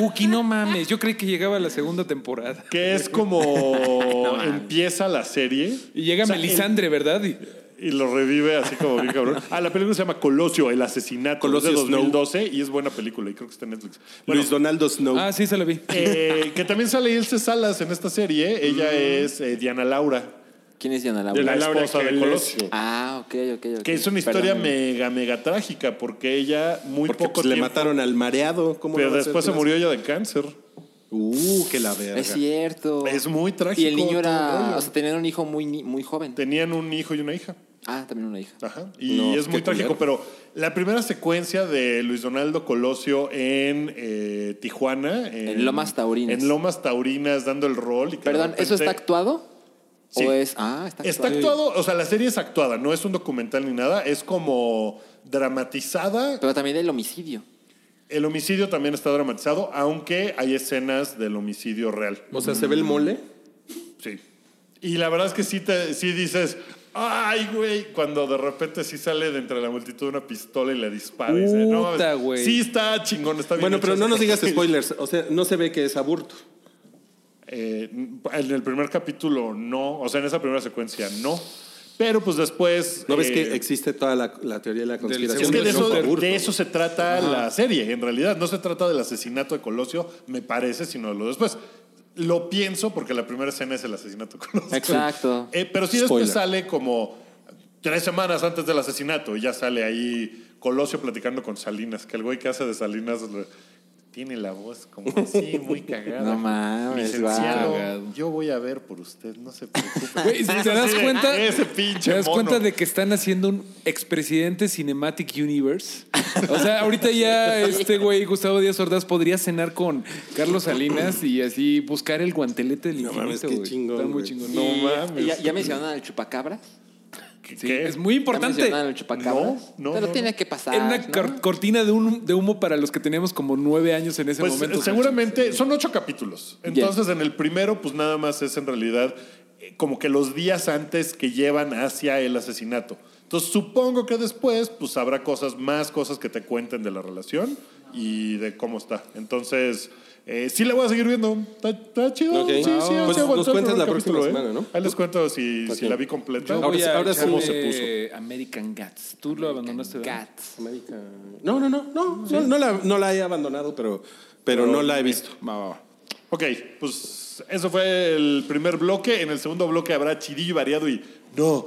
Speaker 3: Uki, no mames. Yo creí que llegaba la segunda temporada.
Speaker 2: que es como empieza la serie.
Speaker 3: Y llega
Speaker 2: O sea,
Speaker 3: Melisandre, ¿verdad? Y-
Speaker 2: Y lo revive así como bien cabrón. Ah, la película se llama Colosio, el asesinato
Speaker 5: Colosio
Speaker 2: Colosio de
Speaker 5: Snow.
Speaker 2: 2012 y es buena película y creo que está en Netflix. Bueno,
Speaker 5: Luis Donaldo Snow.
Speaker 3: Ah, sí, se la vi.
Speaker 2: eh, que también sale Ilse Salas en esta serie. Ella
Speaker 5: Mm.
Speaker 2: es eh, Diana Laura,
Speaker 4: ¿Quién es Diana Laura?
Speaker 2: la,
Speaker 5: Laura
Speaker 2: esposa
Speaker 5: que
Speaker 2: de
Speaker 5: les-
Speaker 2: Colosio.
Speaker 4: Ah, ok, ok, ok.
Speaker 2: Que es una historia
Speaker 4: Perdón.
Speaker 2: mega, mega trágica porque ella muy
Speaker 5: porque
Speaker 2: poco
Speaker 5: pues, le
Speaker 2: tiempo-
Speaker 5: mataron al mareado. ¿Cómo
Speaker 2: Pero
Speaker 5: no va a
Speaker 2: después se
Speaker 5: ser?
Speaker 2: murió ella de cáncer.
Speaker 5: Uh, que la verga.
Speaker 4: Es cierto.
Speaker 2: Es muy trágico.
Speaker 4: Y el niño
Speaker 2: todo el
Speaker 4: era.
Speaker 2: rollo.
Speaker 4: O sea, tenían un hijo muy, ni- muy joven.
Speaker 2: Tenían un hijo y una hija.
Speaker 4: Ah, también una hija.
Speaker 2: Ajá. Y
Speaker 5: No,
Speaker 2: es muy
Speaker 5: qué
Speaker 2: trágico,
Speaker 5: culero.
Speaker 2: pero la primera secuencia de Luis Donaldo Colosio en eh, Tijuana. En,
Speaker 4: En Lomas Taurinas.
Speaker 2: En Lomas Taurinas, dando el rol. y que de
Speaker 4: Perdón, ¿eso está
Speaker 2: repente-
Speaker 4: actuado?
Speaker 2: Sí.
Speaker 4: ¿O es.? Ah, está actuado.
Speaker 2: Está actuado, o sea, la serie es actuada, no es un documental ni nada, es como dramatizada.
Speaker 4: Pero también del homicidio.
Speaker 2: El homicidio también está dramatizado, aunque hay escenas del homicidio real.
Speaker 5: O sea, se ve el mole.
Speaker 2: Sí. Y la verdad es que sí, te, sí dices, ay, güey, cuando de repente sí sale de entre la multitud una pistola y le dispara. y dice, no,
Speaker 3: Puta, güey.
Speaker 2: sí está chingón, está bien.
Speaker 5: Bueno,
Speaker 2: hecho
Speaker 5: pero no
Speaker 2: ese
Speaker 5: nos digas
Speaker 2: capítulo.
Speaker 5: spoilers. O sea, no se ve que es aburto.
Speaker 2: Eh, en el primer capítulo no, o sea, en esa primera secuencia no. Pero pues después...
Speaker 5: ¿No ves
Speaker 2: eh,
Speaker 5: que existe toda la, la teoría de la conspiración?
Speaker 2: Es que de
Speaker 3: Segundo
Speaker 2: eso,
Speaker 3: de Joker.
Speaker 2: de eso se trata la serie, en realidad. No se trata del asesinato de Colosio, me parece, sino de lo después. Lo pienso porque la primera escena es el asesinato de Colosio.
Speaker 4: Exacto.
Speaker 2: Eh, pero sí
Speaker 5: Spoiler.
Speaker 2: después sale como tres semanas antes del asesinato y ya sale ahí Colosio platicando con Salinas, que el güey que hace de Salinas le- tiene la voz como así, muy cagada.
Speaker 4: No mames,
Speaker 2: Licenciado,
Speaker 3: guau.
Speaker 2: yo voy a ver por usted, no se preocupe.
Speaker 3: Güey, si te das
Speaker 2: Así de, "Ah,
Speaker 3: cuenta.
Speaker 2: Ese pinche
Speaker 3: ¿Te das
Speaker 2: mono.
Speaker 3: cuenta de que están haciendo un expresidente Cinematic Universe? O sea, ahorita ya este güey, Gustavo Díaz Ordaz, podría cenar con Carlos Salinas y así buscar el guantelete del
Speaker 5: No
Speaker 3: infinito,
Speaker 5: mames, qué
Speaker 3: güey.
Speaker 5: chingón,
Speaker 3: Está muy
Speaker 5: güey.
Speaker 3: chingón.
Speaker 2: No
Speaker 4: Y-
Speaker 2: mames.
Speaker 4: y ya, ya mencionaron al chupacabras.
Speaker 2: ¿Qué?
Speaker 3: Sí, es muy
Speaker 4: Ya
Speaker 3: importante.
Speaker 4: mencionaron al chupacabras.
Speaker 2: No, no,
Speaker 4: Pero
Speaker 2: no,
Speaker 4: tiene
Speaker 2: no.
Speaker 4: que pasar.
Speaker 3: Era una
Speaker 4: ¿no?
Speaker 3: cor- cortina de, un- de humo para los que teníamos como nueve años en ese
Speaker 2: Pues
Speaker 3: momento.
Speaker 2: seguramente son ocho capítulos. Entonces, en el primero, pues nada más es en realidad eh, como que los días antes que llevan hacia el asesinato. Entonces, supongo que después, pues habrá cosas, más cosas que te cuenten de la relación y de cómo está. Entonces, eh, sí la voy a seguir viendo. Está, está chido.
Speaker 5: Ok.
Speaker 2: Sí, sí,
Speaker 5: Wow.
Speaker 2: sí aguantó
Speaker 5: Pues nos
Speaker 2: el
Speaker 5: cuentas
Speaker 2: primer
Speaker 5: la próxima
Speaker 2: capítulo, ¿eh?
Speaker 5: semana, ¿no?
Speaker 2: Ahí les cuento si, si
Speaker 5: Ok.
Speaker 2: la vi completa.
Speaker 3: Yo
Speaker 5: Ahora
Speaker 3: voy
Speaker 5: sí-
Speaker 3: a
Speaker 5: ahora sí
Speaker 3: echarme
Speaker 5: se puso.
Speaker 3: American Gats. Tú lo abandonaste. ¿verdad?
Speaker 4: Cats.
Speaker 5: América. No, no, no, no. No, no la, no la he abandonado, pero, pero, no la he visto.
Speaker 2: Ok, pues eso fue el primer bloque. En el segundo bloque habrá chidillo y variado y no,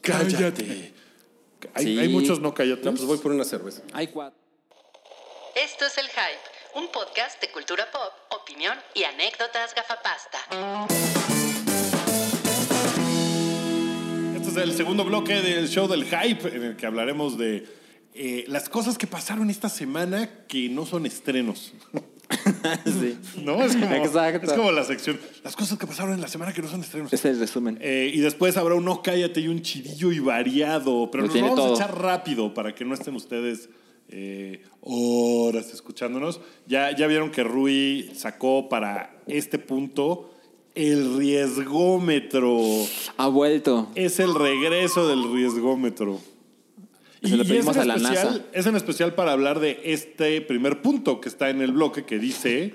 Speaker 2: cállate. Hay,
Speaker 4: Sí.
Speaker 2: hay muchos no
Speaker 5: No,
Speaker 2: callates.
Speaker 5: pues voy por una cerveza.
Speaker 4: Hay cuatro.
Speaker 1: Esto es El Hype, un podcast de cultura pop, opinión y anécdotas gafapasta.
Speaker 2: Este es el segundo bloque del show del hype, en el que hablaremos de eh, las cosas que pasaron esta semana que no son estrenos.
Speaker 4: Sí.
Speaker 2: ¿No? Es como,
Speaker 4: Exacto.
Speaker 2: es como la sección. Las cosas que pasaron en la semana que no son estrenos.
Speaker 4: Ese es el resumen.
Speaker 2: Eh, y después habrá uno cállate y un chidillo y variado. Pero
Speaker 4: Lo
Speaker 2: nos lo
Speaker 4: tiene
Speaker 2: vamos
Speaker 4: todo.
Speaker 2: a echar rápido para que no estén ustedes eh, horas escuchándonos. Ya, ya vieron que Rui sacó para este punto el riesgómetro.
Speaker 4: Ha vuelto.
Speaker 2: Es el regreso del riesgómetro.
Speaker 4: Se lo
Speaker 2: es
Speaker 4: pedimos
Speaker 2: en
Speaker 4: a la
Speaker 2: especial-
Speaker 4: NASA.
Speaker 2: Es en especial para hablar de este primer punto que está en el bloque que dice,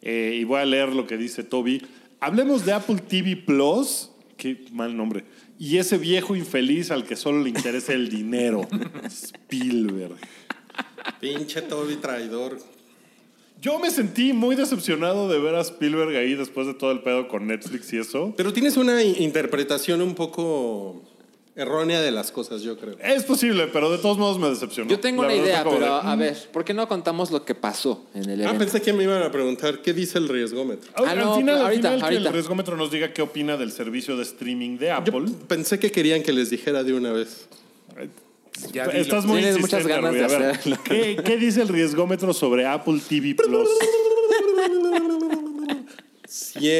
Speaker 2: eh, y voy a leer lo que dice Toby, hablemos de Apple TV Plus, qué mal nombre, y ese viejo infeliz al que solo le interesa el dinero, Spielberg.
Speaker 5: Pinche Toby traidor.
Speaker 2: Yo me sentí muy decepcionado de ver a Spielberg ahí después de todo el pedo con Netflix y eso.
Speaker 5: Pero tienes una i- interpretación un poco errónea de las cosas, yo creo.
Speaker 2: Es posible, pero de todos modos me decepcionó.
Speaker 4: Yo tengo
Speaker 2: La
Speaker 4: una
Speaker 2: verdad
Speaker 4: idea,
Speaker 2: fue como
Speaker 4: pero
Speaker 2: de, "Mm".
Speaker 4: a ver, ¿por qué no contamos lo que pasó en el
Speaker 5: Ah,
Speaker 4: evento?
Speaker 5: pensé que me iban a preguntar qué dice el riesgómetro.
Speaker 2: Al,
Speaker 4: Ah,
Speaker 2: al
Speaker 4: no,
Speaker 2: final, al
Speaker 4: ahorita,
Speaker 2: final que
Speaker 4: ahorita.
Speaker 2: el riesgómetro nos diga qué opina del servicio de streaming de
Speaker 5: Yo
Speaker 2: Apple.
Speaker 5: pensé que querían que les dijera de una vez.
Speaker 3: pues, Ya dilo.
Speaker 2: Estás muy
Speaker 4: Tienes
Speaker 2: insistente,
Speaker 4: muchas ganas
Speaker 2: Rui. A
Speaker 4: de
Speaker 2: ver,
Speaker 4: hacerlo.
Speaker 2: ¿qué, qué dice el riesgómetro sobre Apple TV Plus?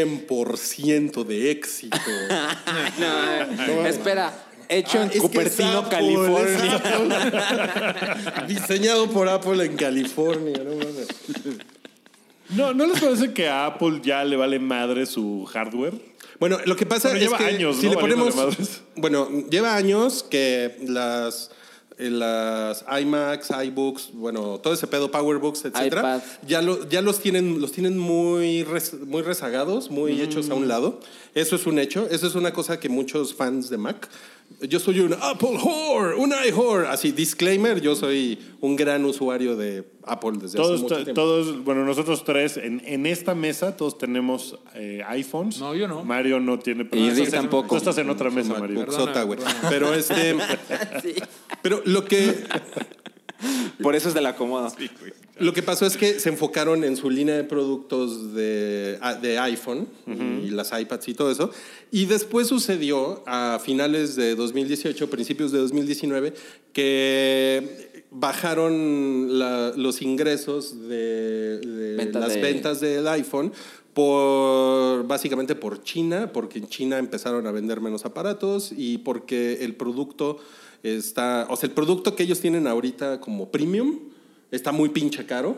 Speaker 5: 100% de éxito.
Speaker 4: No, Espera, hecho
Speaker 5: Ah,
Speaker 4: en
Speaker 5: es que es
Speaker 4: Cupertino,
Speaker 5: Apple,
Speaker 4: California.
Speaker 5: es Apple. Diseñado por Apple en California, no mames.
Speaker 2: No, ¿No les parece que a Apple ya le vale madre su hardware?
Speaker 5: Bueno, lo que pasa
Speaker 2: Pero
Speaker 5: es
Speaker 2: lleva
Speaker 5: que
Speaker 2: años,
Speaker 5: si
Speaker 2: ¿no?
Speaker 5: le ponemos,
Speaker 2: Valiéndole madres.
Speaker 5: bueno, lleva años que las eh, las iMacs, iBooks, bueno, todo ese pedo, PowerBooks, etcétera,
Speaker 4: iPad.
Speaker 5: ya lo- ya los tienen los tienen muy res- muy rezagados, muy hechos a un lado. Eso es un hecho, eso es una cosa que muchos fans de Mac yo soy un Apple whore, un iWhore. Así, disclaimer, yo soy un gran usuario de Apple desde
Speaker 2: Todos,
Speaker 5: hace mucho
Speaker 2: to-
Speaker 5: tiempo.
Speaker 2: todos, bueno, nosotros tres en, en esta mesa todos tenemos eh, iPhones.
Speaker 3: No, yo no.
Speaker 2: Mario no tiene. pero
Speaker 4: Y
Speaker 2: tú
Speaker 4: Rick
Speaker 2: estás en-
Speaker 4: tampoco.
Speaker 2: Tú estás en otra mesa, Mario.
Speaker 5: MacBook Sota, güey.
Speaker 3: perdona.
Speaker 5: Pero este, pero lo que
Speaker 4: Por eso es de la cómoda.
Speaker 5: Lo que pasó es que se enfocaron en su línea de productos de, a- de iPhone y las iPads y todo eso. Y después sucedió a finales de 2018, principios de 2019, que bajaron la- los ingresos de, de
Speaker 4: Venta
Speaker 5: las
Speaker 4: de-
Speaker 5: ventas del iPhone por básicamente por China, porque en China empezaron a vender menos aparatos y porque el producto está, o sea, el producto que ellos tienen ahorita como premium está muy pinche caro.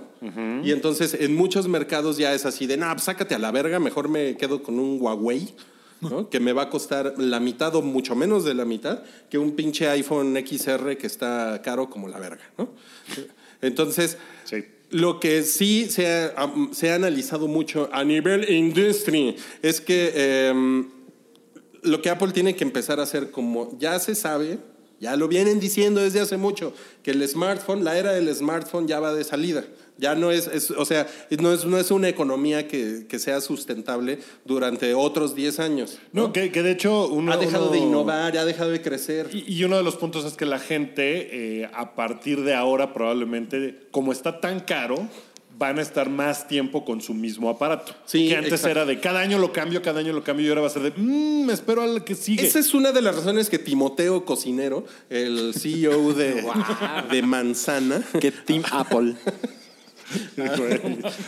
Speaker 5: Y entonces en muchos mercados ya es así de, "Nah, pues, sácate a la verga, mejor me quedo con un Huawei." ¿no? que me va a costar la mitad o mucho menos de la mitad que un pinche iPhone XR que está caro como la verga. ¿no? Entonces,
Speaker 2: Sí.
Speaker 5: lo que sí se ha, am- se ha analizado mucho a nivel industry es que em, lo que Apple tiene que empezar a hacer, como ya se sabe, ya lo vienen diciendo desde hace mucho, que el smartphone, la era del smartphone ya va de salida. Ya no es, es- o sea, no es, no es una economía que, que sea sustentable durante otros 10 años.
Speaker 2: No, que, que de hecho uno.
Speaker 5: ha dejado de
Speaker 2: uno-
Speaker 5: innovar, ha dejado de crecer.
Speaker 2: Y, y uno de los puntos es que la gente, eh, a partir de ahora, probablemente, como está tan caro, van a estar más tiempo con su mismo aparato.
Speaker 5: Sí,
Speaker 2: que antes
Speaker 5: exacto.
Speaker 2: era de cada año lo cambio, cada año lo cambio, y ahora va a ser de, mmm, espero al que sigue.
Speaker 5: Esa es una de las razones que Timoteo Cocinero, el CEO de, de Manzana,
Speaker 4: Que Team Apple.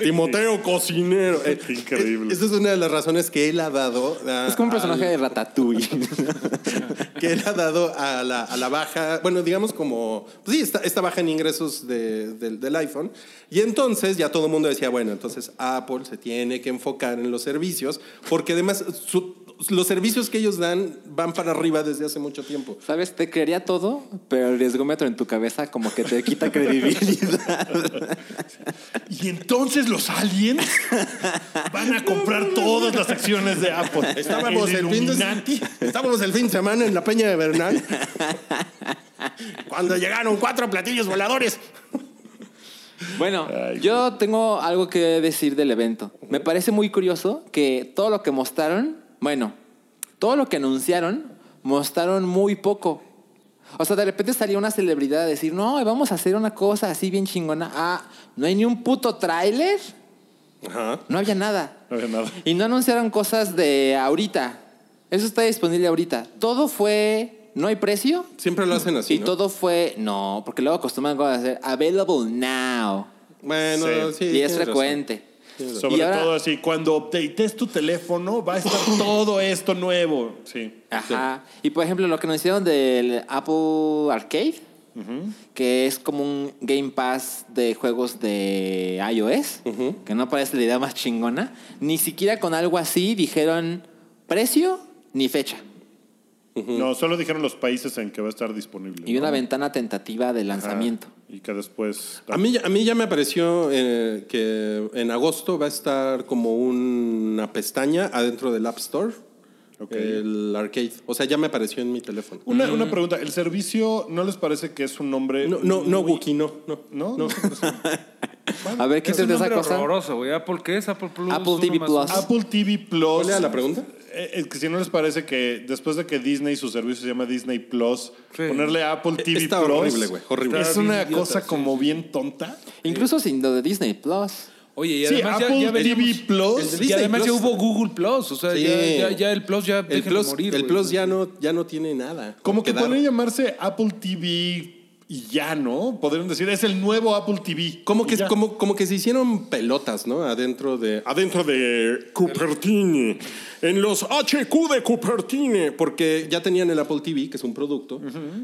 Speaker 5: Timoteo Cocinero. eh,
Speaker 2: Increíble.
Speaker 5: eh, Esa es una de las razones que él ha dado. a-
Speaker 4: Es como un personaje
Speaker 5: al-
Speaker 4: de Ratatouille.
Speaker 5: que él ha dado a la, a la baja, bueno, digamos como, pues sí, esta, esta baja en ingresos de- del- del iPhone. Y entonces ya todo el mundo decía, bueno, entonces Apple se tiene que enfocar en los servicios, porque además su- los servicios que ellos dan van para arriba desde hace mucho tiempo.
Speaker 4: ¿Sabes? Te creería todo, pero el riesgómetro en tu cabeza como que te quita credibilidad.
Speaker 2: Y entonces los aliens van a comprar todas las acciones de Apple.
Speaker 5: Estábamos el, fin
Speaker 2: Illuminati.
Speaker 5: de, estábamos el fin de semana en la Peña de Bernal. Cuando llegaron cuatro platillos voladores.
Speaker 4: Bueno,
Speaker 2: Ay,
Speaker 4: yo tengo algo que decir del evento. Me parece muy curioso que todo lo que mostraron, bueno, todo lo que anunciaron, mostraron muy poco. O sea, de repente salía una celebridad a decir, no, vamos a hacer una cosa así bien chingona. Ah, no hay ni un puto tráiler.
Speaker 5: Ajá.
Speaker 4: No había nada.
Speaker 2: No había nada.
Speaker 4: Y no anunciaron cosas de ahorita. Eso está disponible ahorita. Todo fue, no hay precio.
Speaker 5: Siempre lo hacen así.
Speaker 4: y
Speaker 5: ¿no?
Speaker 4: todo fue, no, porque luego acostumbran a hacer available now.
Speaker 5: Bueno,
Speaker 2: Sí.
Speaker 5: sí.
Speaker 4: y es
Speaker 5: tienes razón.
Speaker 4: frecuente.
Speaker 2: Sobre
Speaker 4: Y ahora-
Speaker 2: todo así, cuando updates tu teléfono va a estar todo esto nuevo. Sí.
Speaker 4: Ajá. Y por ejemplo, lo que nos hicieron del Apple Arcade, que es como un Game Pass de juegos de iOS, que no parece la idea más chingona, ni siquiera con algo así dijeron precio ni fecha.
Speaker 5: Mm.
Speaker 2: No, solo dijeron los países en que va a estar disponible.
Speaker 4: Y
Speaker 2: ¿no?
Speaker 4: una ventana tentativa de
Speaker 2: Ajá.
Speaker 4: lanzamiento.
Speaker 2: Y que después...
Speaker 5: A mí, a mí ya me apareció eh, que en agosto va a estar como una pestaña adentro del App Store,
Speaker 2: Ok.
Speaker 5: el arcade. O sea, ya me apareció en mi teléfono.
Speaker 2: Una, una pregunta, ¿el servicio no les parece que es un nombre...
Speaker 5: No, no, no,
Speaker 2: muy-
Speaker 5: Wookie, no, no.
Speaker 2: Eh, ¿No?
Speaker 4: A ver,
Speaker 3: Es
Speaker 4: quítate
Speaker 3: un
Speaker 4: esa
Speaker 3: nombre
Speaker 4: cosa.
Speaker 3: horroroso, güey. ¿Apple qué es? Apple Plus.
Speaker 4: Apple TV
Speaker 3: uno más uno.
Speaker 4: Plus.
Speaker 2: Apple TV Plus...
Speaker 5: ¿Cuál era la pregunta?
Speaker 2: Eh, eh, que si no les parece que después de que Disney, su servicio se llama Disney Plus,
Speaker 3: Sí.
Speaker 2: ponerle Apple TV
Speaker 5: Está
Speaker 2: Plus...
Speaker 5: horrible, güey, horrible.
Speaker 2: Es
Speaker 3: Está
Speaker 2: una
Speaker 3: bien idiota,
Speaker 2: cosa
Speaker 3: sí.
Speaker 2: como bien tonta.
Speaker 4: Incluso sin lo de Disney Plus.
Speaker 3: Oye, y
Speaker 2: sí,
Speaker 3: además ya-
Speaker 2: Apple
Speaker 3: ya
Speaker 2: TV
Speaker 3: veníamos-
Speaker 5: El de
Speaker 2: Plus...
Speaker 5: Disney
Speaker 3: Y además
Speaker 5: Plus
Speaker 3: ya
Speaker 5: está-
Speaker 3: hubo Google Plus, o sea,
Speaker 5: Sí.
Speaker 3: ya, ya, ya el Plus ya
Speaker 5: El
Speaker 3: déjenlo
Speaker 5: Plus,
Speaker 3: morir.
Speaker 5: el
Speaker 3: güey.
Speaker 5: plus ya, no, ya no tiene nada.
Speaker 2: Como que
Speaker 5: dar.
Speaker 2: podrían llamarse Apple TV y ya, ¿no? Podrían decir, es el nuevo Apple TV.
Speaker 5: Como
Speaker 2: y
Speaker 5: que,
Speaker 2: ya.
Speaker 5: como, como que se hicieron pelotas, ¿no? Adentro de.
Speaker 7: Adentro de Cupertine, en los HQ de Cupertine.
Speaker 5: Porque ya tenían el Apple TV, que es un producto,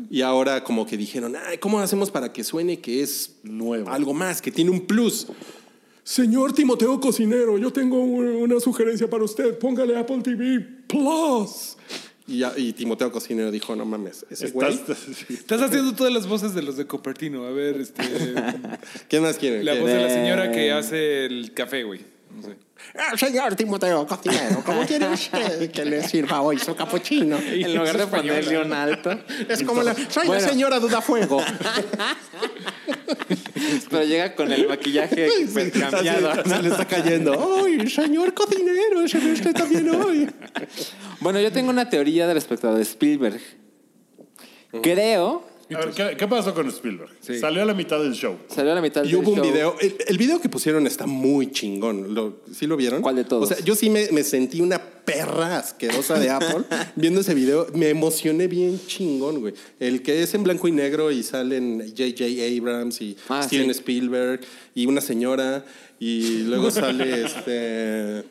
Speaker 5: y ahora como que dijeron, Ay, ¿cómo hacemos para que suene que es
Speaker 2: Nuevo.
Speaker 5: Algo más, que tiene un plus.
Speaker 7: Señor Timoteo Cocinero, yo tengo u- una sugerencia para usted. Póngale Apple TV Plus.
Speaker 5: Y, ya- y Timoteo Cocinero dijo, no mames, ese güey.
Speaker 2: Estás-
Speaker 3: Estás haciendo todas las voces de los de Copertino. A ver, este.
Speaker 5: ¿Quién más quiere?
Speaker 3: la
Speaker 5: ¿Quién?
Speaker 3: voz de la señora que hace el café, güey. No sé.
Speaker 8: Ah, señor Timoteo Cocinero, ¿cómo quiere usted que le sirva hoy su capuchino?
Speaker 4: En lugar de ponerle un alto.
Speaker 8: Es como la... Soy
Speaker 4: Bueno.
Speaker 8: la señora Dudafuego.
Speaker 4: Pero llega con el maquillaje pues, cambiado.
Speaker 5: Se le está cayendo.
Speaker 8: Ay, señor cocinero, se ve usted también hoy.
Speaker 4: Bueno, yo tengo una teoría del respecto de Spielberg. Creo,
Speaker 2: A ver, ¿qué, qué pasó con Spielberg?
Speaker 3: Sí.
Speaker 2: Salió a la mitad del show.
Speaker 4: salió a la mitad
Speaker 5: Y
Speaker 4: del
Speaker 5: hubo un
Speaker 4: show.
Speaker 5: video. El, el video que pusieron está muy chingón. Lo- ¿Sí lo vieron?
Speaker 4: ¿Cuál de todos?
Speaker 5: O sea, yo sí me, me sentí una perra asquerosa de Apple viendo ese video. Me emocioné bien chingón, güey. El que es en blanco y negro y salen J.J. Abrams y
Speaker 4: Ah,
Speaker 5: Steven
Speaker 4: sí.
Speaker 5: Spielberg y una señora y luego sale este.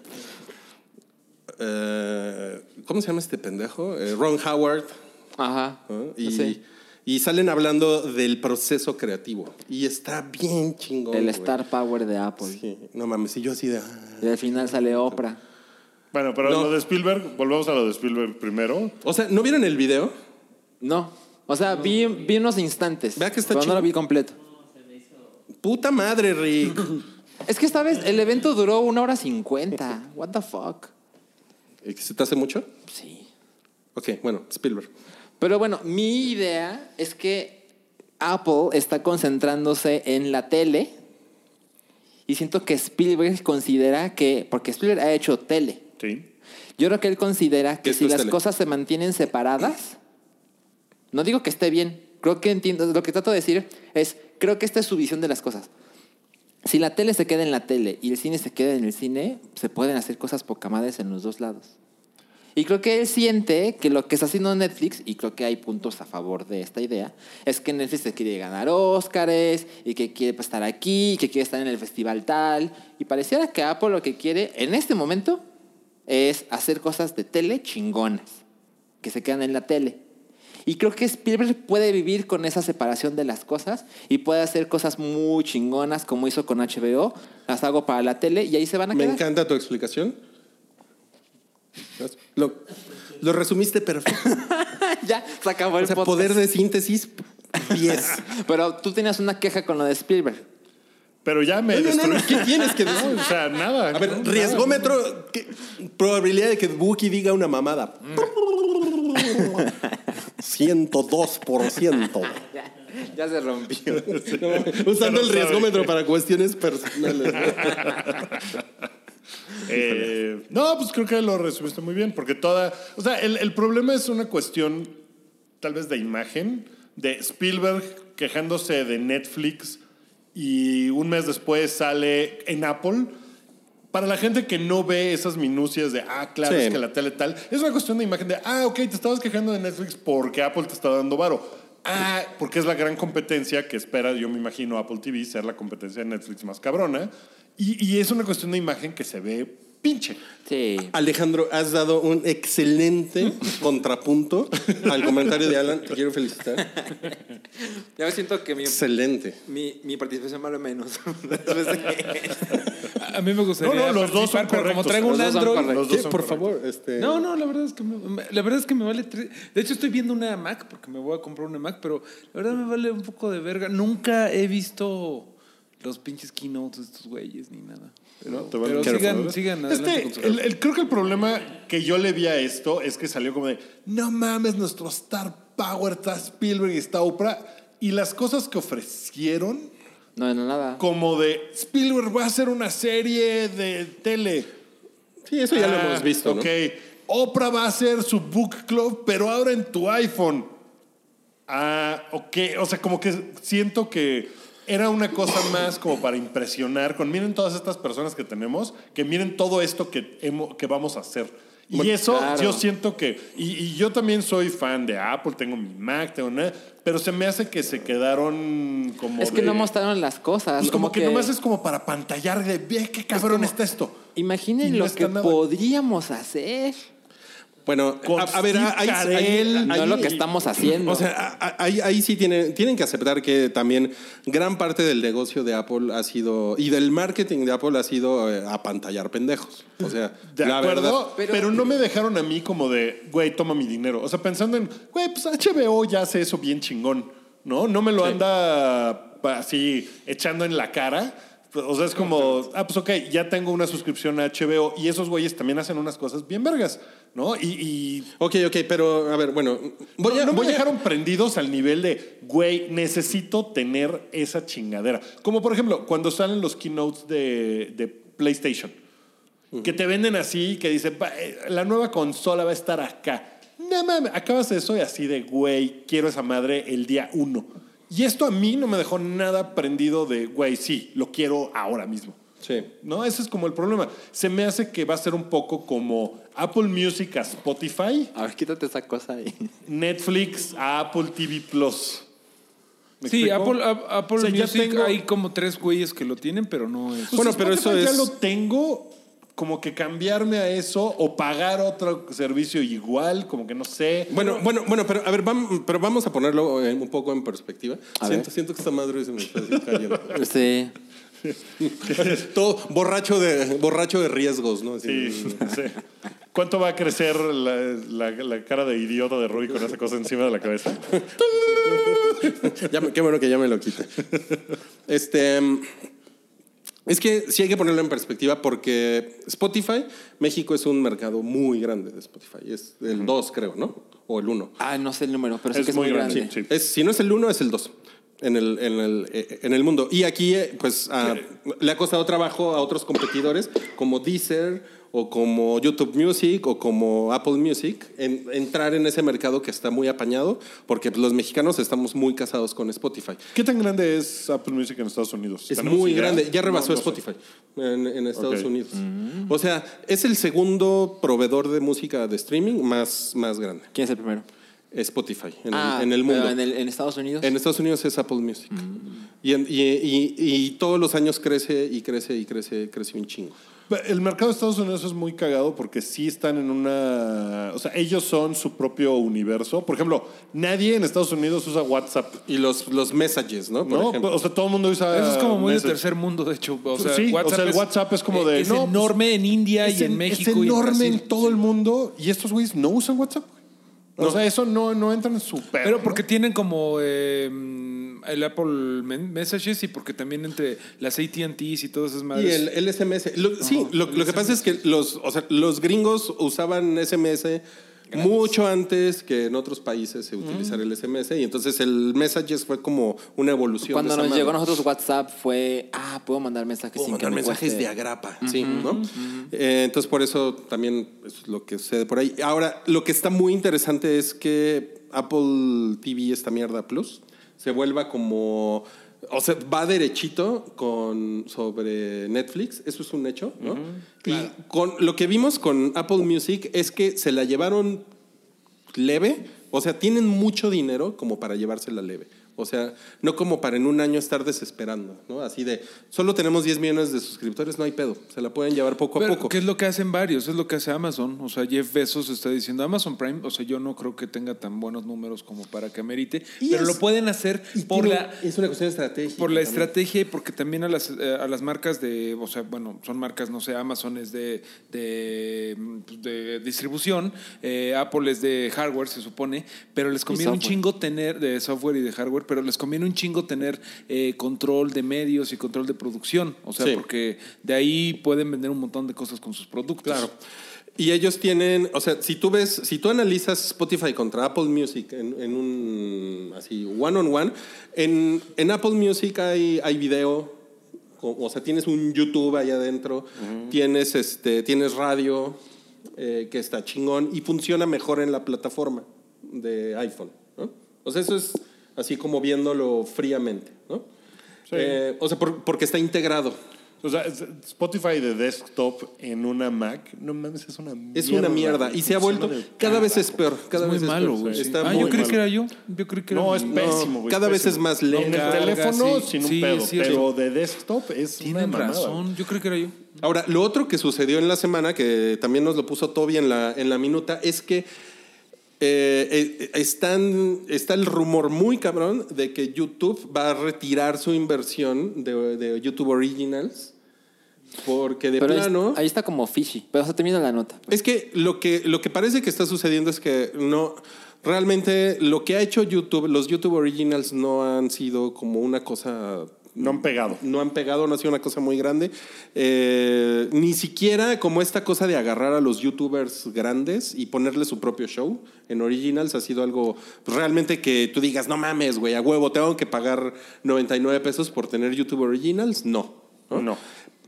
Speaker 5: eh, ¿Cómo se llama este pendejo? Eh, Ron Howard.
Speaker 4: Ajá.
Speaker 5: ¿no? Ah, Y,
Speaker 4: Sí.
Speaker 5: y salen hablando del proceso creativo. Y está bien chingón.
Speaker 4: El
Speaker 5: güey.
Speaker 4: Star Power de Apple.
Speaker 5: Sí, No mames, y yo así de. ah.
Speaker 4: Y al final sale Oprah.
Speaker 2: Bueno, pero
Speaker 5: No.
Speaker 2: lo de Spielberg, volvamos a lo de Spielberg primero.
Speaker 5: O sea, ¿no vieron el video?
Speaker 4: No. O sea, vi, vi unos instantes.
Speaker 5: Vea que está
Speaker 4: pero no lo
Speaker 5: chido.
Speaker 4: vi completo.
Speaker 5: Puta madre, Rick.
Speaker 4: Es que esta vez el evento duró una hora cincuenta. What the fuck.
Speaker 5: ¿Se te hace mucho?
Speaker 4: Sí.
Speaker 5: Ok, bueno, Spielberg.
Speaker 4: Pero bueno, mi idea es que Apple está concentrándose en la tele y siento que Spielberg considera que, porque Spielberg ha hecho tele,
Speaker 2: Sí.
Speaker 4: yo creo que él considera que
Speaker 5: esto
Speaker 4: si
Speaker 5: es
Speaker 4: las
Speaker 5: tele.
Speaker 4: cosas se mantienen separadas, no digo que esté bien, creo que entiendo, lo que trato de decir es, creo que esta es su visión de las cosas. Si la tele se queda en la tele y el cine se queda en el cine, se pueden hacer cosas poca madres en los dos lados. Y creo que él siente que lo que está haciendo Netflix, y creo que hay puntos a favor de esta idea, es que Netflix se quiere ganar Óscares y que quiere pues, estar aquí, y que quiere estar en el festival tal. Y pareciera que Apple lo que quiere en este momento es hacer cosas de tele chingonas, que se quedan en la tele. Y creo que Spielberg puede vivir con esa separación de las cosas y puede hacer cosas muy chingonas como hizo con HBO. Las hago para la tele y ahí se van a
Speaker 5: Me
Speaker 4: quedar.
Speaker 5: encanta tu explicación. Lo, lo resumiste perfecto.
Speaker 4: ya, se acabó el
Speaker 5: O sea,
Speaker 4: podcast.
Speaker 5: poder de síntesis 10.
Speaker 4: Pero tú tenías una queja con lo de Spielberg.
Speaker 2: Pero ya me
Speaker 5: No, no, no, no,
Speaker 2: destruí.
Speaker 5: ¿Qué tienes que
Speaker 2: No,
Speaker 5: decir?
Speaker 2: o sea, nada.
Speaker 5: A ver,
Speaker 2: No,
Speaker 5: riesgómetro, ¿qué probabilidad de que Buki diga una mamada. Mm.
Speaker 7: 102%.
Speaker 4: Ya se rompió.
Speaker 5: Usando
Speaker 2: Ya lo
Speaker 5: el
Speaker 2: sabe.
Speaker 5: riesgómetro para cuestiones personales.
Speaker 2: Eh, no, pues creo que lo resumiste muy bien, porque toda. O sea, el, el problema es una cuestión, tal vez, de imagen, de Spielberg quejándose de Netflix y un mes después sale en Apple. Para la gente que no ve esas minucias de, ah, claro,
Speaker 5: Sí.
Speaker 2: es que la tele tal, es una cuestión de imagen de, ah, ok, te estabas quejando de Netflix porque Apple te está dando varo. Ah, porque es la gran competencia que espera, yo me imagino, Apple TV ser la competencia de Netflix más cabrona. Y, y es una cuestión de imagen que se ve pinche.
Speaker 4: Sí.
Speaker 5: Alejandro, has dado un excelente contrapunto al comentario de Alan. Te quiero felicitar.
Speaker 4: Ya me siento que mi,
Speaker 5: Excelente.
Speaker 4: mi, mi participación vale menos. Después de-
Speaker 3: A a mí me gustaría.
Speaker 2: No, no, los dos son
Speaker 3: participar, pero como
Speaker 2: correctos.
Speaker 3: traigo
Speaker 2: Los
Speaker 3: un
Speaker 4: dos son
Speaker 3: Android.
Speaker 4: correctos.
Speaker 2: Los
Speaker 5: Sí,
Speaker 2: dos son
Speaker 5: por
Speaker 2: correctos.
Speaker 5: favor, este.
Speaker 3: No, no, la verdad es que me, la verdad es que me vale tres. De hecho, estoy viendo una Mac porque me voy a comprar una Mac, pero la verdad me vale un poco de verga. Nunca he visto los pinches keynotes de estos güeyes ni nada. Pero,
Speaker 2: Te vale
Speaker 3: pero
Speaker 2: un careful,
Speaker 3: sigan,
Speaker 2: ¿verdad?
Speaker 3: sigan adelante
Speaker 2: Este,
Speaker 3: con su-
Speaker 2: el- el- creo que el problema que yo le vi a esto es que salió como de, no mames, nuestro Star Power está Spielberg y está Oprah. Y las cosas que ofrecieron,
Speaker 4: No, no, nada.
Speaker 2: como de, Spielberg va a hacer una serie de tele.
Speaker 5: Sí, eso ya
Speaker 2: Ah,
Speaker 5: lo hemos visto. ¿no?
Speaker 2: Ok. Oprah va a hacer su book club, pero ahora en tu iPhone. Ah, ok. O sea, como que siento que era una cosa más como para impresionar con miren todas estas personas que tenemos, que miren todo esto que, hemo- que vamos a hacer. Y eso
Speaker 4: claro.
Speaker 2: yo siento que, y, y yo también soy fan de Apple, tengo mi Mac, tengo una, pero se me hace que se quedaron como...
Speaker 4: Es que
Speaker 2: de-
Speaker 4: no mostraron las cosas.
Speaker 2: pues como, que, nomás es como para pantallar de, ve qué cabrón está esto.
Speaker 4: Imaginen
Speaker 2: y no
Speaker 4: lo
Speaker 2: está
Speaker 4: que
Speaker 2: nada.
Speaker 4: podríamos hacer.
Speaker 5: Bueno,
Speaker 2: Con
Speaker 5: a, a ver,
Speaker 2: Steve
Speaker 5: ahí, ahí-
Speaker 2: Carell,
Speaker 5: ahí-
Speaker 4: no lo que estamos haciendo.
Speaker 5: O sea, a- a- ahí, ahí sí tienen, tienen que aceptar que también gran parte del negocio de Apple ha sido, y del marketing de Apple ha sido eh, apantallar pendejos. O sea,
Speaker 2: De
Speaker 5: la verdad.
Speaker 2: acuerdo, pero, no me dejaron a mí como de, güey, toma mi dinero. O sea, pensando en, güey, pues HBO ya hace eso bien chingón, ¿no? No me lo anda pa- así echando en la cara. O sea, es como, ah, pues ok, ya tengo una suscripción a HBO y esos güeyes también hacen unas cosas bien vergas, ¿no? Y, y
Speaker 5: Ok, ok, pero a ver, bueno, voy
Speaker 2: no,
Speaker 5: a,
Speaker 2: no
Speaker 5: voy
Speaker 2: me
Speaker 5: a-
Speaker 2: dejaron prendidos al nivel de, güey, necesito tener esa chingadera. Como por ejemplo, cuando salen los keynotes de, de PlayStation, que te venden así, que dicen, "Va, eh, la nueva consola va a estar acá. No mames, acabas eso y así de, güey, quiero esa madre el día uno. Y esto a mí no me dejó nada prendido de, güey, sí, lo quiero ahora mismo.
Speaker 5: Sí.
Speaker 2: ¿no? Ese es como el problema. Se me hace que va a ser un poco como Apple Music a Spotify.
Speaker 4: a ver, quítate esa cosa ahí.
Speaker 2: Netflix a Apple TV Plus. ¿Me
Speaker 3: Sí,
Speaker 2: explico?
Speaker 3: Apple,
Speaker 5: ah,
Speaker 3: a- Apple
Speaker 2: O sea, ya
Speaker 3: Music
Speaker 2: tengo-
Speaker 3: hay como tres güeyes que lo tienen, pero no es.
Speaker 2: Pues
Speaker 5: Bueno, pero eso
Speaker 2: Spotify
Speaker 5: es-
Speaker 2: Ya lo tengo, como que cambiarme a eso o pagar otro servicio igual, como que no sé.
Speaker 5: Bueno, bueno, bueno, pero a ver, vam- pero vamos a ponerlo eh, un poco en perspectiva.
Speaker 4: A
Speaker 5: Siento,
Speaker 4: ver.
Speaker 5: siento que esta madre se me está así cayendo.
Speaker 4: Sí.
Speaker 5: Todo borracho de, borracho de riesgos, ¿no? Así.
Speaker 2: Sí, no sé. ¿Cuánto va a crecer la, la- la cara de idiota de Ruby con esa cosa encima de la cabeza?
Speaker 5: Ya me- qué bueno que ya me lo quita. Este. mm, Es que sí hay que ponerlo en perspectiva porque Spotify, México es un mercado muy grande de Spotify. Es el 2, creo, ¿no? O el 1.
Speaker 4: Ah, no sé el número, pero sé
Speaker 2: Es
Speaker 4: que es
Speaker 2: muy
Speaker 4: muy
Speaker 2: grande,
Speaker 4: grande.
Speaker 2: sí, sí.
Speaker 5: Es- si no es el 1, es el 2 en el, en, el, eh, en el mundo. Y aquí, eh, pues, ah, le ha costado trabajo a otros competidores como Deezer o como YouTube Music o como Apple Music en- entrar en ese mercado que está muy apañado porque pues, los mexicanos estamos muy casados con Spotify.
Speaker 2: ¿Qué tan grande es Apple Music en Estados Unidos?
Speaker 5: Es
Speaker 2: ¿Tenemos
Speaker 5: muy
Speaker 2: idea?
Speaker 5: grande. Ya
Speaker 2: No,
Speaker 5: rebasó
Speaker 2: no sé.
Speaker 5: Spotify en, en Estados
Speaker 2: Ok. Mm.
Speaker 5: Unidos. O sea, es el segundo proveedor de música de streaming más, más grande.
Speaker 4: ¿Quién es el primero?
Speaker 5: Spotify en,
Speaker 4: ah,
Speaker 5: el, en el
Speaker 4: pero
Speaker 5: mundo.
Speaker 4: En, el- en Estados Unidos.
Speaker 5: En Estados Unidos es Apple Music.
Speaker 2: Mm.
Speaker 5: Y, en- y- y- y todos los años crece y crece y crece, crece un chingo.
Speaker 2: El mercado de Estados Unidos es muy cagado porque sí están en una... O sea, ellos son su propio universo. Por ejemplo, nadie en Estados Unidos usa WhatsApp.
Speaker 5: Y los, los messages, ¿no? Por
Speaker 2: ¿no?
Speaker 5: ejemplo.
Speaker 2: O sea, todo el mundo usa...
Speaker 3: Eso es como muy
Speaker 2: Message.
Speaker 3: de tercer mundo, de hecho. O sea,
Speaker 2: Ah,
Speaker 3: e,
Speaker 2: Sí, o sea, el WhatsApp es como de,
Speaker 3: Es
Speaker 2: no, pues,
Speaker 3: enorme en India
Speaker 2: Es
Speaker 3: y
Speaker 2: en-
Speaker 3: en México.
Speaker 2: Es
Speaker 3: y en
Speaker 2: enorme en,
Speaker 3: Brasil.
Speaker 2: todo el mundo y estos güeyes no usan WhatsApp. güey. O sea, eso no, no entra en su... perro,
Speaker 3: Pero
Speaker 2: ¿no?
Speaker 3: porque tienen como eh, el Apple Men- Messages y porque también entre las ATTs y todas esas
Speaker 5: Y
Speaker 3: madres.
Speaker 5: el, el SMS. Lo- sí, lo, lo que pasa es que los, o sea, los gringos usaban SMS mucho antes que en otros países se
Speaker 4: Mm.
Speaker 5: utilizara el SMS. Y entonces el Messages fue como una evolución.
Speaker 4: Cuando
Speaker 5: de esa
Speaker 4: nos llegó a
Speaker 5: madre.
Speaker 4: nosotros WhatsApp fue, ah, puedo mandar mensajes
Speaker 5: Puedo
Speaker 4: sin que
Speaker 5: mandar
Speaker 4: me
Speaker 5: mensajes
Speaker 4: cueste.
Speaker 5: de agrapa, sí, ¿no? Eh, entonces, por eso también es lo que sucede por ahí. Ahora, lo que está muy interesante es que Apple TV, esta mierda plus, se vuelva como. O sea, va derechito con, sobre Netflix, eso es un hecho, ¿no? Y con, lo que vimos con Apple Music es que se la llevaron leve. O sea, tienen mucho dinero como para llevársela leve. O sea, no como para en un año estar desesperando, ¿no? Así de, solo tenemos 10 millones de suscriptores, no hay pedo. Se la pueden llevar poco a
Speaker 3: Pero,
Speaker 5: poco.
Speaker 3: ¿Qué es lo que hacen varios? Es lo que hace Amazon. O sea, Jeff Bezos está diciendo Amazon Prime. O sea, yo no creo que tenga tan buenos números como para que amerite.
Speaker 5: Y
Speaker 3: Pero
Speaker 5: es-
Speaker 3: lo pueden hacer
Speaker 5: Y
Speaker 3: por
Speaker 5: tiene-
Speaker 3: la.
Speaker 5: es una cuestión estratégica.
Speaker 3: Por la
Speaker 5: también.
Speaker 3: estrategia y porque también a las, eh, a las marcas de, o sea, bueno, son marcas, no sé, Amazon es de, de, pues, de distribución, eh, Apple es de hardware, se supone, pero les conviene un
Speaker 4: software.
Speaker 3: chingo tener, de software y de hardware, pero les conviene un chingo tener eh, control de medios y control de producción, o sea,
Speaker 5: Sí.
Speaker 3: porque de ahí pueden vender un montón de cosas con sus productos.
Speaker 5: Claro. Y ellos tienen, o sea, si tú ves, si tú analizas Spotify contra Apple Music en, en un así one on one, en, en Apple Music hay, hay video, o, o sea, tienes un YouTube allá adentro, tienes este, tienes radio eh, que está chingón y funciona mejor en la plataforma de iPhone. ¿no? O sea, eso es así como viéndolo fríamente, ¿no?
Speaker 2: Sí.
Speaker 5: Eh, o sea, por- porque está integrado.
Speaker 2: O sea, es- Spotify de desktop en una Mac, no mames, es una mierda.
Speaker 5: Es una mierda. Y se ha vuelto.
Speaker 2: Funciona de
Speaker 5: Cada vez
Speaker 2: carajo.
Speaker 5: es peor. Cada
Speaker 3: es muy
Speaker 5: vez es
Speaker 3: malo,
Speaker 5: peor.
Speaker 3: güey.
Speaker 2: sí.
Speaker 5: Está
Speaker 3: ah,
Speaker 5: muy
Speaker 3: yo creí
Speaker 5: malo.
Speaker 3: que era yo. Yo creí que
Speaker 2: No,
Speaker 3: era
Speaker 2: es
Speaker 3: mi-
Speaker 2: pésimo, güey.
Speaker 5: cada vez
Speaker 2: pésimo.
Speaker 5: es más
Speaker 2: No,
Speaker 5: lento.
Speaker 2: En el
Speaker 3: Carga,
Speaker 2: teléfono,
Speaker 3: sí.
Speaker 2: sin un
Speaker 3: Sí,
Speaker 2: pedo.
Speaker 3: sí,
Speaker 2: pero de desktop es
Speaker 3: Tienen
Speaker 2: una mamada.
Speaker 3: razón, yo creo que era yo.
Speaker 5: Ahora, lo otro que sucedió en la semana, que también nos lo puso Toby en la, en la minuta, es que eh, eh, están, está el rumor muy cabrón de que YouTube va a retirar su inversión de, de YouTube Originals. Porque de
Speaker 4: Pero ahí-
Speaker 5: plano.
Speaker 4: ahí, está como fishy. Pero, o sea, termina la nota.
Speaker 5: Es que lo que lo que parece que está sucediendo es que no realmente lo que ha hecho YouTube, los YouTube Originals no han sido como una cosa
Speaker 2: No han pegado.
Speaker 5: no han pegado, no ha sido una cosa muy grande. Eh, ni siquiera como esta cosa de agarrar a los youtubers grandes y ponerle su propio show en Originals ha sido algo pues, realmente que tú digas, no mames, güey, a huevo, tengo que pagar 99 pesos por tener YouTube Originals. No.
Speaker 2: No.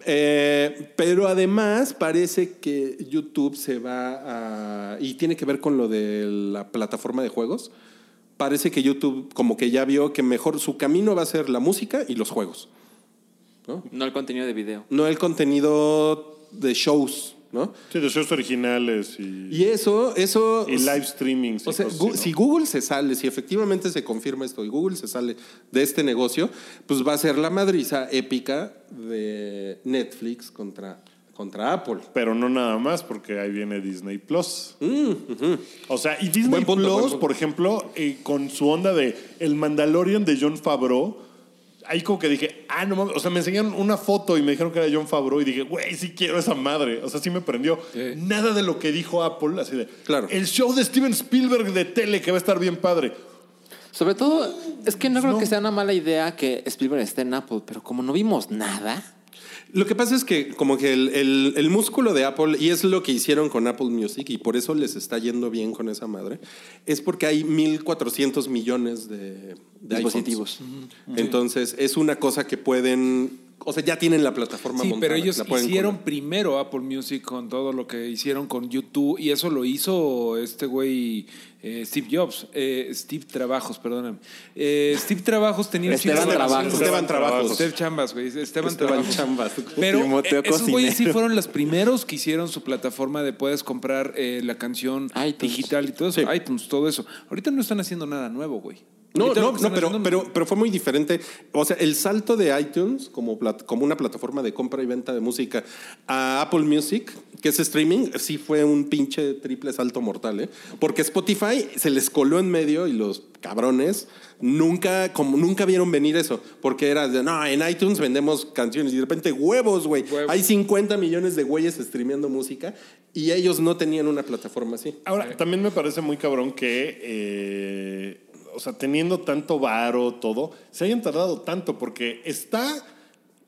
Speaker 5: Eh, pero además parece que YouTube se va a... Y tiene que ver con lo de la plataforma de juegos. Parece que YouTube como que ya vio que mejor su camino va a ser la música y los juegos.
Speaker 4: No el contenido de video.
Speaker 5: No el contenido de shows, ¿no?
Speaker 2: Sí, de shows originales y,
Speaker 5: Y eso, eso...
Speaker 2: y live streaming.
Speaker 5: O sea, Gu- si Google se sale, si efectivamente se confirma esto y Google se sale de este negocio, pues va a ser la madriza épica de Netflix contra, contra Apple.
Speaker 2: Pero no nada más, porque ahí viene Disney Plus. O sea, y Disney
Speaker 5: Mm, Buen punto, buen
Speaker 2: Plus,
Speaker 5: punto.
Speaker 2: por ejemplo, eh, con su onda de El Mandalorian de John Favreau, ahí como que dije, ah, no mames. O sea, me enseñaron una foto y me dijeron que era John Favreau y dije, güey, sí quiero esa madre. O sea, sí me prendió. Nada de lo que dijo Apple, así de.
Speaker 5: Claro.
Speaker 2: El show de Steven Spielberg de tele que va a estar bien padre.
Speaker 4: Sobre todo, es que no creo
Speaker 2: No.
Speaker 4: que sea una mala idea que Spielberg esté en Apple, pero como no vimos nada,
Speaker 5: Lo que pasa es que como que el, el- el músculo de Apple, y es lo que hicieron con Apple Music, y por eso les está yendo bien con esa madre, es porque hay 1.400 millones de, de
Speaker 4: dispositivos.
Speaker 5: iPhones. Entonces es una cosa que pueden, o sea, ya tienen la plataforma
Speaker 3: Sí,
Speaker 5: montada.
Speaker 3: pero ellos
Speaker 5: la pueden
Speaker 3: hicieron
Speaker 5: correr.
Speaker 3: primero Apple Music con todo lo que hicieron con YouTube y eso lo hizo este güey eh, Steve Jobs, eh, Steve Trabajos, perdóname. Eh, Steve Trabajos tenía un
Speaker 4: Esteban
Speaker 3: chingo de
Speaker 4: Trabajos.
Speaker 3: relación-
Speaker 5: Esteban Trabajos.
Speaker 3: Esteban Chambas, güey. Esteban,
Speaker 5: Esteban
Speaker 3: Trabajos.
Speaker 5: Chambas.
Speaker 3: Pero
Speaker 4: Timoteo
Speaker 3: eh, esos güeyes sí
Speaker 4: Cocinero.
Speaker 3: fueron los primeros que hicieron su plataforma de puedes comprar eh, la canción
Speaker 4: iTunes.
Speaker 3: digital y todo eso,
Speaker 5: Sí.
Speaker 3: iTunes, todo eso. Ahorita no están haciendo nada nuevo, güey.
Speaker 5: No,
Speaker 3: Ahorita lo
Speaker 5: no,
Speaker 3: que
Speaker 5: no,
Speaker 3: están
Speaker 5: pero,
Speaker 3: haciendo-
Speaker 5: pero, pero fue muy diferente. O sea, el salto de iTunes como, plat- como una plataforma de compra y venta de música a Apple Music, que es streaming, sí fue un pinche triple salto mortal, ¿eh? Porque Spotify se les coló en medio y los cabrones nunca, como, nunca vieron venir eso. Porque era de, no, en iTunes vendemos canciones y de repente huevos, güey.
Speaker 3: Huevos.
Speaker 5: Hay 50 millones de güeyes streameando música y ellos no tenían una plataforma así.
Speaker 2: Ahora, también me parece muy cabrón que, eh, o sea, teniendo tanto varo, todo, se hayan tardado tanto, porque está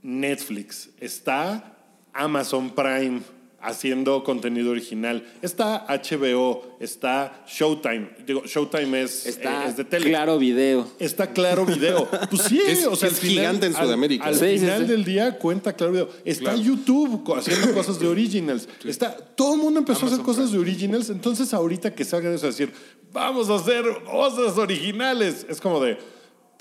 Speaker 2: Netflix, está Amazon Prime, haciendo contenido original. Está HBO, está Showtime. Digo, Showtime es,
Speaker 4: Está
Speaker 2: eh, es de tele.
Speaker 4: claro video.
Speaker 2: Está claro video. Pues sí,
Speaker 5: Que es-
Speaker 2: o sea, al
Speaker 5: que es
Speaker 2: final-
Speaker 5: gigante en
Speaker 2: al-
Speaker 5: Sudamérica.
Speaker 2: Al,
Speaker 4: Sí, sí,
Speaker 2: final
Speaker 4: sí.
Speaker 2: del día cuenta claro video. Está
Speaker 3: Claro.
Speaker 2: YouTube co- haciendo cosas de originals. Está, todo el mundo empezó a hacer cosas de originals. Entonces, ahorita que salgan eso a decir, vamos a hacer cosas originales, es como de.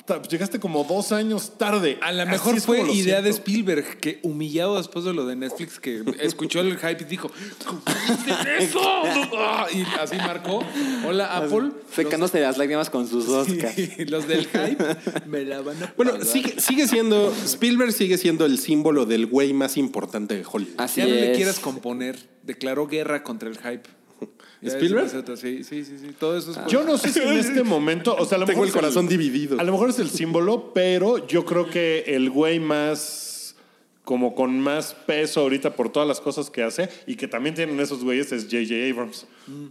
Speaker 2: "Ta- pues Llegaste como dos años tarde.
Speaker 3: A lo
Speaker 2: Así
Speaker 3: mejor
Speaker 2: es
Speaker 3: fue
Speaker 2: como lo
Speaker 3: idea de
Speaker 2: siento.
Speaker 3: Spielberg, que humillado después de lo de Netflix, que escuchó el hype y dijo, "¿Cómo hiciste eso? Ah, Y así marcó, hola Apple,
Speaker 4: Secándose las lágrimas con sus Oscars.
Speaker 3: los del hype me la van a...
Speaker 5: Bueno, sigue, sigue siendo. Spielberg sigue siendo el símbolo del güey más importante de Hollywood.
Speaker 2: Ah,
Speaker 4: Así
Speaker 3: ya no le
Speaker 4: es.
Speaker 3: quieras componer, declaró guerra contra el hype. Ya es
Speaker 5: ¿Spielberg?
Speaker 3: una receta, Sí, sí, sí, sí, todo eso es... por-
Speaker 2: Yo no sé si en este momento, o sea, a lo
Speaker 5: Tengo
Speaker 2: mejor
Speaker 5: el
Speaker 2: es
Speaker 5: corazón dividido.
Speaker 2: A lo mejor es el símbolo, pero yo creo que el güey más como con más peso ahorita por todas las cosas que hace y que también tienen esos güeyes es JJ Abrams.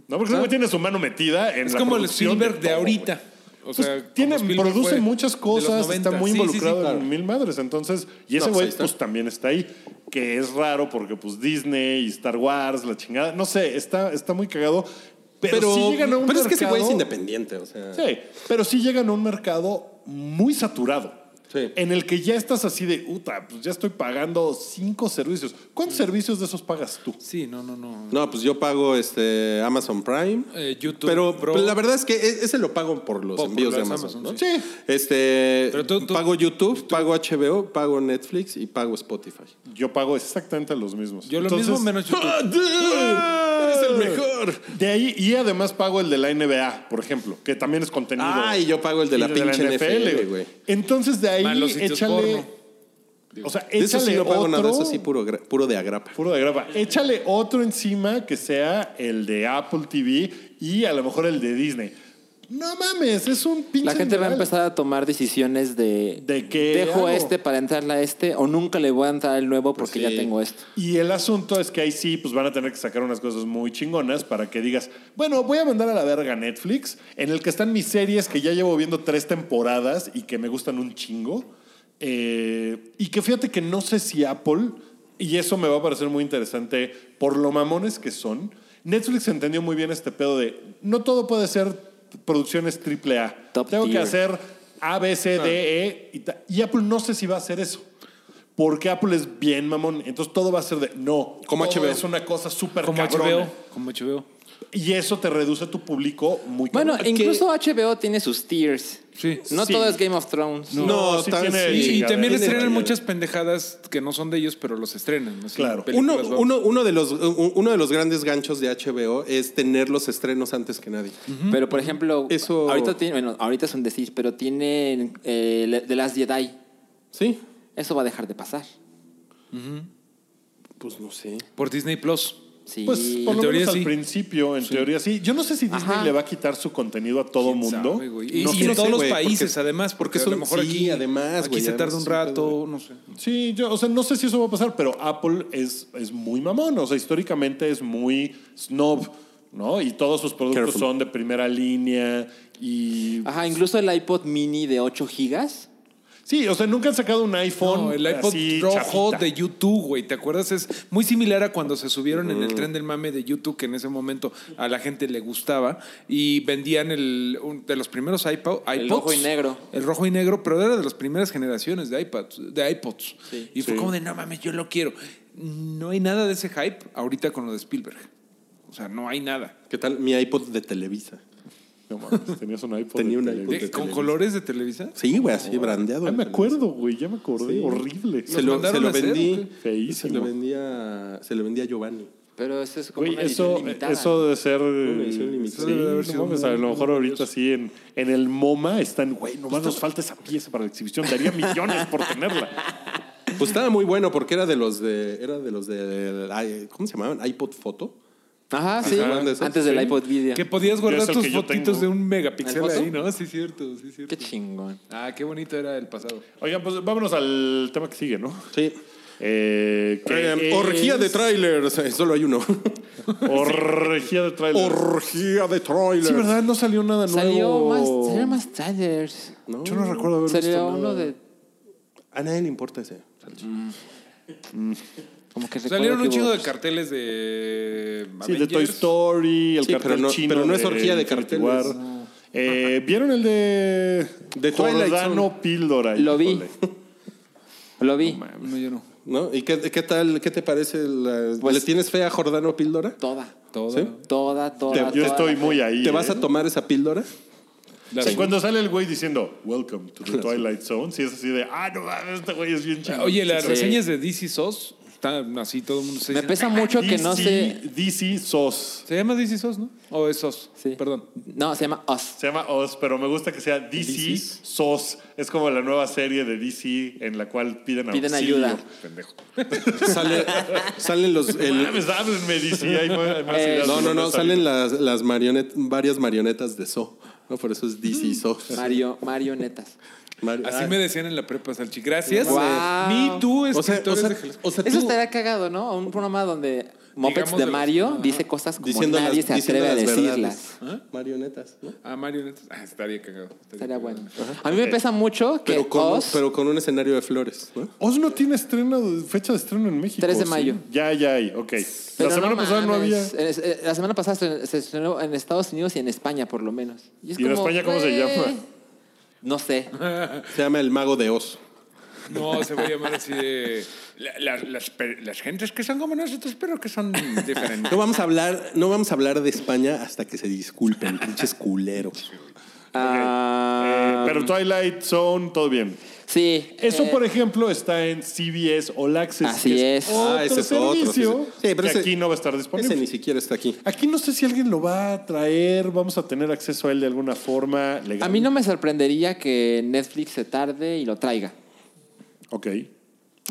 Speaker 2: No, porque ese güey tiene su mano metida en
Speaker 3: Mm. Es
Speaker 2: la
Speaker 3: como el
Speaker 2: producción
Speaker 3: Spielberg de,
Speaker 2: todo,
Speaker 3: ahorita.
Speaker 2: güey.
Speaker 3: O
Speaker 2: Pues
Speaker 3: sea, como
Speaker 2: tiene,
Speaker 3: Spielberg
Speaker 2: produce
Speaker 3: fue
Speaker 2: muchas
Speaker 3: de los
Speaker 2: cosas,
Speaker 3: 90.
Speaker 2: está muy
Speaker 3: Sí, sí, sí,
Speaker 2: involucrado
Speaker 3: claro.
Speaker 2: en mil madres. Entonces, y ese
Speaker 5: pues ahí
Speaker 2: güey,
Speaker 5: está.
Speaker 2: pues también está ahí, que es raro porque, pues, Disney y Star Wars, la chingada, no sé, está, está muy cagado. Pero,
Speaker 5: Pero,
Speaker 2: sí llegan a un
Speaker 5: pero es que ese güey es
Speaker 2: mercado-
Speaker 5: independiente, o sea.
Speaker 2: Sí, pero sí llegan a un mercado muy saturado.
Speaker 5: Sí.
Speaker 2: En el que ya estás así de, puta, pues ya estoy pagando cinco servicios. ¿Cuántos
Speaker 5: Mm.
Speaker 2: servicios de esos pagas tú?
Speaker 3: Sí, no, no, no.
Speaker 5: No, pues yo pago este Amazon Prime.
Speaker 3: Eh, YouTube
Speaker 5: Pero
Speaker 3: Pro.
Speaker 5: pero la verdad es que e- ese lo pago por los
Speaker 3: Por- por
Speaker 5: envíos de
Speaker 3: los
Speaker 5: Amazon.
Speaker 3: Amazon,
Speaker 5: ¿no?
Speaker 3: sí.
Speaker 5: Este,
Speaker 3: Pero tú- tú-
Speaker 5: pago YouTube, pago HBO, pago Netflix y pago Spotify.
Speaker 2: Yo pago exactamente los mismos.
Speaker 3: Yo lo
Speaker 2: Entonces, ¡Ah!
Speaker 3: mismo menos YouTube. ¡Ah!
Speaker 5: ¡Eres el mejor!
Speaker 2: De ahí, y además pago el de la NBA, por ejemplo, que también es contenido.
Speaker 5: Ah, y yo pago el de la pinche NFL, güey.
Speaker 2: Entonces de ahí
Speaker 3: Más los sitios
Speaker 2: échale.
Speaker 3: porno.
Speaker 2: O sea,
Speaker 5: De eso
Speaker 2: échale
Speaker 5: sí no pago
Speaker 2: otro,
Speaker 5: nada, eso sí puro, gra- puro de agrapa.
Speaker 2: Puro de grapa. Échale otro encima que sea el de Apple TV y a lo mejor el de Disney. No mames, es un pinche.
Speaker 4: La gente va a
Speaker 2: dineral.
Speaker 4: empezar a tomar decisiones de,
Speaker 2: ¿De qué hago?
Speaker 4: dejo este para entrarle a este o nunca le voy a entrar al nuevo porque ya
Speaker 5: sí.
Speaker 4: tengo esto.
Speaker 2: Y el asunto es que ahí sí, pues van a tener que sacar unas cosas muy chingonas para que digas, bueno, voy a mandar a la verga Netflix, en el que están mis series que ya llevo viendo tres temporadas y que me gustan un chingo. Eh, y que fíjate que no sé si Apple, y eso me va a parecer muy interesante, por lo mamones que son, Netflix entendió muy bien este pedo de, no todo puede ser producciones triple A.
Speaker 4: Top
Speaker 2: Tengo que
Speaker 4: tier.
Speaker 2: hacer A, B, C, D, E. Y, ta- y Apple no sé si va a hacer eso. Porque Apple es bien mamón. Entonces todo va a ser de no.
Speaker 5: Como
Speaker 2: todo
Speaker 5: HBO.
Speaker 2: Es una cosa súper
Speaker 3: Como
Speaker 2: cabrona.
Speaker 3: HBO. Como HBO.
Speaker 2: Y eso te reduce tu público muy
Speaker 4: Bueno,
Speaker 2: cabrón.
Speaker 4: incluso HBO tiene sus tiers.
Speaker 3: Sí.
Speaker 4: No
Speaker 2: Sí.
Speaker 4: todo es Game of Thrones.
Speaker 2: No,
Speaker 5: No,
Speaker 2: sí
Speaker 5: tan-
Speaker 2: tiene
Speaker 3: Y,
Speaker 5: sí,
Speaker 3: y
Speaker 2: chingadera.
Speaker 3: también
Speaker 5: Tiene
Speaker 3: estrenan
Speaker 5: chingadera.
Speaker 3: muchas pendejadas que no son de ellos, pero los estrenan. ¿no? Así,
Speaker 2: Claro.
Speaker 5: Uno,
Speaker 3: películas, vamos.
Speaker 5: uno, uno, de los, uno de los grandes ganchos de HBO es tener los estrenos antes que nadie.
Speaker 4: Pero por ejemplo,
Speaker 5: Eso-
Speaker 4: ahorita tiene, bueno, ahorita es un decir, pero tienen eh, The Last Jedi.
Speaker 5: ¿Sí?
Speaker 4: Eso va a dejar de pasar.
Speaker 5: Pues no sé.
Speaker 3: Por Disney Plus.
Speaker 4: Sí.
Speaker 2: Pues por
Speaker 3: En
Speaker 2: lo
Speaker 3: teoría
Speaker 2: menos al
Speaker 3: sí.
Speaker 2: principio, en teoría sí. Yo no sé si Disney
Speaker 4: Ajá.
Speaker 2: le va a quitar su contenido a todo mundo.
Speaker 3: Sabe, güey. y
Speaker 5: No,
Speaker 3: y
Speaker 5: sí,
Speaker 3: en
Speaker 5: no sé,
Speaker 3: todos los
Speaker 5: güey,
Speaker 3: países,
Speaker 5: porque-
Speaker 3: además, porque,
Speaker 5: porque
Speaker 3: a lo
Speaker 5: son-
Speaker 3: mejor
Speaker 5: sí,
Speaker 3: aquí,
Speaker 5: además,
Speaker 3: aquí
Speaker 5: güey,
Speaker 3: se
Speaker 5: además
Speaker 3: tarda un
Speaker 5: es un pedo
Speaker 3: rato, no sé.
Speaker 2: Sí, yo, o sea, no sé si eso va a pasar, pero Apple es, es muy mamón. O sea, históricamente es muy snob, ¿no? Y todos sus productos
Speaker 5: Careful.
Speaker 2: son de primera línea y.
Speaker 4: Ajá, incluso el iPod mini de 8 gigas.
Speaker 2: Sí, o sea, nunca han sacado un iPhone.
Speaker 3: No, el iPod
Speaker 2: así
Speaker 3: rojo
Speaker 2: chafita.
Speaker 3: de YouTube, güey. ¿Te acuerdas? Es muy similar a cuando se subieron en el tren del mame de YouTube, que en ese momento a la gente le gustaba. Y vendían el, un- de los primeros iPod, iPods.
Speaker 4: rojo y negro.
Speaker 3: El rojo y negro, pero era de las primeras generaciones de iPads, de iPods. Y fue como de, no mames, yo lo quiero. No hay nada de ese hype ahorita con lo de Spielberg. O sea, no hay nada.
Speaker 5: ¿Qué tal? Mi iPod de Televisa.
Speaker 2: No mames, tenías un iPod.
Speaker 5: Tenía
Speaker 2: Pues de
Speaker 5: un
Speaker 2: tele.
Speaker 5: iPod.
Speaker 3: De- ¿Con
Speaker 5: de Televisa.
Speaker 3: colores de Televisa?
Speaker 5: Sí, güey, así brandeado.
Speaker 2: Ay, me acuerdo, güey, ya me acordé.
Speaker 5: Sí.
Speaker 2: Horrible.
Speaker 5: Se lo, se
Speaker 3: mandaron
Speaker 5: lo
Speaker 3: a hacer, ¿o
Speaker 5: vendí.
Speaker 3: qué?
Speaker 2: Feísimo.
Speaker 5: Se lo vendía, se lo vendí a Giovanni.
Speaker 4: Pero eso es como
Speaker 2: Güey,
Speaker 4: una edición
Speaker 2: eso,
Speaker 4: limitada.
Speaker 2: eso debe ser. eh,
Speaker 5: edición limitada.
Speaker 2: Sí,
Speaker 3: Debe haber
Speaker 2: no
Speaker 3: sido
Speaker 2: mames,
Speaker 3: muy
Speaker 2: a lo mejor ahorita sí en, en el MoMA están, güey, nomás nos falta esa pieza para la exhibición. Daría millones por tenerla.
Speaker 5: Pues estaba muy bueno porque era de los de. Era de los de. ay, ¿Cómo se llamaban? iPod Foto.
Speaker 4: Ajá, sí.
Speaker 5: Ajá.
Speaker 4: Antes del
Speaker 5: Sí.
Speaker 4: iPod video.
Speaker 3: Que podías guardar
Speaker 2: es el
Speaker 3: tus
Speaker 2: que yo tengo.
Speaker 3: fotitos de un megapíxel
Speaker 4: ¿El foto?
Speaker 3: ahí, ¿no? Sí, cierto, sí, cierto.
Speaker 4: Qué chingón.
Speaker 3: Ah, qué bonito era el pasado.
Speaker 2: Oigan, pues vámonos al tema que sigue, ¿no?
Speaker 5: Sí.
Speaker 2: Eh, que es-
Speaker 5: orgía de trailers. Eh, Solo hay uno.
Speaker 2: Orgía de trailers.
Speaker 5: orgía de trailers.
Speaker 2: Sí, ¿verdad? No salió nada
Speaker 4: Salió
Speaker 2: nuevo.
Speaker 4: más, salieron más trailers.
Speaker 5: No,
Speaker 2: Yo no recuerdo haber visto
Speaker 4: Salió
Speaker 2: nada.
Speaker 4: uno de.
Speaker 5: A nadie le importa ese.
Speaker 4: Como que recuerdo
Speaker 3: Salieron
Speaker 4: que
Speaker 3: un
Speaker 4: hubo-
Speaker 3: chingo de carteles de.
Speaker 2: Sí, de Toy
Speaker 3: Avengers.
Speaker 2: Story, el
Speaker 5: Sí,
Speaker 2: cartel
Speaker 5: pero no-
Speaker 2: chino.
Speaker 5: pero no es orgía de
Speaker 2: Infinity
Speaker 5: carteles.
Speaker 2: War. Eh, ¿Vieron el de,
Speaker 5: De Twilight
Speaker 2: Jordano Píldora?
Speaker 4: Lo vi.
Speaker 2: Híjole.
Speaker 4: Lo vi.
Speaker 3: Ah, No, yo no.
Speaker 5: ¿No? ¿Y qué, qué tal? ¿Qué te parece? la-
Speaker 4: Pues-
Speaker 5: ¿Le tienes fe a Jordano Píldora?
Speaker 4: Toda.
Speaker 3: Todo.
Speaker 5: ¿Sí?
Speaker 4: Toda, toda.
Speaker 2: Te- Yo
Speaker 4: toda
Speaker 2: estoy
Speaker 4: la-
Speaker 2: muy ahí.
Speaker 5: ¿Te vas
Speaker 2: ¿eh?
Speaker 5: a tomar esa píldora?
Speaker 3: La
Speaker 2: Sí,
Speaker 3: vi.
Speaker 2: cuando sale el güey diciendo Welcome to the Twilight Zone, si es así de ah, no mames, este güey es bien chido.
Speaker 3: Oye, las
Speaker 4: Sí.
Speaker 3: reseñas de DC SOS están así, todo el mundo se
Speaker 4: Me
Speaker 3: dice,
Speaker 4: pesa mucho que no se.
Speaker 2: DC SOS.
Speaker 3: ¿Se llama DC SOS, no? ¿O es SOS?
Speaker 4: Sí.
Speaker 3: Perdón.
Speaker 4: No, se llama Us.
Speaker 2: Se llama Oz, pero me gusta que sea DC, SOS. Es como la nueva serie de DC en la cual piden,
Speaker 4: Piden
Speaker 2: auxilio.
Speaker 4: ayuda.
Speaker 2: Pendejo.
Speaker 5: Sale- salen los.
Speaker 2: No
Speaker 5: el-
Speaker 2: mames, háblenme, DC. Hay más, hay más
Speaker 4: Eh,
Speaker 2: ideas
Speaker 5: no,
Speaker 2: que
Speaker 5: no,
Speaker 2: me
Speaker 5: no,
Speaker 2: han
Speaker 5: salen
Speaker 2: salido.
Speaker 5: las, las marionet- varias marionetas de So. ¿no? Por eso es DC
Speaker 4: Mm.
Speaker 5: So.
Speaker 4: Mario, marionetas.
Speaker 5: Mario-
Speaker 3: Así
Speaker 5: ah,
Speaker 3: me decían en la prepa, Salchi. Gracias.
Speaker 4: Guau.
Speaker 3: Ni tú,
Speaker 5: o sea, o
Speaker 3: escritores
Speaker 5: sea,
Speaker 3: de Jalisco.
Speaker 5: o sea,
Speaker 4: Eso
Speaker 5: tú
Speaker 4: estaría cagado, ¿no? Un programa donde Mopeds
Speaker 3: Digamos
Speaker 4: de
Speaker 3: de-
Speaker 4: Mario
Speaker 3: Ajá.
Speaker 4: dice cosas como
Speaker 5: diciendo
Speaker 4: nadie
Speaker 5: las-
Speaker 4: se
Speaker 5: diciendo
Speaker 4: atreve a
Speaker 5: las verdades.
Speaker 4: decirlas.
Speaker 5: ¿Ah? Marionetas, ¿no?
Speaker 3: Ah, marionetas. Ah, estaría cagado. estaría
Speaker 4: Estaría
Speaker 3: cagado.
Speaker 4: bueno. A mí me
Speaker 2: Ok.
Speaker 4: pesa mucho que
Speaker 5: Pero con,
Speaker 4: Us-
Speaker 5: pero con un escenario de flores, ¿no?
Speaker 2: Oz no tiene estreno, fecha de estreno en México.
Speaker 4: 3 de
Speaker 2: ¿sí?
Speaker 4: mayo.
Speaker 2: Ya, ya hay, ok.
Speaker 4: pero
Speaker 2: la semana
Speaker 4: no
Speaker 2: pasada no había.
Speaker 4: mames. Es- eh, La semana pasada se- se estrenó en Estados Unidos y en España, por lo menos. es
Speaker 2: ¿Y en España cómo se
Speaker 4: güey,
Speaker 2: llama?
Speaker 4: No sé.
Speaker 5: Se llama El Mago de Oz.
Speaker 3: No, se va a llamar así de. la- la- las, per- las gentes que son como nosotros, pero que son diferentes.
Speaker 5: No vamos a hablar, no vamos a hablar de España hasta que se disculpen, pinches culeros.
Speaker 2: Eh,
Speaker 4: Ah,
Speaker 2: pero Twilight Zone, todo bien.
Speaker 4: sí.
Speaker 2: Eso,
Speaker 4: eh,
Speaker 2: por ejemplo, está en CBS All Access.
Speaker 4: Así
Speaker 2: que
Speaker 4: es.
Speaker 2: Otro
Speaker 5: Ah, ese es otro,
Speaker 2: servicio
Speaker 5: sí, sí. Sí, pero
Speaker 2: que
Speaker 5: ese-
Speaker 2: aquí no va a estar
Speaker 5: Ese ni
Speaker 2: disponible.
Speaker 5: siquiera está aquí.
Speaker 2: Aquí no sé si alguien lo va a traer, vamos a tener acceso a él de alguna forma legal.
Speaker 4: A mí no me sorprendería que Netflix se tarde y lo traiga.
Speaker 2: Ok.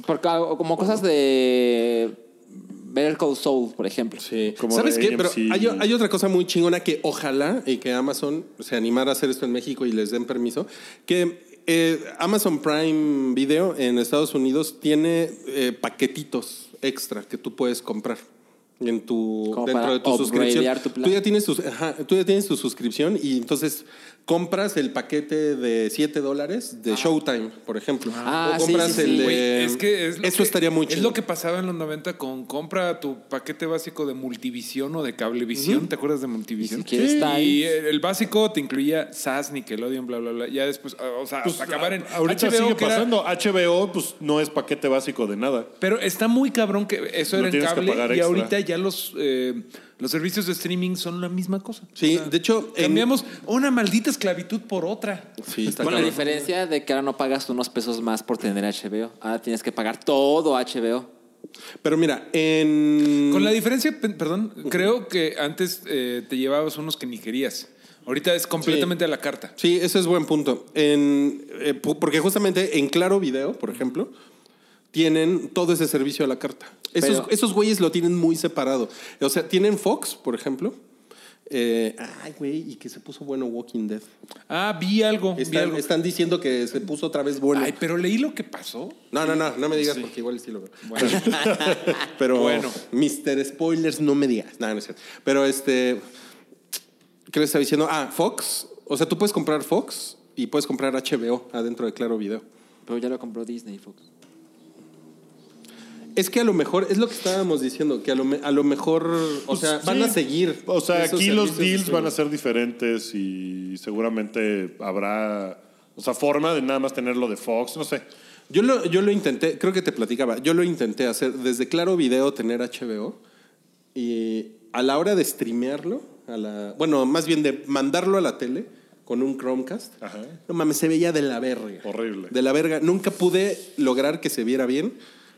Speaker 4: Porque algo- como cosas de Better Call Soul, por ejemplo.
Speaker 5: Sí.
Speaker 2: Como
Speaker 5: ¿Sabes
Speaker 2: de
Speaker 5: qué? Pero
Speaker 2: AMC.
Speaker 5: hay, hay otra cosa muy chingona que ojalá y que Amazon se animara a hacer esto en México y les den permiso, que eh, Amazon Prime Video en Estados Unidos tiene eh, paquetitos extra que tú puedes comprar. En tu,
Speaker 4: Como
Speaker 5: dentro
Speaker 4: para
Speaker 5: de tu suscripción.
Speaker 4: upgradear tu plan.
Speaker 5: tú, ya tienes tus- ajá, tú ya tienes tu suscripción y entonces compras el paquete de 7 dólares de Showtime, por ejemplo.
Speaker 4: Ah,
Speaker 5: o
Speaker 4: sí,
Speaker 5: compras
Speaker 4: sí, sí.
Speaker 5: el de.
Speaker 4: Güey,
Speaker 3: Güey, es que es lo
Speaker 5: eso
Speaker 3: que-
Speaker 5: estaría muy
Speaker 3: Es
Speaker 5: chido.
Speaker 3: lo que pasaba en los 90 con compra tu paquete básico de multivisión o de cablevisión. ¿Te acuerdas de multivisión?
Speaker 4: Y si quieres Time.
Speaker 3: Y eh, el el básico te incluía SAS, Nickelodeon, bla, bla, bla. Ya después, ah, o sea,
Speaker 2: Pues,
Speaker 3: hasta acabar en.
Speaker 2: a- ahorita
Speaker 3: HBO,
Speaker 2: sigue
Speaker 3: que era-
Speaker 2: pasando. HBO, pues no es paquete básico de nada.
Speaker 3: pero está muy cabrón que eso
Speaker 2: Lo
Speaker 3: era en
Speaker 2: tienes que
Speaker 3: cable
Speaker 2: pagar
Speaker 3: y
Speaker 2: extra.
Speaker 3: ahorita ya los, eh, los servicios de streaming son la misma cosa.
Speaker 5: Sí, de hecho, en-
Speaker 3: Cambiamos una maldita esclavitud por otra.
Speaker 5: Sí, está
Speaker 4: Con la
Speaker 5: cabrón.
Speaker 4: diferencia de que ahora no pagas unos pesos más por tener HBO. Ahora tienes que pagar todo HBO.
Speaker 5: Pero mira, en.
Speaker 3: Con la diferencia, pe- perdón, creo que antes eh, te llevabas unos que ni querías. Ahorita es completamente a la carta.
Speaker 5: Sí, ese es buen punto. En, eh, pu- porque justamente en Claro Video, por ejemplo, tienen todo ese servicio a la carta. Esos,
Speaker 4: Pero-
Speaker 5: esos güeyes lo tienen muy separado. O sea, tienen Fox, por ejemplo. Eh, ay, güey, y que se puso bueno Walking Dead.
Speaker 3: Ah, vi algo. vi
Speaker 5: Están,
Speaker 3: algo.
Speaker 5: están diciendo que se puso otra vez bueno.
Speaker 3: Ay, pero leí lo que pasó.
Speaker 5: no, no, no, no me digas porque igual sí lo veo.
Speaker 3: Bueno,
Speaker 5: Pero
Speaker 3: Bueno.
Speaker 5: Mr. Spoilers, no me digas. No, no es cierto. Pero este. ¿Qué les estaba diciendo? Ah, Fox. O sea, tú puedes comprar Fox y puedes comprar HBO adentro de Claro Video.
Speaker 4: Pero ya lo compró Disney Fox.
Speaker 5: Es que a lo mejor, es lo que estábamos diciendo, que a lo, me- a lo mejor, o
Speaker 2: Pues,
Speaker 5: sea, van
Speaker 2: sí.
Speaker 5: a seguir.
Speaker 2: O sea,
Speaker 5: esos
Speaker 2: aquí los
Speaker 5: servicios de
Speaker 2: deals van a ser
Speaker 5: streaming.
Speaker 2: diferentes y seguramente habrá, o sea, forma de nada más tenerlo de Fox, no sé.
Speaker 5: Yo lo, yo lo intenté, creo que te platicaba, yo lo intenté hacer desde Claro Video tener HBO y a la hora de streamearlo, a la, bueno, más bien de mandarlo a la tele con un Chromecast,
Speaker 2: Ajá.
Speaker 5: no mames, se veía de la verga.
Speaker 2: Horrible.
Speaker 5: De la verga. Nunca pude lograr que se viera bien.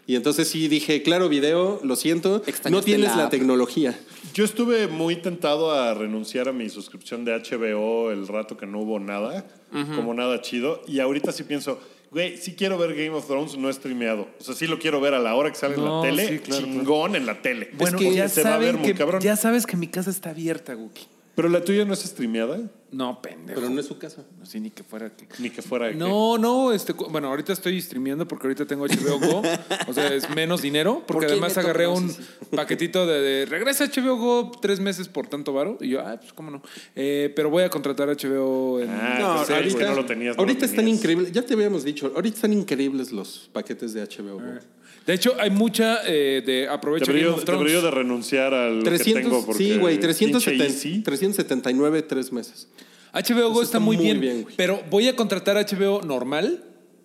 Speaker 5: Y entonces sí dije, Claro Video, lo siento, no
Speaker 4: Extrañaste
Speaker 5: tienes
Speaker 4: la
Speaker 5: la
Speaker 4: app.
Speaker 5: tecnología.
Speaker 2: Yo estuve muy tentado a renunciar a mi suscripción de HBO el rato que no hubo nada, como nada chido, y ahorita sí pienso, güey, sí quiero ver Game of Thrones no streameado. O sea, sí lo quiero ver a la hora que sale
Speaker 3: No,
Speaker 2: en la tele,
Speaker 3: sí, claro,
Speaker 2: chingón en la tele.
Speaker 3: bueno
Speaker 2: Es que
Speaker 3: ya,
Speaker 2: se va a ver
Speaker 3: saben
Speaker 2: muy
Speaker 3: que,
Speaker 2: cabrón.
Speaker 3: ya sabes que mi casa está abierta, Guki.
Speaker 2: Pero la tuya no es streameada.
Speaker 3: No, pendejo.
Speaker 5: Pero no es su casa.
Speaker 3: No sé ni que fuera. que-
Speaker 2: Ni que fuera. que-
Speaker 3: No, no, este, cu- bueno, ahorita estoy streameando porque ahorita tengo HBO Go, o sea, es menos dinero, porque
Speaker 4: qué
Speaker 3: además
Speaker 4: me toca?
Speaker 3: agarré
Speaker 4: No,
Speaker 3: un
Speaker 4: sí,
Speaker 3: paquetito de, de, regresa HBO Go tres meses por tanto varo, y yo, ah, pues cómo no, Eh, pero voy a contratar HBO en...
Speaker 2: Ah,
Speaker 5: No,
Speaker 2: pues sí,
Speaker 5: ahorita,
Speaker 2: güey, no lo tenías. no lo
Speaker 5: ahorita están
Speaker 2: tenías.
Speaker 5: increíbles. Ya te habíamos dicho, ahorita están increíbles los paquetes de HBO. güey.
Speaker 3: De hecho, hay mucha eh, de aprovecho Game
Speaker 2: Debería,
Speaker 3: of Thrones.
Speaker 2: debería de renunciar al que
Speaker 5: 300,
Speaker 2: tengo porque
Speaker 5: sí, güey,
Speaker 2: pinche
Speaker 5: 370
Speaker 2: Easy.
Speaker 5: 379 tres meses.
Speaker 3: HBO Go
Speaker 5: Eso
Speaker 3: está muy, bien,
Speaker 5: güey.
Speaker 3: pero voy a contratar HBO normal.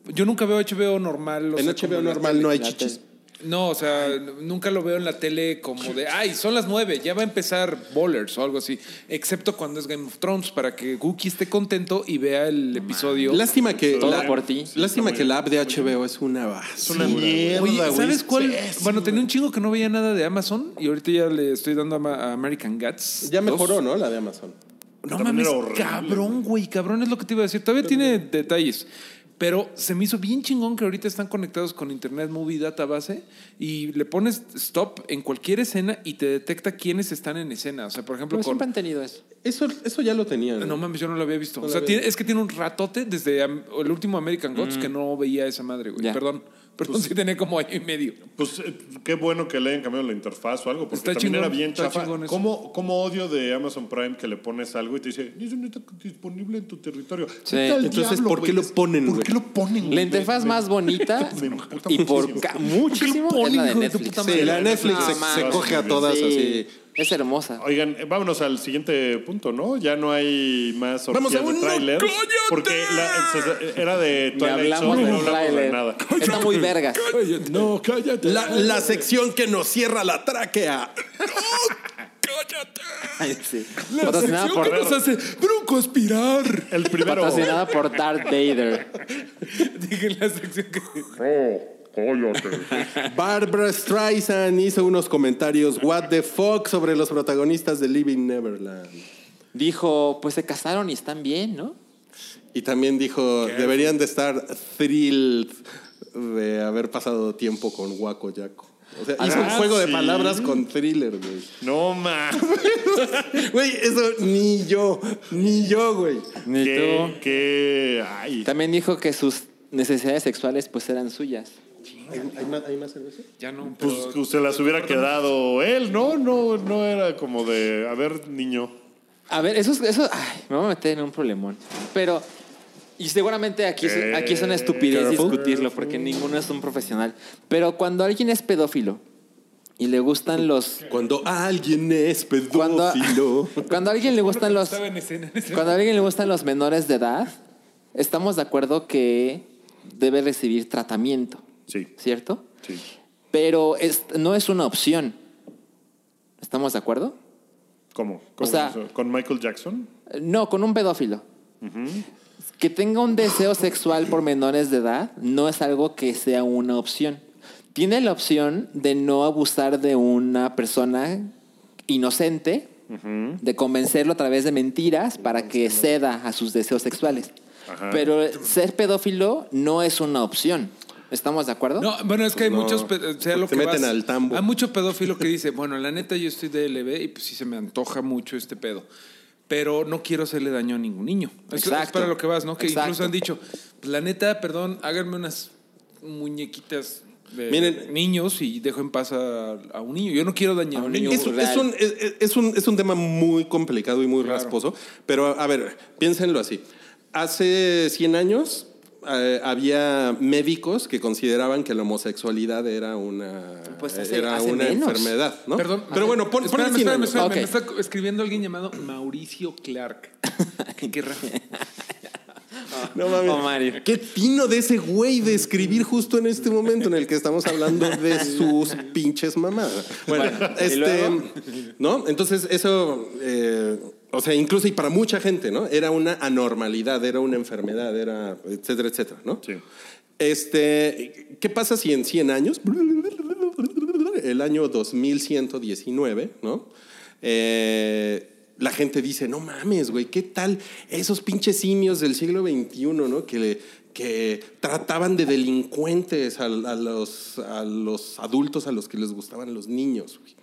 Speaker 3: Yo nunca veo HBO normal. o
Speaker 5: en
Speaker 3: sea, como
Speaker 5: HBO
Speaker 3: la
Speaker 5: normal
Speaker 3: tele.
Speaker 5: no hay
Speaker 4: la
Speaker 5: chichis.
Speaker 3: No, o sea, n- nunca lo veo en la tele como de, ay, son las nueve, ya va a empezar Ballers o algo así, excepto cuando es Game of Thrones, para que Gookie esté contento y vea el episodio.
Speaker 5: Lástima que
Speaker 4: Todo
Speaker 5: la,
Speaker 4: por ti.
Speaker 5: Lástima que la app de HBO es una
Speaker 2: Es
Speaker 5: basura.
Speaker 2: una mierda,
Speaker 3: Oye,
Speaker 2: güey.
Speaker 3: ¿sabes cuál? Bueno, tenía un chingo que no veía nada de Amazon y ahorita ya le estoy dando a Ma- a American Gods.
Speaker 5: Ya
Speaker 3: dos.
Speaker 5: mejoró, ¿no? La de Amazon.
Speaker 3: No
Speaker 2: También
Speaker 3: mames,
Speaker 2: era horrible,
Speaker 3: cabrón, güey, cabrón es lo que te iba a decir. Todavía tiene detalles. Pero se me hizo bien chingón que ahorita están conectados con Internet Movie Database y le pones stop en cualquier escena y te detecta quiénes están en escena. O sea, por ejemplo,
Speaker 5: Pues
Speaker 3: con...
Speaker 4: Pero siempre han tenido eso.
Speaker 5: Eso, eso ya lo tenían.
Speaker 3: No mames, yo no lo había visto.
Speaker 5: No
Speaker 3: o
Speaker 5: lo
Speaker 3: sea,
Speaker 5: había
Speaker 3: tiene-
Speaker 5: visto.
Speaker 3: es que tiene un ratote desde am- el último American Gods que no veía esa madre, güey.
Speaker 4: Ya.
Speaker 3: Perdón. Perdón si tenía como año y medio.
Speaker 2: Pues eh, qué bueno que le hayan cambiado la interfaz o algo, porque
Speaker 3: Está
Speaker 2: también
Speaker 3: chingón,
Speaker 2: era bien
Speaker 3: está
Speaker 2: chafa.
Speaker 3: chingón eso.
Speaker 2: ¿Cómo, cómo odio de Amazon Prime que le pones algo y te dice, eso no está disponible en tu territorio?
Speaker 4: Sí.
Speaker 2: Vete al
Speaker 5: Entonces, ¿por
Speaker 2: güey.
Speaker 5: qué lo ponen,
Speaker 2: ¿Por
Speaker 5: güey?
Speaker 2: qué lo ponen?
Speaker 4: La
Speaker 2: güey?
Speaker 4: interfaz
Speaker 2: Me-
Speaker 4: más
Speaker 2: me-
Speaker 4: bonita
Speaker 2: me emputa
Speaker 4: y por
Speaker 2: muchísimo.
Speaker 4: ca- muchísimo es la de
Speaker 3: ponen, hijo de tu
Speaker 4: Netflix.
Speaker 3: puta
Speaker 5: Sí,
Speaker 3: madre?
Speaker 5: la Netflix
Speaker 4: No,
Speaker 5: se-
Speaker 4: mames.
Speaker 5: se, coge a todas
Speaker 4: Sí,
Speaker 5: así.
Speaker 4: Es hermosa.
Speaker 2: Oigan, eh, vámonos al siguiente punto, ¿no? Ya no hay más
Speaker 5: Vamos
Speaker 2: orgías
Speaker 5: a
Speaker 2: de
Speaker 5: un-
Speaker 2: trailers.
Speaker 5: ¡No, cállate!
Speaker 2: Porque la- eh, se- era de
Speaker 4: Ya
Speaker 2: Twilight
Speaker 4: hablamos
Speaker 2: Zone,
Speaker 4: del
Speaker 2: no hablamos de
Speaker 4: tráiler.
Speaker 2: nada.
Speaker 4: Está muy vergas.
Speaker 7: No, cállate.
Speaker 5: La, la sección que nos cierra la tráquea.
Speaker 4: Sí. Patrocinada por,
Speaker 3: nos hace bronco aspirar?
Speaker 2: El primero.
Speaker 4: patrocinada por Darth Vader.
Speaker 3: Dije en la sección que...
Speaker 5: Barbara Streisand hizo unos comentarios what the fuck sobre los protagonistas de Living Neverland.
Speaker 4: Dijo, pues se casaron y están bien, ¿no?
Speaker 5: Y también dijo, deberían de estar thrilled de haber pasado tiempo con Waco Yaco. O sea, hizo un
Speaker 2: Ah,
Speaker 5: juego de
Speaker 2: sí.
Speaker 5: palabras con thriller, güey.
Speaker 2: No más.
Speaker 5: Güey, eso ni yo, ni yo, güey.
Speaker 4: Ni
Speaker 2: ¿Qué? qué- Ay.
Speaker 4: También dijo que sus necesidades sexuales pues eran suyas.
Speaker 5: ¿Hay, hay más, hay más cerveza?
Speaker 3: Ya no,
Speaker 2: Pues
Speaker 3: pero-
Speaker 2: que se las hubiera quedado él, ¿no? No, no era como de, a ver, niño.
Speaker 4: A ver, eso, eso ay, me voy a meter en un problemón. Pero, y seguramente aquí es,
Speaker 2: Eh,
Speaker 4: aquí es una estupidez
Speaker 5: careful.
Speaker 4: discutirlo porque ninguno es un profesional. Pero cuando alguien es pedófilo y le gustan los...
Speaker 5: Cuando alguien es
Speaker 4: Cuando,
Speaker 5: pedófilo.
Speaker 4: cuando a alguien le gustan los...
Speaker 3: Estaba en escena. en escena.
Speaker 4: Cuando a alguien le gustan los menores de edad, estamos de acuerdo que debe recibir tratamiento,
Speaker 2: Sí,
Speaker 4: ¿cierto?
Speaker 2: sí.
Speaker 4: Pero es- no es una opción. ¿Estamos de acuerdo?
Speaker 2: ¿Cómo? ¿Cómo
Speaker 4: sea-
Speaker 2: eso? ¿Con Michael Jackson?
Speaker 4: No, con un pedófilo. Que tenga un deseo sexual por menores de edad no es algo que sea una opción. Tiene la opción de no abusar de una persona inocente, de convencerlo a través de mentiras para que ceda a sus deseos sexuales. Pero ser pedófilo no es una opción. ¿Estamos de acuerdo?
Speaker 3: No, bueno, es que hay
Speaker 5: Pues no,
Speaker 3: muchos. pe- eh, sea lo
Speaker 5: se
Speaker 3: que
Speaker 5: meten
Speaker 3: vas-
Speaker 5: al tambo.
Speaker 3: Hay mucho pedófilo que dice, bueno, la neta yo estoy DLB y pues sí se me antoja mucho este pedo. Pero no quiero hacerle daño a ningún niño. Eso es
Speaker 4: Exacto.
Speaker 3: para lo que vas, ¿no? Que incluso
Speaker 4: Exacto.
Speaker 3: han dicho, pues, la neta, perdón, háganme unas muñequitas de
Speaker 5: Miren.
Speaker 3: niños y dejo en paz a, a un niño. Yo no quiero dañar a un niño.
Speaker 5: Es, es un, es- es un- es un tema muy complicado y muy rasposo, pero a ver, piénsenlo así. Hace 100 años eh, había médicos que consideraban que la homosexualidad era una,
Speaker 4: Pues hace-
Speaker 5: era
Speaker 4: hace
Speaker 5: una
Speaker 4: menos.
Speaker 5: enfermedad, ¿no?
Speaker 3: Perdón.
Speaker 5: pero bueno, pon, pon
Speaker 3: espérame,
Speaker 5: el 100
Speaker 3: espérame,
Speaker 5: años.
Speaker 3: espérame.
Speaker 4: Ok.
Speaker 3: Me está escribiendo alguien llamado Mauricio Clark. Qué raro.
Speaker 5: No mames.
Speaker 4: Oh, Mario.
Speaker 5: Qué fino de ese güey de escribir justo en este momento en el que estamos hablando de sus pinches mamadas. Bueno, este, ¿no? Entonces eso, eh, o sea, incluso y para mucha gente, ¿no? Era una anormalidad, era una enfermedad, era, etcétera, etcétera, ¿no?
Speaker 2: Sí.
Speaker 5: Este, ¿qué pasa si en 100 años, el año 2119, ¿no? Eh, la gente dice, no mames, güey, ¿qué tal esos pinches simios del siglo XXI, ¿no? Que, que trataban de delincuentes a, a los, a los adultos a los que les gustaban los niños, güey.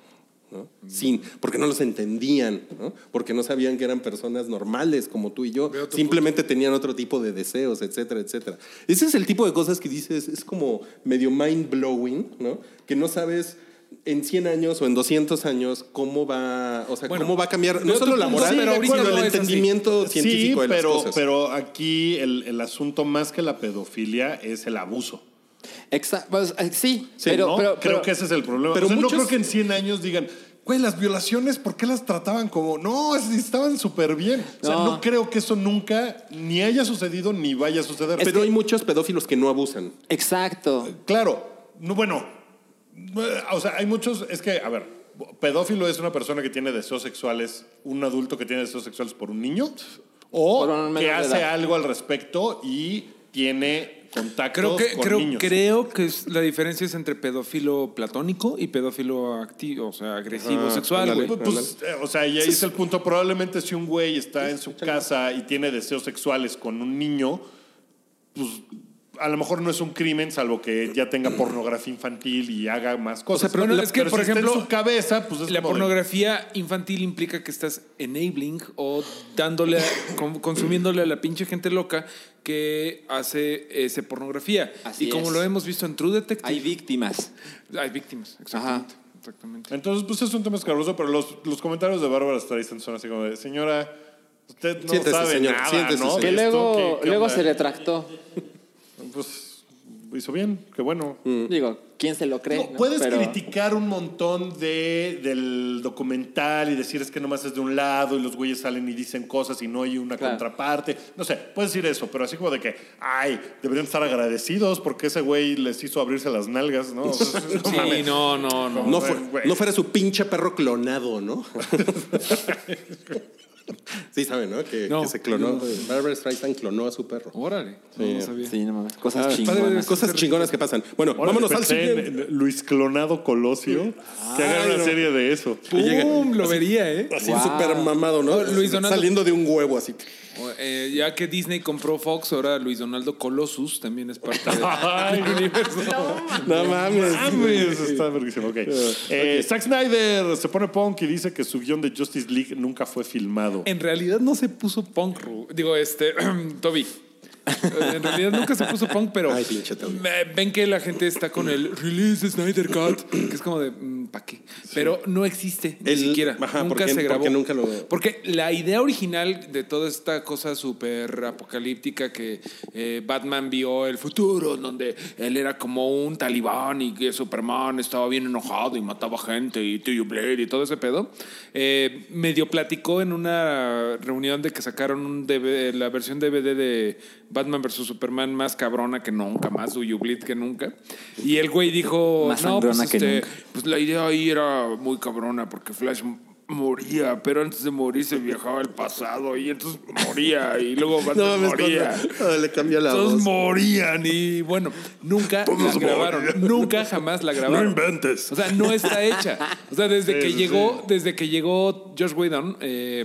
Speaker 5: ¿no? Sin, porque no los entendían, ¿no? porque no sabían que eran personas normales como tú y yo, simplemente tenían otro tipo de deseos, etcétera, etcétera. Ese es el tipo de cosas que dices, es como medio mind blowing, ¿no? que no sabes en 100 años o en 200 años cómo va, o sea,
Speaker 3: Bueno,
Speaker 5: cómo va a cambiar, no
Speaker 3: veo
Speaker 5: solo
Speaker 3: tu
Speaker 5: la
Speaker 3: punto,
Speaker 5: moral,
Speaker 3: sí, de acuerdo,
Speaker 5: sino
Speaker 3: no
Speaker 5: el
Speaker 3: es así.
Speaker 5: entendimiento científico de las
Speaker 2: pero,
Speaker 5: cosas.
Speaker 2: pero aquí el, el asunto más que la pedofilia es el abuso.
Speaker 4: Exa- pues, eh, sí,
Speaker 2: Sí,
Speaker 4: pero,
Speaker 2: ¿no?
Speaker 4: pero-
Speaker 2: creo
Speaker 4: pero-
Speaker 2: que ese es el problema.
Speaker 5: pero
Speaker 2: O sea,
Speaker 5: muchos-
Speaker 2: No creo que en 100 años digan, güey, las violaciones, ¿por qué las trataban como? No, es- estaban súper bien. O sea,
Speaker 4: No.
Speaker 2: no. creo que eso nunca ni haya sucedido ni vaya a suceder.
Speaker 5: Pero hay muchos pedófilos que no abusan.
Speaker 4: Exacto.
Speaker 2: Claro, no, bueno, eh, o sea, hay muchos, es que, a ver, pedófilo es una persona que tiene deseos sexuales, un adulto que tiene deseos sexuales por un niño,
Speaker 4: Por un
Speaker 2: o
Speaker 4: menor
Speaker 2: que
Speaker 4: de
Speaker 2: hace
Speaker 4: edad.
Speaker 2: algo al respecto y tiene contactos
Speaker 3: Creo que,
Speaker 2: con
Speaker 3: creo,
Speaker 2: niños.
Speaker 3: creo que es- la diferencia es entre pedófilo platónico y pedófilo activo, o sea, agresivo sexual,
Speaker 5: ándale.
Speaker 3: güey.
Speaker 2: Pues, pues, eh, o sea, y ahí es el punto. Probablemente si un güey está en su casa y tiene deseos sexuales con un niño, pues a lo mejor no es un crimen, salvo que ya tenga pornografía infantil y haga más cosas.
Speaker 3: pero
Speaker 2: Bueno,
Speaker 3: es que, por
Speaker 2: si está
Speaker 3: ejemplo,
Speaker 2: en su cabeza, pues es
Speaker 3: La
Speaker 2: como de-
Speaker 3: pornografía infantil implica que estás enabling o dándole, a- con- consumiéndole a la pinche gente loca que hace esa pornografía.
Speaker 4: Así
Speaker 3: y como
Speaker 4: es.
Speaker 3: lo hemos visto en True Detective,
Speaker 4: Hay víctimas.
Speaker 3: hay víctimas, exactamente. exactamente.
Speaker 2: Entonces, pues es un tema escabroso, pero los, los comentarios de Bárbara Streisand son así como de, señora, usted no
Speaker 5: Siéntese,
Speaker 2: sabe
Speaker 5: señor,
Speaker 2: nada,
Speaker 5: siéntese,
Speaker 2: ¿no? De
Speaker 5: señor.
Speaker 4: Que
Speaker 5: ¿Y
Speaker 2: esto,
Speaker 4: luego,
Speaker 2: ¿qué- qué
Speaker 4: luego
Speaker 2: onda?"
Speaker 4: se retractó.
Speaker 2: Pues hizo bien, qué bueno.
Speaker 4: Digo, ¿quién se lo cree?
Speaker 2: No,
Speaker 4: no?
Speaker 2: puedes
Speaker 4: Pero-
Speaker 2: criticar un montón de, del documental y decir es que nomás es de un lado y los güeyes salen y dicen cosas y no hay una
Speaker 4: Claro.
Speaker 2: contraparte. No sé, puedes decir eso, pero así como de que, ay, deberían estar agradecidos porque ese güey les hizo abrirse las nalgas, ¿no? O sea, no
Speaker 3: Sí,
Speaker 2: mames.
Speaker 3: no, no, no.
Speaker 5: No,
Speaker 2: Güey,
Speaker 5: fue-
Speaker 2: güey.
Speaker 5: no fuera su pinche perro clonado, ¿no? sí, saben, ¿no? Que,
Speaker 3: No.
Speaker 5: que se clonó. Barbara Streisand clonó a su perro.
Speaker 3: Órale, no sabía.
Speaker 4: Sí, no mames. Cosas
Speaker 3: padre,
Speaker 4: chingonas.
Speaker 5: Cosas chingonas que pasan. Bueno,
Speaker 2: Ahora
Speaker 5: vámonos al
Speaker 2: pensé
Speaker 5: siguiente.
Speaker 2: en Luis Clonado Colosio, que haga una serie de eso.
Speaker 3: ¡Pum! Lo vería, ¿eh?
Speaker 5: Así
Speaker 4: Wow.
Speaker 5: súper mamado, ¿no?
Speaker 3: Luis Donato.
Speaker 5: Saliendo de un huevo así.
Speaker 3: O, eh, ya que Disney compró Fox, ahora Luis Donaldo Colossus también es parte de.
Speaker 2: Ay,
Speaker 5: No mames.
Speaker 2: mames, está verguísimo. Ok. Eh, Zack Snyder se pone punk y dice que su guión de Justice League nunca fue filmado.
Speaker 3: En realidad no se puso punk, Ru. digo, este, Toby. En realidad nunca se puso punk, pero
Speaker 5: Ay, pinche Toby.
Speaker 3: me- ven que la gente está con el release Snyder Cut, que es como de ¿para qué? Pero no existe ni
Speaker 5: El-
Speaker 3: siquiera.
Speaker 5: ajá,
Speaker 3: nunca
Speaker 5: porque-
Speaker 3: se grabó.
Speaker 5: porque nunca lo-
Speaker 3: Porque la idea original de toda esta cosa súper apocalíptica que eh, Batman vio el futuro, en donde él era como un talibán y que Superman estaba bien enojado y mataba gente y T.U. Blade y todo ese pedo, eh, medio platicó en una reunión de que sacaron un DVD, la versión DVD de Batman vs. Superman más cabrona que nunca, más T.U. Blade que nunca. Y el güey dijo,
Speaker 4: Más
Speaker 3: no, pues,
Speaker 4: sangrona que
Speaker 3: este,
Speaker 4: nunca".
Speaker 3: pues la idea ahí era muy cabrona porque Flash m- moría, pero antes de morir se viajaba al pasado y entonces moría y luego Batman
Speaker 5: No mames,
Speaker 3: moría.
Speaker 5: cuando- ah, le cambió la
Speaker 3: Todos
Speaker 5: voz.
Speaker 3: morían y bueno, nunca la grabaron, nunca jamás la grabaron.
Speaker 2: inventes.
Speaker 3: O sea, no está hecha. O sea, desde
Speaker 2: Sí,
Speaker 3: que
Speaker 2: sí,
Speaker 3: llegó, desde que llegó Josh Whedon, eh,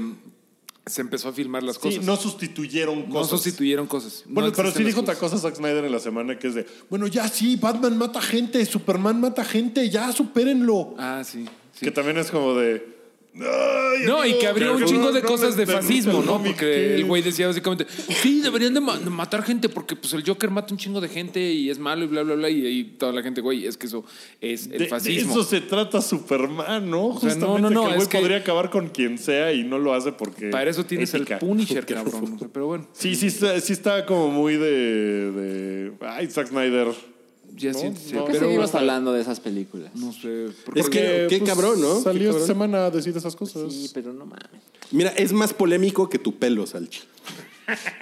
Speaker 3: se empezó a filmar las
Speaker 2: Sí,
Speaker 3: cosas.
Speaker 2: no sustituyeron
Speaker 3: No
Speaker 2: cosas.
Speaker 3: sustituyeron cosas. No
Speaker 2: Bueno, pero
Speaker 3: existen
Speaker 2: sí dijo
Speaker 3: las
Speaker 2: otra cosa Zack Snyder en la semana que es de, bueno, ya sí, Batman mata gente, Superman mata gente, ya supérenlo.
Speaker 3: Ah, sí. sí.
Speaker 2: Que también es como de... "Ay,
Speaker 3: No, y
Speaker 2: amigo,
Speaker 3: que habría un
Speaker 2: no,
Speaker 3: chingo
Speaker 2: no,
Speaker 3: de
Speaker 2: no,
Speaker 3: cosas de
Speaker 2: no, no,
Speaker 3: fascismo, ¿no?
Speaker 2: no,
Speaker 3: Porque
Speaker 2: que-
Speaker 3: el güey decía básicamente, sí, deberían de ma- de matar gente porque pues el Joker mata un chingo de gente y es malo y bla, bla, bla. Y ahí toda la gente, güey, es que eso es
Speaker 2: De-
Speaker 3: el fascismo.
Speaker 2: De eso se trata Superman, ¿no?
Speaker 3: sea, no,
Speaker 2: Justamente
Speaker 3: no, no,
Speaker 2: que el güey
Speaker 3: es que-
Speaker 2: podría acabar con quien sea y no lo hace porque...
Speaker 3: Para eso tienes
Speaker 2: ética.
Speaker 3: el Punisher, cabrón. O sea, pero bueno,
Speaker 2: Sí, sí está, sí está como muy de, de- Ay, Zack Snyder.
Speaker 3: ya
Speaker 2: No,
Speaker 3: sí,
Speaker 2: no.
Speaker 3: sí,
Speaker 2: ¿Por
Speaker 4: ¿Por qué
Speaker 3: pero
Speaker 4: seguimos hablando de esas películas?
Speaker 3: no sé. por-
Speaker 5: Es que, qué
Speaker 2: pues,
Speaker 5: cabrón, ¿no? Qué
Speaker 2: Salió esta
Speaker 5: cabrón.
Speaker 2: semana a decir esas cosas.
Speaker 4: Sí, pero no mames.
Speaker 5: Mira, es más polémico que tu pelo, Salchi.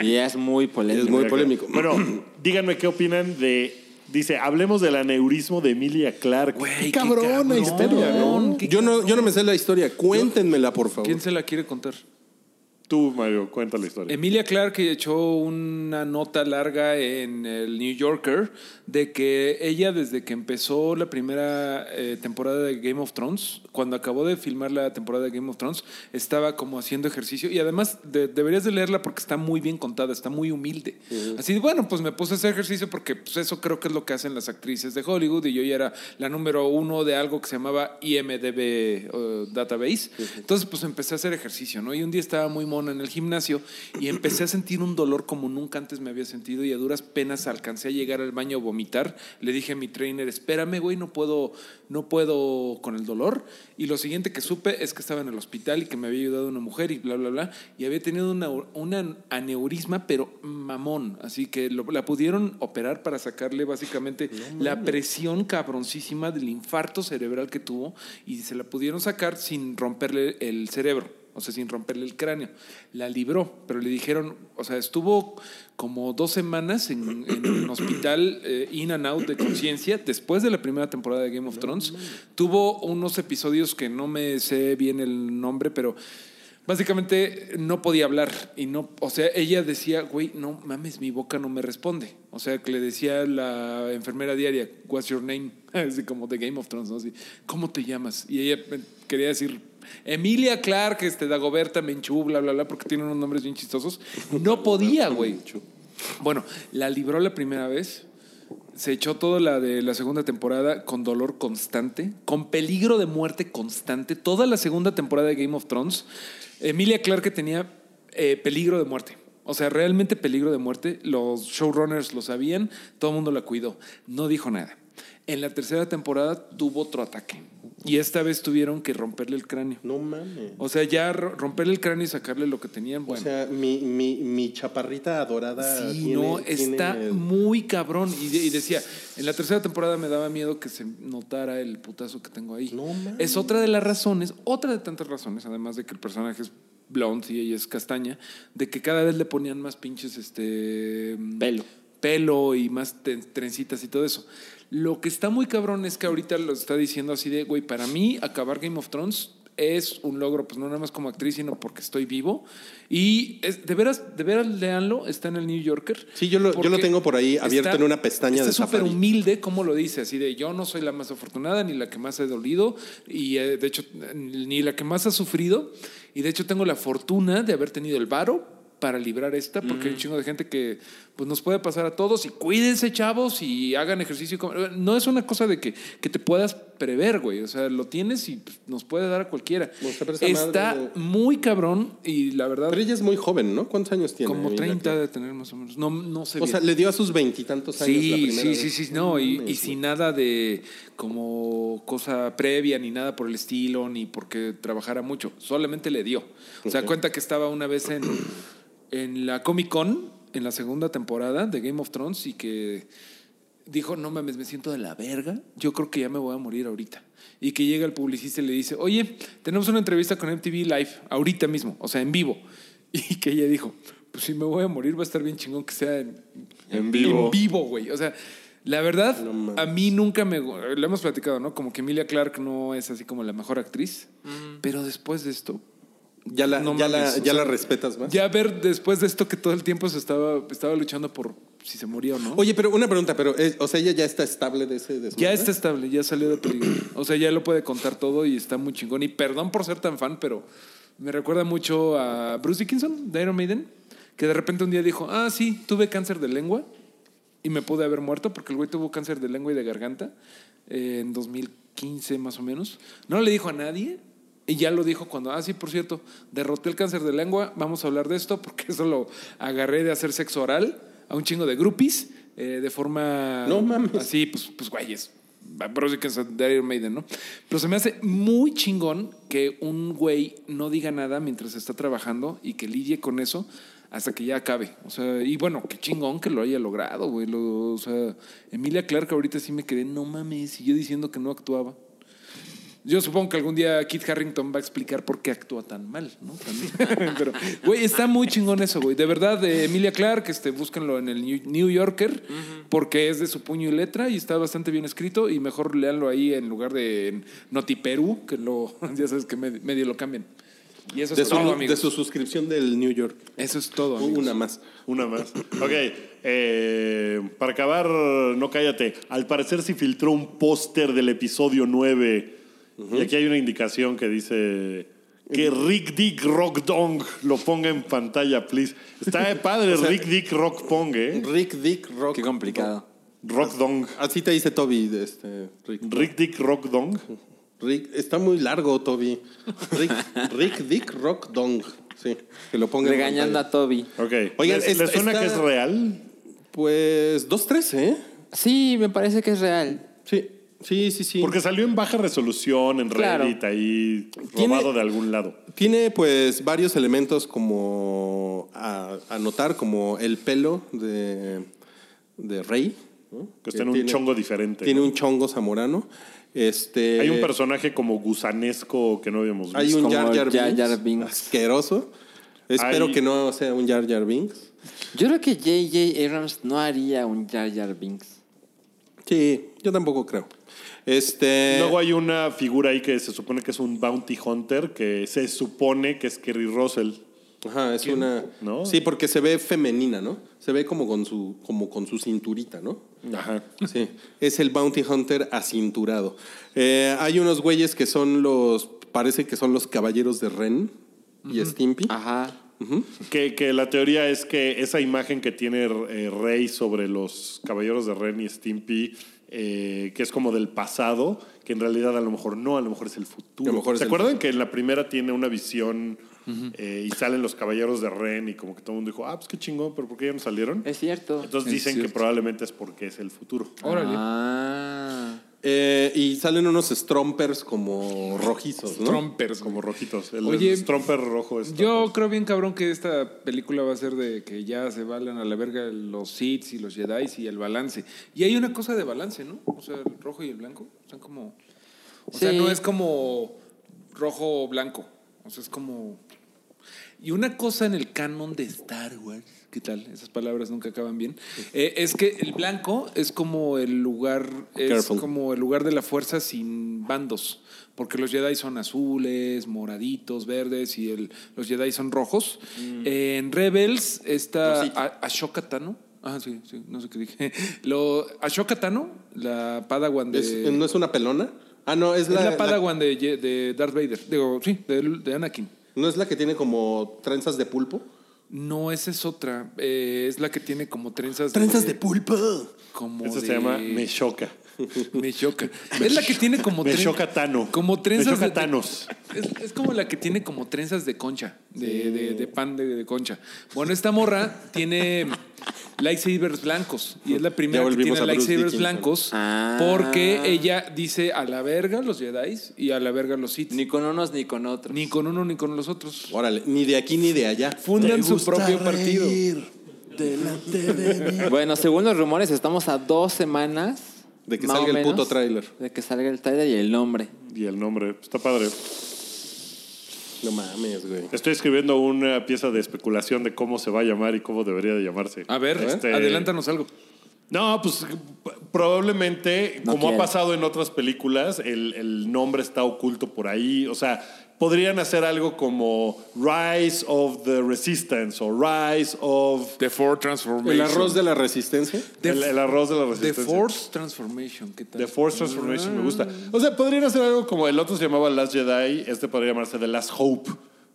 Speaker 4: Y es muy polémico.
Speaker 5: Es muy polémico.
Speaker 2: Bueno, díganme qué opinan de. Dice, hablemos del aneurismo de Emilia Clark.
Speaker 3: Güey, qué
Speaker 2: cabrón la
Speaker 3: cabrón.
Speaker 2: historia, ¿no?
Speaker 3: qué
Speaker 5: yo no, yo no me sé la historia. Cuéntenmela, por favor.
Speaker 3: ¿Quién se la quiere contar?
Speaker 2: Tú, Mario, cuenta la historia.
Speaker 5: Em,
Speaker 3: Emilia Clarke echó una nota larga en el New Yorker de que ella desde que empezó la primera eh, temporada de Game of Thrones, cuando acabó de filmar la temporada de Game of Thrones, estaba como haciendo ejercicio y además de- deberías de leerla porque está muy bien contada, está muy humilde. Así, bueno, pues me puse a hacer ejercicio porque pues, eso creo que es lo que hacen las actrices de Hollywood y yo ya era la número uno de algo que se llamaba E IMDB eh, Database. Entonces, pues empecé a hacer ejercicio, ¿no? Y un día estaba muy mono en el gimnasio y empecé a sentir un dolor como nunca antes me había sentido y a duras penas alcancé a llegar al baño a vomitar. Le dije a mi trainer, espérame, güey, no puedo, no puedo con el dolor. Y lo siguiente que supe es que estaba en el hospital y que me había ayudado una mujer y bla, bla, bla. Y había tenido una, una aneurisma, pero mamón. Así que lo- la pudieron operar para sacarle básicamente la presión cabroncísima del infarto cerebral que tuvo y se la pudieron sacar sin romperle el cerebro. O sea, sin romperle el cráneo. La libró, pero le dijeron, o sea, estuvo como dos semanas en, en un hospital eh, in and out de conciencia después de la primera temporada de Game of Thrones. Tuvo unos episodios que no me sé bien el nombre, pero Básicamente no podía hablar y no, o sea, ella decía, güey, no mames, mi boca no me responde. O sea, que le decía la enfermera diaria, what's your name? Así como de Game of Thrones, ¿no? Así, ¿cómo te llamas? Y ella eh, quería decir, Emilia Clark, este, Dagoberta Menchú, bla, bla, bla, porque tiene unos nombres bien chistosos. No podía, güey. Bueno, la libró la primera vez, se echó toda la de la segunda temporada con dolor constante, con peligro de muerte constante. Toda la segunda temporada de Game of Thrones, Emilia Clarke tenía eh, peligro de muerte. O sea, realmente peligro de muerte. Los showrunners lo sabían, todo el mundo la cuidó. No dijo nada. En la tercera temporada tuvo otro ataque. Y esta vez tuvieron que romperle el cráneo.
Speaker 5: No mames.
Speaker 3: O sea, ya ro- romperle el cráneo y sacarle lo que tenían.
Speaker 5: O
Speaker 3: Bueno.
Speaker 5: sea, mi, mi, mi chaparrita adorada.
Speaker 3: Sí,
Speaker 5: tiene-
Speaker 3: no,
Speaker 5: tiene-
Speaker 3: está muy cabrón. Y, de- y decía, en la tercera temporada me daba miedo que se notara el putazo que tengo ahí.
Speaker 5: No mames.
Speaker 3: es otra de las razones, otra de tantas razones, además de que el personaje es blonde y ella es castaña, de que cada vez le ponían más pinches este
Speaker 4: Pelo.
Speaker 3: pelo y más ten- trencitas y todo eso. Lo que está muy cabrón es que ahorita lo está diciendo así de, güey, para mí acabar Game of Thrones es un logro, pues no nada más como actriz, sino porque estoy vivo. Y es- de veras, de veras, leanlo, está en el New Yorker.
Speaker 5: Sí, yo lo- yo lo
Speaker 3: Porque
Speaker 5: tengo por ahí abierto en una pestaña
Speaker 3: está
Speaker 5: de
Speaker 3: súper
Speaker 5: Safari.
Speaker 3: humilde como lo dice, así de yo no soy la más afortunada ni la que más he dolido y eh, de hecho ni la que más ha sufrido y de hecho tengo la fortuna de haber tenido el varo para librar esta porque hay un chingo de gente que pues nos puede pasar a todos y cuídense chavos y hagan ejercicio. No es una cosa de que, que te puedas prever, güey, o sea, lo tienes y pues, nos puede dar a cualquiera.
Speaker 5: O sea, pero esa
Speaker 3: Está
Speaker 5: madre-
Speaker 3: muy cabrón y la verdad
Speaker 5: Pero ella es muy joven, ¿no? ¿Cuántos años tiene?
Speaker 3: como
Speaker 5: Emilia
Speaker 3: 30
Speaker 5: Clarke?
Speaker 3: de tener más o menos. No, no sé
Speaker 5: O sea,
Speaker 3: bien.
Speaker 5: le dio a sus veintitantos años. la
Speaker 3: Sí,
Speaker 5: primera
Speaker 3: sí,
Speaker 5: vez.
Speaker 3: sí, sí, no, y, y sin nada de como cosa previa, ni nada por el estilo, ni porque trabajara mucho, solamente le dio. O sea, cuenta que estaba una vez en, en la Comic Con, en la segunda temporada de Game of Thrones, y que dijo, no mames, me siento de la verga, yo creo que ya me voy a morir ahorita. Y que llega el publicista y le dice, oye, tenemos una entrevista con MTV Live, ahorita mismo, o sea, en vivo. Y que ella dijo, pues si me voy a morir va a estar bien chingón que sea en,
Speaker 2: En vivo.
Speaker 3: En vivo, güey. O sea, la verdad, a mí nunca me... Lo hemos platicado, ¿no? Como que Emilia Clarke no es así como la mejor actriz, pero después de esto,
Speaker 5: Ya la,
Speaker 3: No
Speaker 5: ya la-
Speaker 3: mames, o
Speaker 5: ya
Speaker 3: sea,
Speaker 5: la respetas más.
Speaker 3: ya ver después de esto que todo el tiempo se estaba, estaba luchando por si se moría o no.
Speaker 5: Oye, pero una pregunta, pero eh, o sea, ella ya está estable de ese desmadre?
Speaker 3: Pues Ya está estable, ya salió de peligro. O sea, ya lo puede contar todo y está muy chingón. Y perdón por ser tan fan, pero me recuerda mucho a Bruce Dickinson de Iron Maiden, que de repente un día dijo, ah, sí, tuve cáncer de lengua y me pude haber muerto porque el güey tuvo cáncer de lengua y de garganta eh, en 2015 más o menos. No le dijo a nadie. Y ya lo dijo cuando, ah, sí, por cierto, derroté el cáncer de lengua, vamos a hablar de esto, porque eso lo agarré de hacer sexo oral a un chingo de groupies, eh, de forma...
Speaker 5: No mames.
Speaker 3: así Sí, pues, pues güeyes. Bruce Dickinson de Iron Maiden, ¿no? Pero se me hace muy chingón que un güey no diga nada mientras está trabajando y que lidie con eso hasta que ya acabe. O sea, y bueno, qué chingón que lo haya logrado, güey. Lo- o sea, Emilia Clarke ahorita sí me quedé, no mames, y yo diciendo que no actuaba. Yo supongo que algún día Kit Harrington va a explicar por qué actúa tan mal, ¿no? También. Pero, güey, está muy chingón eso, güey. De verdad, eh, Emilia Clarke, este, búsquenlo en el New- New Yorker, porque es de su puño y letra y está bastante bien escrito. Y mejor leanlo ahí en lugar de en Noti Perú, que lo, ya sabes que med- medio lo cambian. Y eso es
Speaker 5: de, su,
Speaker 3: todo, amigos.
Speaker 5: de su suscripción del New York.
Speaker 3: Eso es todo, amigos.
Speaker 5: Una más.
Speaker 2: Una más. Ok, eh, para acabar, no cállate. Al parecer se filtró un póster del episodio 9. Y aquí hay una indicación que dice que
Speaker 5: Em.
Speaker 2: Rick Dick Rock Dong lo ponga en pantalla, please. Está padre Rick Dick Rock Pong, ¿eh?
Speaker 5: Rick Dick Rock.
Speaker 4: Qué complicado.
Speaker 2: Rock Dong.
Speaker 5: Así te dice Toby, de este, Rick.
Speaker 2: Rick Dick Rock Dong.
Speaker 5: Rick- está muy largo, Toby. Rick, Rick Dick Rock Dong. Sí, que lo ponga en
Speaker 4: Regañando a
Speaker 5: pantalla.
Speaker 4: Toby.
Speaker 2: Ok.
Speaker 5: Oigan,
Speaker 2: ¿Les,
Speaker 5: es-
Speaker 2: les suena
Speaker 5: está-
Speaker 2: que es real?
Speaker 5: Pues 2-3, ¿eh?
Speaker 4: Sí, me parece que es real.
Speaker 5: Sí, sí, sí, sí.
Speaker 2: Porque salió en baja resolución, en
Speaker 4: Claro.
Speaker 2: Reddit, ahí
Speaker 5: Tiene-
Speaker 2: robado de algún lado.
Speaker 5: Tiene pues varios elementos como a, a notar, como el pelo de, de Rey. ¿no?
Speaker 2: Que está en un
Speaker 5: tiene-
Speaker 2: chongo diferente.
Speaker 5: Tiene un chongo zamorano. Este,
Speaker 2: Hay un personaje como gusanesco que no habíamos visto.
Speaker 5: Hay un
Speaker 4: como
Speaker 5: Jar Jar,
Speaker 4: Jar Jar
Speaker 5: Binks
Speaker 4: Binks.
Speaker 5: Asqueroso. Espero
Speaker 2: Hay-
Speaker 5: que no sea un Jar Jar Binks.
Speaker 4: Yo creo que J.J. Abrams no haría un Jar Jar Binks.
Speaker 5: Sí, yo tampoco creo. Este,
Speaker 2: Luego hay una figura ahí que se supone que es un bounty hunter, que se supone que es Kerry Russell.
Speaker 5: Ajá, es una.
Speaker 2: ¿No?
Speaker 5: Sí, porque se ve femenina, ¿no? Se ve como con su, como con su cinturita, ¿no?
Speaker 2: Ajá.
Speaker 5: Sí. Es el Bounty Hunter acinturado. Eh, hay unos güeyes que son los. Parece que son los caballeros de Ren y Stimpy.
Speaker 3: Ah.
Speaker 4: Ajá.
Speaker 2: Que, que la teoría es que esa imagen que tiene eh, Rey sobre los caballeros de Ren y Stimpy, eh, que es como del pasado, que en realidad a lo mejor no, a lo mejor es el futuro.
Speaker 5: A lo mejor es
Speaker 2: ¿Se
Speaker 5: el
Speaker 2: acuerdan que en la primera tiene una visión eh, y salen los caballeros de Ren y como que todo el mundo dijo, ah, pues qué chingón, pero ¿por qué ya no salieron?
Speaker 4: Es cierto.
Speaker 2: Entonces
Speaker 3: Es
Speaker 2: dicen que
Speaker 3: cierto.
Speaker 2: probablemente es porque es el futuro.
Speaker 3: Órale.
Speaker 4: Ah.
Speaker 5: Eh, y salen unos Stompers como rojizos, ¿no?
Speaker 3: Trompers.
Speaker 2: Como rojitos. El,
Speaker 3: Oye,
Speaker 2: el tromper rojo es.
Speaker 3: Yo creo bien cabrón que esta película va a ser de que ya se valen a la verga los Sith y los Jedi y el balance. Y hay una cosa de balance, ¿no? O sea, el rojo y el blanco están como... O sea,
Speaker 4: Sí.
Speaker 3: no es como rojo o blanco. O sea, es como... Y una cosa en el canon de Star Wars, ¿qué tal? Esas palabras nunca acaban bien. Eh, es que el blanco es como el lugar, es
Speaker 5: Careful.
Speaker 3: como el lugar de la fuerza sin bandos, porque los Jedi son azules, moraditos, verdes y el- los Jedi son rojos.
Speaker 5: Mm.
Speaker 3: Eh, en Rebels está A- Ashoka Tano. Ah, sí, sí, no sé qué dije. Lo, Ashoka Tano, la Padawan de
Speaker 5: Es- eh, ¿No es una pelona? Ah, no, es
Speaker 3: eh, es la,
Speaker 5: la.
Speaker 3: Padawan de, Ye- de Darth Vader. Digo, sí, de, de Anakin.
Speaker 5: ¿No es la que tiene como trenzas de pulpo?
Speaker 3: No, esa es otra. Eh, es la que tiene como trenzas
Speaker 5: pulpo!
Speaker 3: Como
Speaker 2: Eso se
Speaker 3: de-
Speaker 2: llama Me Choca.
Speaker 3: Me choca. Es la que tiene como
Speaker 2: Me
Speaker 3: tren-
Speaker 2: choca Tano.
Speaker 3: Como trenzas.
Speaker 2: Me choca
Speaker 3: de-
Speaker 2: Thanos.
Speaker 3: Es, es como la que tiene como trenzas de concha, de, de- de pan de, de concha. Bueno, esta morra tiene lightsabers blancos y es la primera que
Speaker 5: volvimos
Speaker 3: tiene
Speaker 5: a Bruce
Speaker 3: lightsabers
Speaker 5: Dickinson.
Speaker 3: blancos
Speaker 4: Ah.
Speaker 3: porque ella dice a la verga los Jedi y a la verga los Sith.
Speaker 4: Ni
Speaker 3: Ni,
Speaker 4: con unos ni con otros.
Speaker 3: con uno ni con los otros.
Speaker 5: Órale, ni de aquí ni de allá.
Speaker 3: Fundan su propio partido.
Speaker 4: Bueno, según los rumores, estamos a dos semanas.
Speaker 5: De que
Speaker 4: más
Speaker 5: salga
Speaker 4: o
Speaker 5: el
Speaker 4: menos,
Speaker 5: puto tráiler.
Speaker 4: De que salga el tráiler y el nombre.
Speaker 2: Y el nombre. Está padre.
Speaker 5: No mames, güey.
Speaker 2: Estoy escribiendo una pieza de especulación de cómo se va a llamar y cómo debería de llamarse.
Speaker 3: A ver,
Speaker 2: Este-
Speaker 3: adelántanos algo.
Speaker 2: No, pues p- probablemente,
Speaker 4: No
Speaker 2: como
Speaker 4: quiere.
Speaker 2: ha pasado en otras películas, el, el nombre está oculto por ahí. O sea, podrían hacer algo como Rise of the Resistance o Rise of.
Speaker 3: The Force Transformation.
Speaker 5: ¿El arroz de la resistencia?
Speaker 2: El, el arroz de la
Speaker 3: The
Speaker 2: resistencia.
Speaker 3: Force Transformation, ¿qué tal?
Speaker 2: The Force Transformation
Speaker 4: mm.
Speaker 2: me gusta. O sea, podrían hacer algo como el otro se llamaba Last Jedi, este podría llamarse The Last Hope,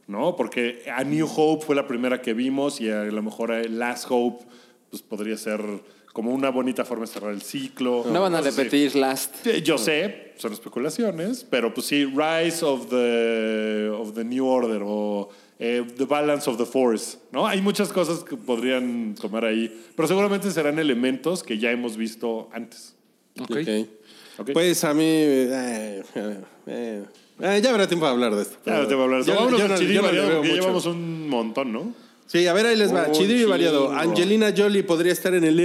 Speaker 2: ¿no? Porque A New Hope fue la primera que vimos y a lo mejor eh, Last Hope pues podría ser como una bonita forma de cerrar el ciclo.
Speaker 4: No van a
Speaker 2: sé.
Speaker 4: repetir Last.
Speaker 2: Eh, Yo sé, son especulaciones, pero pues sí, Rise of the, of the New Order o eh, The Balance of the Force, ¿no? Hay muchas cosas que podrían tomar ahí, pero seguramente serán elementos que ya hemos visto antes.
Speaker 3: Ok.
Speaker 2: Ok.
Speaker 5: Pues a mí. eh, eh, eh, eh, ya habrá tiempo de hablar de esto.
Speaker 2: Ya te voy a hablar. de eso.
Speaker 5: Yo-
Speaker 2: Vámonos
Speaker 5: yo
Speaker 2: a
Speaker 5: no-
Speaker 2: Chiri
Speaker 5: yo no le
Speaker 2: Variado,
Speaker 5: veo
Speaker 2: porque
Speaker 5: mucho.
Speaker 2: llevamos un montón, ¿no?
Speaker 5: Sí, a ver, ahí les va.
Speaker 2: Oh,
Speaker 5: Chidri y
Speaker 2: chingo.
Speaker 5: variado. Angelina Jolie podría estar en el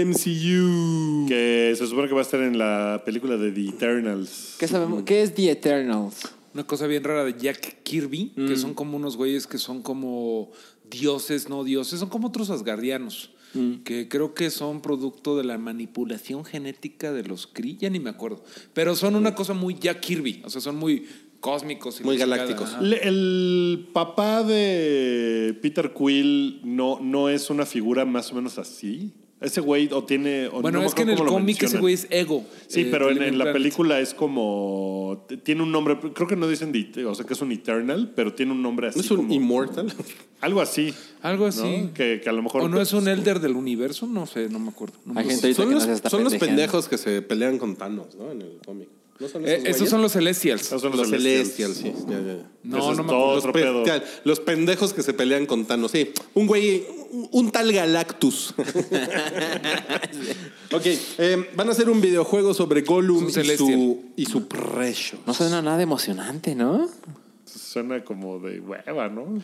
Speaker 5: MCU.
Speaker 2: Que se supone que va a estar en la película de The Eternals.
Speaker 4: ¿Qué, sabemos? ¿Qué es The Eternals?
Speaker 3: Una cosa bien rara de Jack Kirby,
Speaker 2: Mm.
Speaker 3: que son como unos güeyes que son como dioses, no dioses, son como otros asgardianos,
Speaker 2: Mm.
Speaker 3: que creo que son producto de la manipulación genética de los Kree, ya ni me acuerdo, pero son una cosa muy Jack Kirby, o sea, son muy cósmicos. Y
Speaker 5: Muy
Speaker 3: la chingada,
Speaker 5: galácticos.
Speaker 3: ajá.
Speaker 2: Le- el papá de Peter Quill no, no es una figura más o menos así. Ese güey o tiene. o no
Speaker 3: Bueno,
Speaker 2: me
Speaker 3: es que en
Speaker 2: acuerdo
Speaker 3: el
Speaker 2: cómo lo
Speaker 3: cómic ese
Speaker 2: mencionan.
Speaker 3: güey es ego.
Speaker 2: Sí,
Speaker 3: eh,
Speaker 2: pero en,
Speaker 3: Living
Speaker 2: en la
Speaker 3: Planet.
Speaker 2: película es como. t- Tiene un nombre. Creo que no dicen. de- o sea, que es un Eternal, pero tiene un nombre así.
Speaker 5: ¿No es un
Speaker 2: como-
Speaker 5: Immortal?
Speaker 2: Algo así.
Speaker 3: Algo
Speaker 2: ¿no?
Speaker 3: así.
Speaker 2: Que, que a lo mejor.
Speaker 3: ¿O no es un elder del universo? No sé, no me acuerdo. No me
Speaker 4: Hay
Speaker 3: acuerdo.
Speaker 4: gente ahorita
Speaker 5: Son,
Speaker 4: que
Speaker 5: los,
Speaker 4: nos está
Speaker 5: son los
Speaker 4: pendejeando.
Speaker 5: pendejos que se pelean con Thanos, ¿no? En el cómic. ¿No son
Speaker 3: Eh,
Speaker 5: esos,
Speaker 3: esos son los Celestials.
Speaker 2: Esos
Speaker 5: Son los Celestials, sí. Ya, ya, ya.
Speaker 3: No,
Speaker 2: Ese es
Speaker 3: no me
Speaker 2: todo
Speaker 3: acuerdo.
Speaker 5: Los,
Speaker 2: otro
Speaker 5: pe-
Speaker 2: pedo.
Speaker 5: tal- los pendejos que se pelean con Thanos, sí. Un güey, un- un tal Galactus. ok, eh, van a hacer un videojuego sobre Gollum
Speaker 3: Un
Speaker 5: y
Speaker 3: celestial.
Speaker 5: su, y su precio.
Speaker 4: No suena nada emocionante, ¿no?
Speaker 2: Suena como de hueva, ¿no?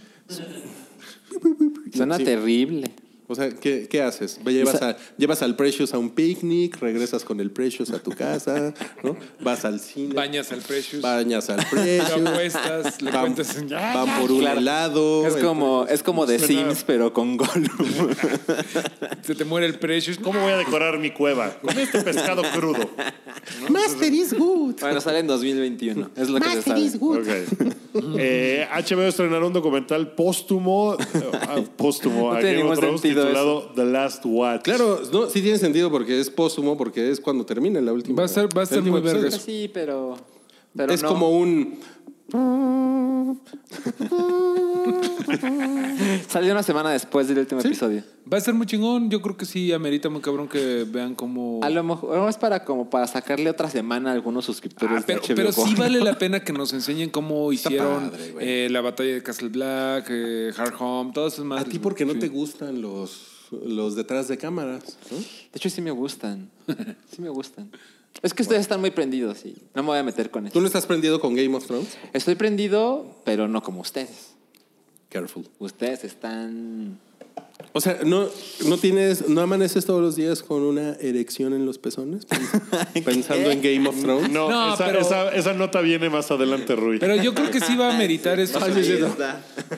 Speaker 4: Suena
Speaker 5: Sí.
Speaker 4: terrible.
Speaker 5: O sea, ¿qué, qué haces? Llevas,
Speaker 4: Esa-
Speaker 5: a- llevas al Precious a un picnic, regresas con el Precious a tu casa, ¿no? Vas al cine,
Speaker 3: Bañas al Precious.
Speaker 5: bañas al
Speaker 3: Te
Speaker 5: Precious,
Speaker 3: acuestas, le
Speaker 5: van,
Speaker 3: cuentas.
Speaker 5: van por un
Speaker 4: Claro.
Speaker 5: helado.
Speaker 4: Es
Speaker 5: el-
Speaker 4: como, es como The Sims, pero con Gollum.
Speaker 3: Se te muere el Precious.
Speaker 2: ¿Cómo voy a decorar mi cueva? Con este pescado crudo.
Speaker 8: Master is good.
Speaker 4: bueno, sale en 2021. Es lo que se
Speaker 8: Master
Speaker 4: sabe.
Speaker 8: is good.
Speaker 2: Ok. Eh, HBO estrenará un documental póstumo, eh, ah, póstumo
Speaker 4: No
Speaker 2: a
Speaker 4: tiene
Speaker 2: Game of
Speaker 4: ningún
Speaker 2: Thrones
Speaker 4: sentido
Speaker 2: titulado The Last Watch.
Speaker 5: Claro, no, sí tiene sentido porque es póstumo, porque es cuando termina la última.
Speaker 3: Va a ser- va a
Speaker 5: el
Speaker 3: ser
Speaker 5: último
Speaker 3: muy
Speaker 5: episodio.
Speaker 3: vergas.
Speaker 4: Sí, pero, pero
Speaker 5: es
Speaker 4: no.
Speaker 5: como un.
Speaker 4: Salió una semana después del último episodio.
Speaker 3: Va a ser muy chingón. Yo creo que sí, amerita muy cabrón que vean cómo.
Speaker 4: A lo mejor es para como para sacarle otra semana a algunos suscriptores
Speaker 3: Ah, pero,
Speaker 4: de HBO
Speaker 3: pero sí
Speaker 4: Go.
Speaker 3: vale la pena que nos enseñen cómo hicieron
Speaker 5: padre, güey.
Speaker 3: eh, la batalla de Castle Black, eh, Hard Home, todas esas
Speaker 5: A
Speaker 3: madres.
Speaker 5: ti porque
Speaker 3: güey.
Speaker 5: no
Speaker 3: Sí.
Speaker 5: te gustan los, los detrás de cámaras. ¿no?
Speaker 4: De hecho, sí me gustan. Sí me gustan. Es que ustedes están muy prendidos y no me voy a meter con
Speaker 5: ¿Tú
Speaker 4: eso.
Speaker 5: no estás prendido con Game of Thrones?
Speaker 4: Estoy prendido, pero no como ustedes.
Speaker 5: Careful.
Speaker 4: Ustedes están...
Speaker 5: O sea, no, no tienes, no amaneces todos los días con una erección en los pezones Pens- pensando en Game of Thrones.
Speaker 2: No,
Speaker 3: No,
Speaker 2: esa,
Speaker 3: pero-
Speaker 2: esa- esa nota viene más adelante, Rui.
Speaker 3: Pero yo creo que sí va a meritar eso.
Speaker 5: Ah, sí, sí, no.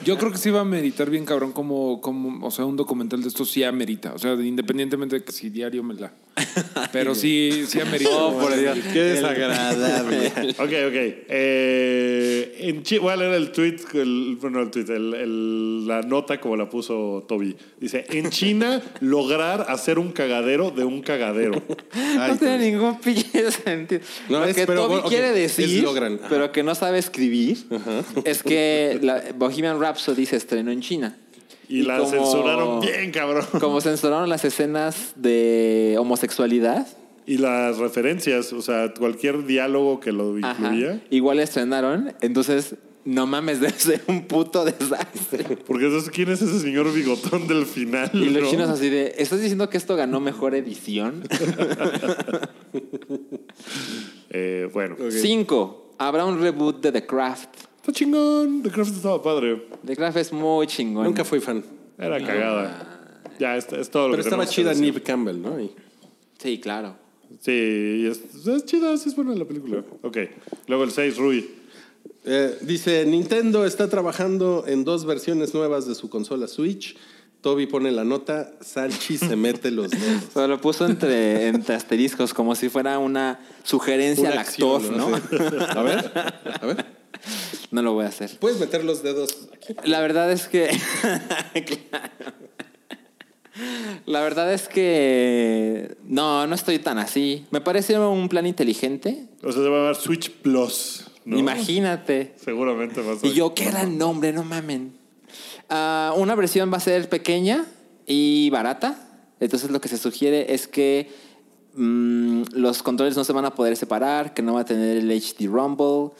Speaker 3: Yo creo que sí va a meritar bien cabrón como, como, o sea, un documental de esto sí amerita. O sea, independientemente de que si diario me la. Pero sí, sí amerita.
Speaker 5: Qué desagradable.
Speaker 2: Ok, ok. Eh, en Chi- voy a leer el tweet, el- bueno, el tweet, el- el- la nota como la puso Toby. Dice, en China lograr hacer un cagadero de un cagadero.
Speaker 5: Ay,
Speaker 4: no tiene ningún pinche sentido.
Speaker 5: No,
Speaker 4: Lo
Speaker 5: es-
Speaker 4: que
Speaker 5: pero
Speaker 4: Toby
Speaker 5: bueno, ok,
Speaker 4: quiere
Speaker 5: es
Speaker 4: decir,
Speaker 5: logran, ajá.
Speaker 4: pero que no sabe escribir, es que la Bohemian Rhapsody se estrenó en China.
Speaker 2: Y, la
Speaker 4: como-
Speaker 2: censuraron bien, cabrón.
Speaker 4: Como censuraron las escenas de homosexualidad,
Speaker 2: Y las referencias, o sea, cualquier diálogo que lo
Speaker 4: ajá,
Speaker 2: incluía.
Speaker 4: igual estrenaron, entonces no mames, debe ser un puto desastre.
Speaker 2: Porque entonces, ¿quién es ese señor bigotón del final?
Speaker 4: Y los
Speaker 2: no?
Speaker 4: chinos así de, ¿estás diciendo que esto ganó mejor edición?
Speaker 2: Eh, bueno.
Speaker 4: Cinco, habrá un reboot de The Craft.
Speaker 2: Está chingón. The Craft estaba padre.
Speaker 4: The Craft es muy chingón.
Speaker 5: Nunca fui fan.
Speaker 4: Ah.
Speaker 2: Era cagada. Ya, es, es todo lo
Speaker 5: Pero
Speaker 2: que
Speaker 5: estaba
Speaker 2: tenemos que
Speaker 5: chida
Speaker 2: decir.
Speaker 5: Neve Campbell, ¿no? Y-
Speaker 4: Sí, claro.
Speaker 2: Sí, y es, es chida, sí es buena la película. Ok. Luego el 6, Rui.
Speaker 5: Eh, dice, Nintendo está trabajando en dos versiones nuevas de su consola Switch. Toby pone la nota, Salchi se mete los dedos.
Speaker 4: Pero lo puso entre, entre asteriscos, como si fuera una sugerencia
Speaker 5: Una
Speaker 4: al
Speaker 5: acción,
Speaker 4: actor, ¿no?
Speaker 5: Sí. A ver, a ver.
Speaker 4: No lo voy a hacer.
Speaker 5: Puedes meter los dedos aquí.
Speaker 4: La verdad es que. Claro. La verdad es que. No, no estoy tan así. Me parece un plan inteligente.
Speaker 2: O sea, se va a llamar Switch Plus. ¿no?
Speaker 4: Imagínate.
Speaker 2: Seguramente va a ser.
Speaker 4: Y yo, qué gran nombre, no mamen. Ah, una versión va a ser pequeña y barata. Entonces lo que se sugiere es que mm, los controles no se van a poder separar, que no va a tener el HD Rumble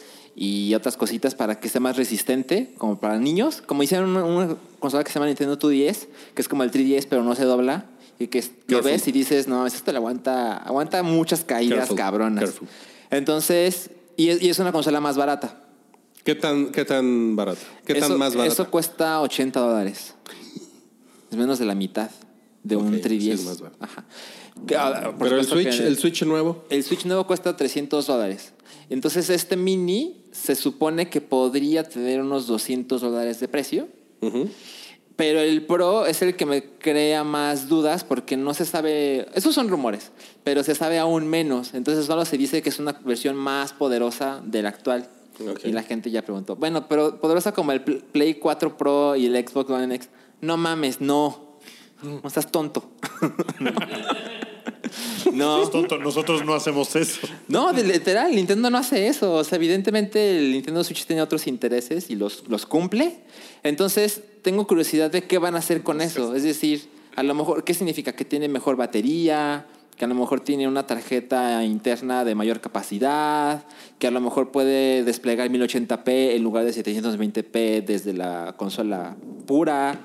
Speaker 4: y otras cositas para que sea más resistente, como para niños. Como hicieron una, una consola que se llama Nintendo 2DS, que es como el 3DS pero no se dobla. Y que es- lo
Speaker 5: Careful.
Speaker 4: ves y dices, no, eso te lo aguanta, aguanta muchas caídas
Speaker 5: Careful,
Speaker 4: cabronas.
Speaker 5: careful.
Speaker 4: Entonces, y es- y es una consola más barata.
Speaker 5: ¿Qué tan, qué tan barato? ¿Qué
Speaker 4: eso,
Speaker 5: tan más barato?
Speaker 4: Eso cuesta 80 dólares. Es menos de la mitad de
Speaker 5: Ok,
Speaker 4: un
Speaker 5: sí
Speaker 4: 3DS.
Speaker 5: es más barato.
Speaker 4: Ajá. Que, ah, por
Speaker 5: Pero el
Speaker 4: supuesto que
Speaker 5: Switch, el Switch nuevo.
Speaker 4: el Switch nuevo cuesta 300 dólares. Entonces este mini se supone que podría tener unos 200 dólares de precio. Pero el Pro es el que me crea más dudas porque no se sabe, esos son rumores, pero se sabe aún menos. Entonces solo se dice que es una versión más poderosa de la actual.
Speaker 5: Ok.
Speaker 4: Y la gente ya preguntó, bueno, pero poderosa como el Pl- Play 4 Pro y el Xbox One X. No mames, no. No estás tonto. no.
Speaker 2: Es tonto, Nosotros no hacemos eso.
Speaker 4: No, de- literal, Nintendo no hace eso. O sea, evidentemente el Nintendo Switch tiene otros intereses y los, los cumple. Entonces, tengo curiosidad de qué van a hacer con eso. Es decir, a lo mejor, ¿qué significa? Que tiene mejor batería, que a lo mejor tiene una tarjeta interna de mayor capacidad, que a lo mejor puede desplegar 1080p en lugar de 720p desde la consola pura.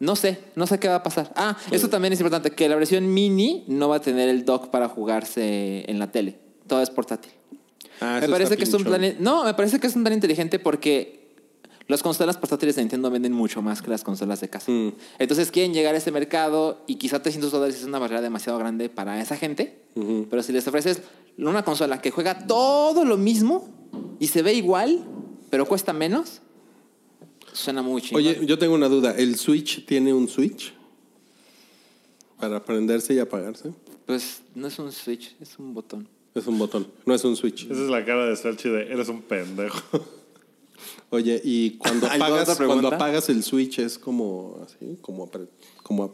Speaker 4: No sé, no sé qué va a pasar. Ah, eso también es importante, que la versión mini no va a tener el dock para jugarse en la tele. Todo es portátil.
Speaker 5: Ah,
Speaker 4: me
Speaker 5: eso
Speaker 4: parece
Speaker 5: está
Speaker 4: que es un
Speaker 5: pinchón.
Speaker 4: plan... No, me parece que es un plan inteligente porque las consolas portátiles de Nintendo venden mucho más que las consolas de casa.
Speaker 5: Mm.
Speaker 4: Entonces quieren llegar a ese mercado y quizá 300 dólares es una barrera demasiado grande para esa gente. Pero si les ofreces una consola que juega todo lo mismo y se ve igual, pero cuesta menos, suena muy chingón.
Speaker 5: Oye, yo tengo una duda. ¿El Switch tiene un Switch? Para prenderse y apagarse.
Speaker 4: Pues no es un switch, es un botón.
Speaker 5: Es un botón, no es un Switch.
Speaker 2: Esa es la cara de Salchi de eres un pendejo.
Speaker 5: Oye, y cuando
Speaker 4: ¿Alguna otra
Speaker 5: apagas,
Speaker 4: pregunta?
Speaker 5: cuando apagas el Switch es como así, como, apre- como a-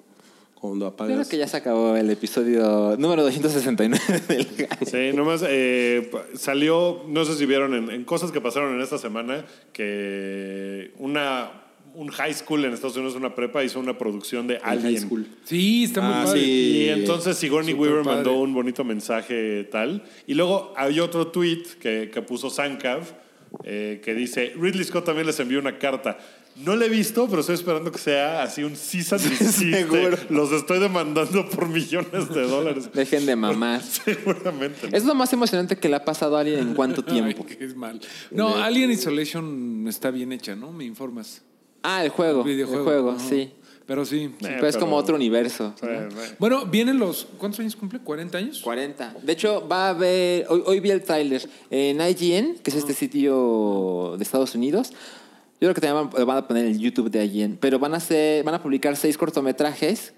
Speaker 5: cuando
Speaker 4: Creo
Speaker 5: apagas.
Speaker 4: que ya se acabó el episodio número 269 del
Speaker 2: Sí, nomás eh, pa- salió, no sé si vieron en, en cosas que pasaron en esta semana, que una un high school en Estados Unidos, una prepa, hizo una producción de
Speaker 5: en
Speaker 2: Alien.
Speaker 5: high school.
Speaker 3: Sí, está muy
Speaker 5: Ah,
Speaker 3: padre.
Speaker 5: sí.
Speaker 2: Y entonces Sigourney
Speaker 3: Súper
Speaker 2: Weaver
Speaker 3: padre.
Speaker 2: mandó un bonito mensaje tal. Y luego hay otro tweet que, que puso Sankav eh, que dice: Ridley Scott también les envió una carta. No la he visto, pero estoy esperando que sea así un season
Speaker 4: Seguro.
Speaker 2: eh. Los estoy demandando por millones de dólares.
Speaker 4: Dejen de mamar.
Speaker 2: Seguramente.
Speaker 4: Es lo más emocionante que le ha pasado a alguien en cuánto tiempo.
Speaker 3: Ay, que es mal. No, Alien Isolation está bien hecha, ¿no? Me informas.
Speaker 4: Ah, el juego.
Speaker 3: Videojuego.
Speaker 4: El juego,
Speaker 3: Ajá.
Speaker 4: sí.
Speaker 3: Pero sí.
Speaker 4: Sí,
Speaker 2: Eh,
Speaker 4: pero es
Speaker 2: pero-
Speaker 4: como otro universo.
Speaker 2: Eh,
Speaker 3: Bueno, vienen los. ¿Cuántos años cumple? ¿40 años?
Speaker 4: 40. De hecho, va a haber. Hoy, hoy vi el tráiler en IGN, que es este sitio de Estados Unidos. Yo creo que también van- van a poner en el YouTube de IGN. Pero van a, hacer, van a publicar seis cortometrajes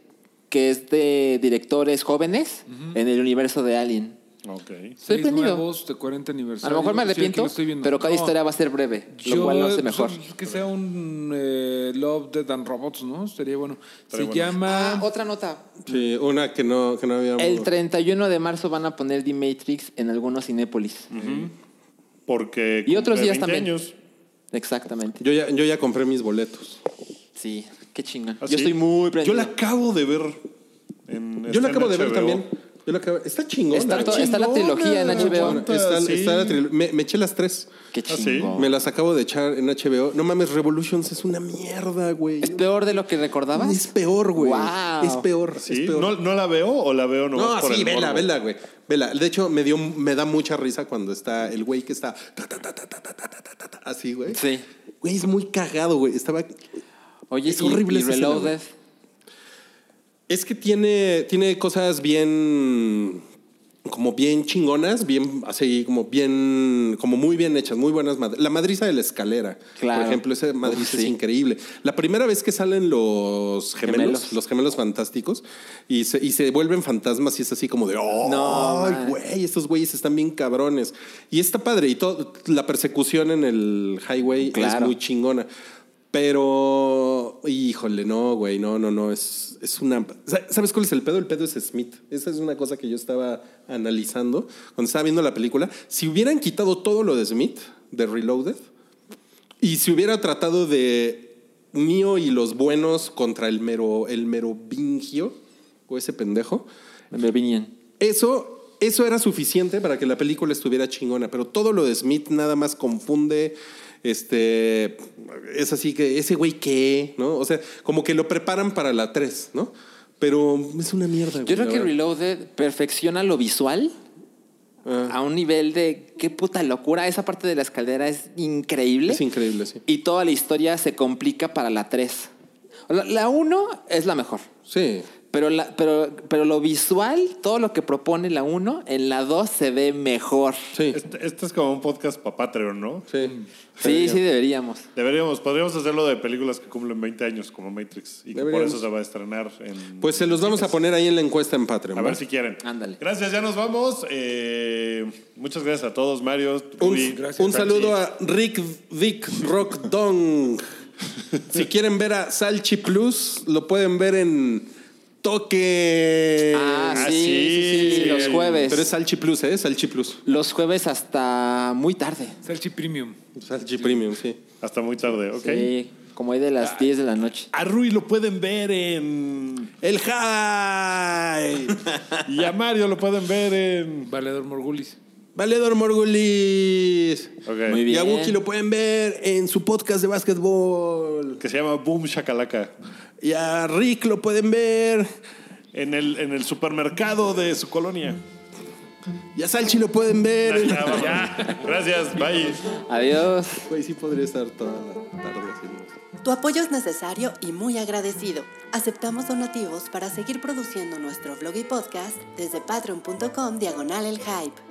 Speaker 4: que es de directores jóvenes en el universo de Alien.
Speaker 2: ok.
Speaker 4: Estoy
Speaker 3: Seis
Speaker 4: prendido.
Speaker 3: nuevos de 40
Speaker 4: A
Speaker 3: aniversario.
Speaker 4: lo mejor
Speaker 3: Sí,
Speaker 4: me
Speaker 3: aquí
Speaker 4: arrepiento,
Speaker 3: lo estoy viendo.
Speaker 4: pero cada
Speaker 3: No,
Speaker 4: historia va a ser breve, lo
Speaker 3: yo,
Speaker 4: cual lo hace
Speaker 3: pues,
Speaker 4: mejor.
Speaker 3: que sea un eh, Love, Dead and Robots, ¿no? Estaría bueno. Se
Speaker 2: bueno.
Speaker 3: llama.
Speaker 4: Ah, otra nota.
Speaker 5: Sí, una que no, que no habíamos.
Speaker 4: El 31 de marzo van a poner The Matrix en algunos cinépolis.
Speaker 2: Porque.
Speaker 4: Y otros
Speaker 2: cumple
Speaker 4: días
Speaker 2: 20
Speaker 4: también.
Speaker 2: años.
Speaker 4: Exactamente.
Speaker 5: yo, ya, yo ya compré mis boletos.
Speaker 4: Sí, qué chingón.
Speaker 2: ¿Ah,
Speaker 4: Yo
Speaker 2: sí?
Speaker 4: estoy muy
Speaker 2: Yo
Speaker 4: prendido.
Speaker 2: la acabo de ver. en-
Speaker 5: yo
Speaker 2: está
Speaker 5: la
Speaker 2: en
Speaker 5: acabo de ver
Speaker 2: HBO.
Speaker 5: también. Yo la acabo- Está chingona.
Speaker 4: Está to- está la
Speaker 2: chingona,
Speaker 4: trilogía en HBO.
Speaker 2: chingona,
Speaker 5: Está-
Speaker 2: sí.
Speaker 5: está la tril- me, me eché las tres.
Speaker 4: Qué
Speaker 2: ¿Ah, sí?
Speaker 4: chingón.
Speaker 5: Me las acabo de echar en HBO. No mames, Revolutions es una mierda, güey.
Speaker 4: ¿Es peor de lo que recordabas?
Speaker 5: Es peor, güey.
Speaker 4: Wow.
Speaker 5: Es peor. es
Speaker 2: ¿Sí?
Speaker 5: peor.
Speaker 2: ¿No, ¿No la veo o la veo nomás
Speaker 5: este, No,
Speaker 2: por
Speaker 5: sí,
Speaker 2: el
Speaker 5: vela,
Speaker 2: morbo?
Speaker 5: vela, güey. Vela. De hecho, me dio, me da mucha risa cuando está el güey que está ta, ta, ta, ta, ta, ta, ta, ta, ta, ta, así, güey.
Speaker 4: Sí.
Speaker 5: Güey, es muy cagado, güey. Estaba.
Speaker 4: Oye,
Speaker 5: Es
Speaker 4: y,
Speaker 5: horrible
Speaker 4: y
Speaker 5: esa escena,
Speaker 4: Reloaded.
Speaker 5: Es que tiene, tiene cosas bien. Como bien chingonas, bien así, como bien, como muy bien hechas, muy buenas. mad- La madriza de la escalera,
Speaker 4: Claro.
Speaker 5: por ejemplo, esa madriza
Speaker 4: Uf,
Speaker 5: es
Speaker 4: sí.
Speaker 5: increíble. La primera vez que salen los gemelos,
Speaker 4: Gemelos.
Speaker 5: los gemelos fantásticos, y se, y se vuelven fantasmas, y es así como de, oh,
Speaker 4: No,
Speaker 5: ay,
Speaker 4: man.
Speaker 5: güey, estos güeyes están bien cabrones. Y está padre, y todo, la persecución en el highway es
Speaker 4: Claro.
Speaker 5: muy chingona. Pero, híjole, no, güey, no, no, no, es, es una... Sa- ¿Sabes cuál es el pedo? El pedo es Smith. Esa es una cosa que yo estaba analizando cuando estaba viendo la película. Si hubieran quitado todo lo de Smith, de Reloaded, y si hubiera tratado de Neo y los buenos contra el mero, el merovingio, o ese pendejo,
Speaker 4: Me venían.
Speaker 5: eso, eso era suficiente para que la película estuviera chingona, pero todo lo de Smith nada más confunde. Este es así que ese güey qué, ¿no? O sea, como que lo preparan para la 3, ¿no? Pero es una mierda. güey,
Speaker 4: Yo creo
Speaker 5: la
Speaker 4: que
Speaker 5: verdad.
Speaker 4: Reloaded perfecciona lo visual a un nivel de qué puta locura. Esa parte de la escalera es increíble.
Speaker 5: es increíble, sí.
Speaker 4: Y toda la historia se complica para la 3. La 1 es la mejor.
Speaker 5: Sí.
Speaker 4: Pero, la- pero, pero lo visual, todo lo que propone la 1, en la 2 se ve mejor.
Speaker 5: Sí.
Speaker 2: Este, este es como un podcast para Patreon, ¿no?
Speaker 5: Sí.
Speaker 4: Sí, sí, deberíamos.
Speaker 2: Deberíamos, podríamos hacerlo de películas que cumplen 20 años, como Matrix, y que por
Speaker 5: Deberíamos.
Speaker 2: eso se va a estrenar en.
Speaker 5: Pues se los vamos a poner ahí en la encuesta en Patreon.
Speaker 2: A
Speaker 5: ¿va?
Speaker 2: ver si quieren.
Speaker 4: Ándale.
Speaker 2: Gracias, ya nos vamos. Eh, muchas gracias a todos, Mario.
Speaker 5: Un,
Speaker 2: Rudy,
Speaker 5: un
Speaker 2: Franchi.
Speaker 5: saludo a Rick Vic Rock Dong. Si quieren ver a Salchi Plus, lo pueden ver en Toque.
Speaker 4: Ah,
Speaker 2: Ah,
Speaker 4: sí, sí,
Speaker 2: sí,
Speaker 4: sí,
Speaker 2: sí,
Speaker 4: los
Speaker 2: el-
Speaker 4: jueves.
Speaker 5: Pero es Salchi Plus, ¿eh? Salchi Plus.
Speaker 4: Los jueves hasta muy tarde.
Speaker 3: Salchi Premium.
Speaker 5: Salchi Premium, sí.
Speaker 2: Hasta muy tarde, ¿ok?
Speaker 4: Sí, como ahí de las 10 de la noche.
Speaker 2: A Rui lo pueden ver en.
Speaker 5: El High.
Speaker 2: Y a Mario lo pueden ver en.
Speaker 3: Valedor Morgulis.
Speaker 5: Valedor Morgulis.
Speaker 2: Ok.
Speaker 4: Muy bien.
Speaker 5: Y a Wookie lo pueden ver en su podcast de básquetbol.
Speaker 2: Que se llama Boom Shakalaka.
Speaker 5: Y a Rick lo pueden ver.
Speaker 2: En el, en el supermercado de su colonia.
Speaker 5: Y a Salchi lo pueden ver. en-
Speaker 2: Ya, ya. Gracias, bye.
Speaker 4: Adiós.
Speaker 5: Güey, sí podría estar toda la tarde haciendo eso.
Speaker 9: Tu apoyo es necesario y muy agradecido. Aceptamos donativos para seguir produciendo nuestro blog y podcast desde patreon.com diagonal el hype.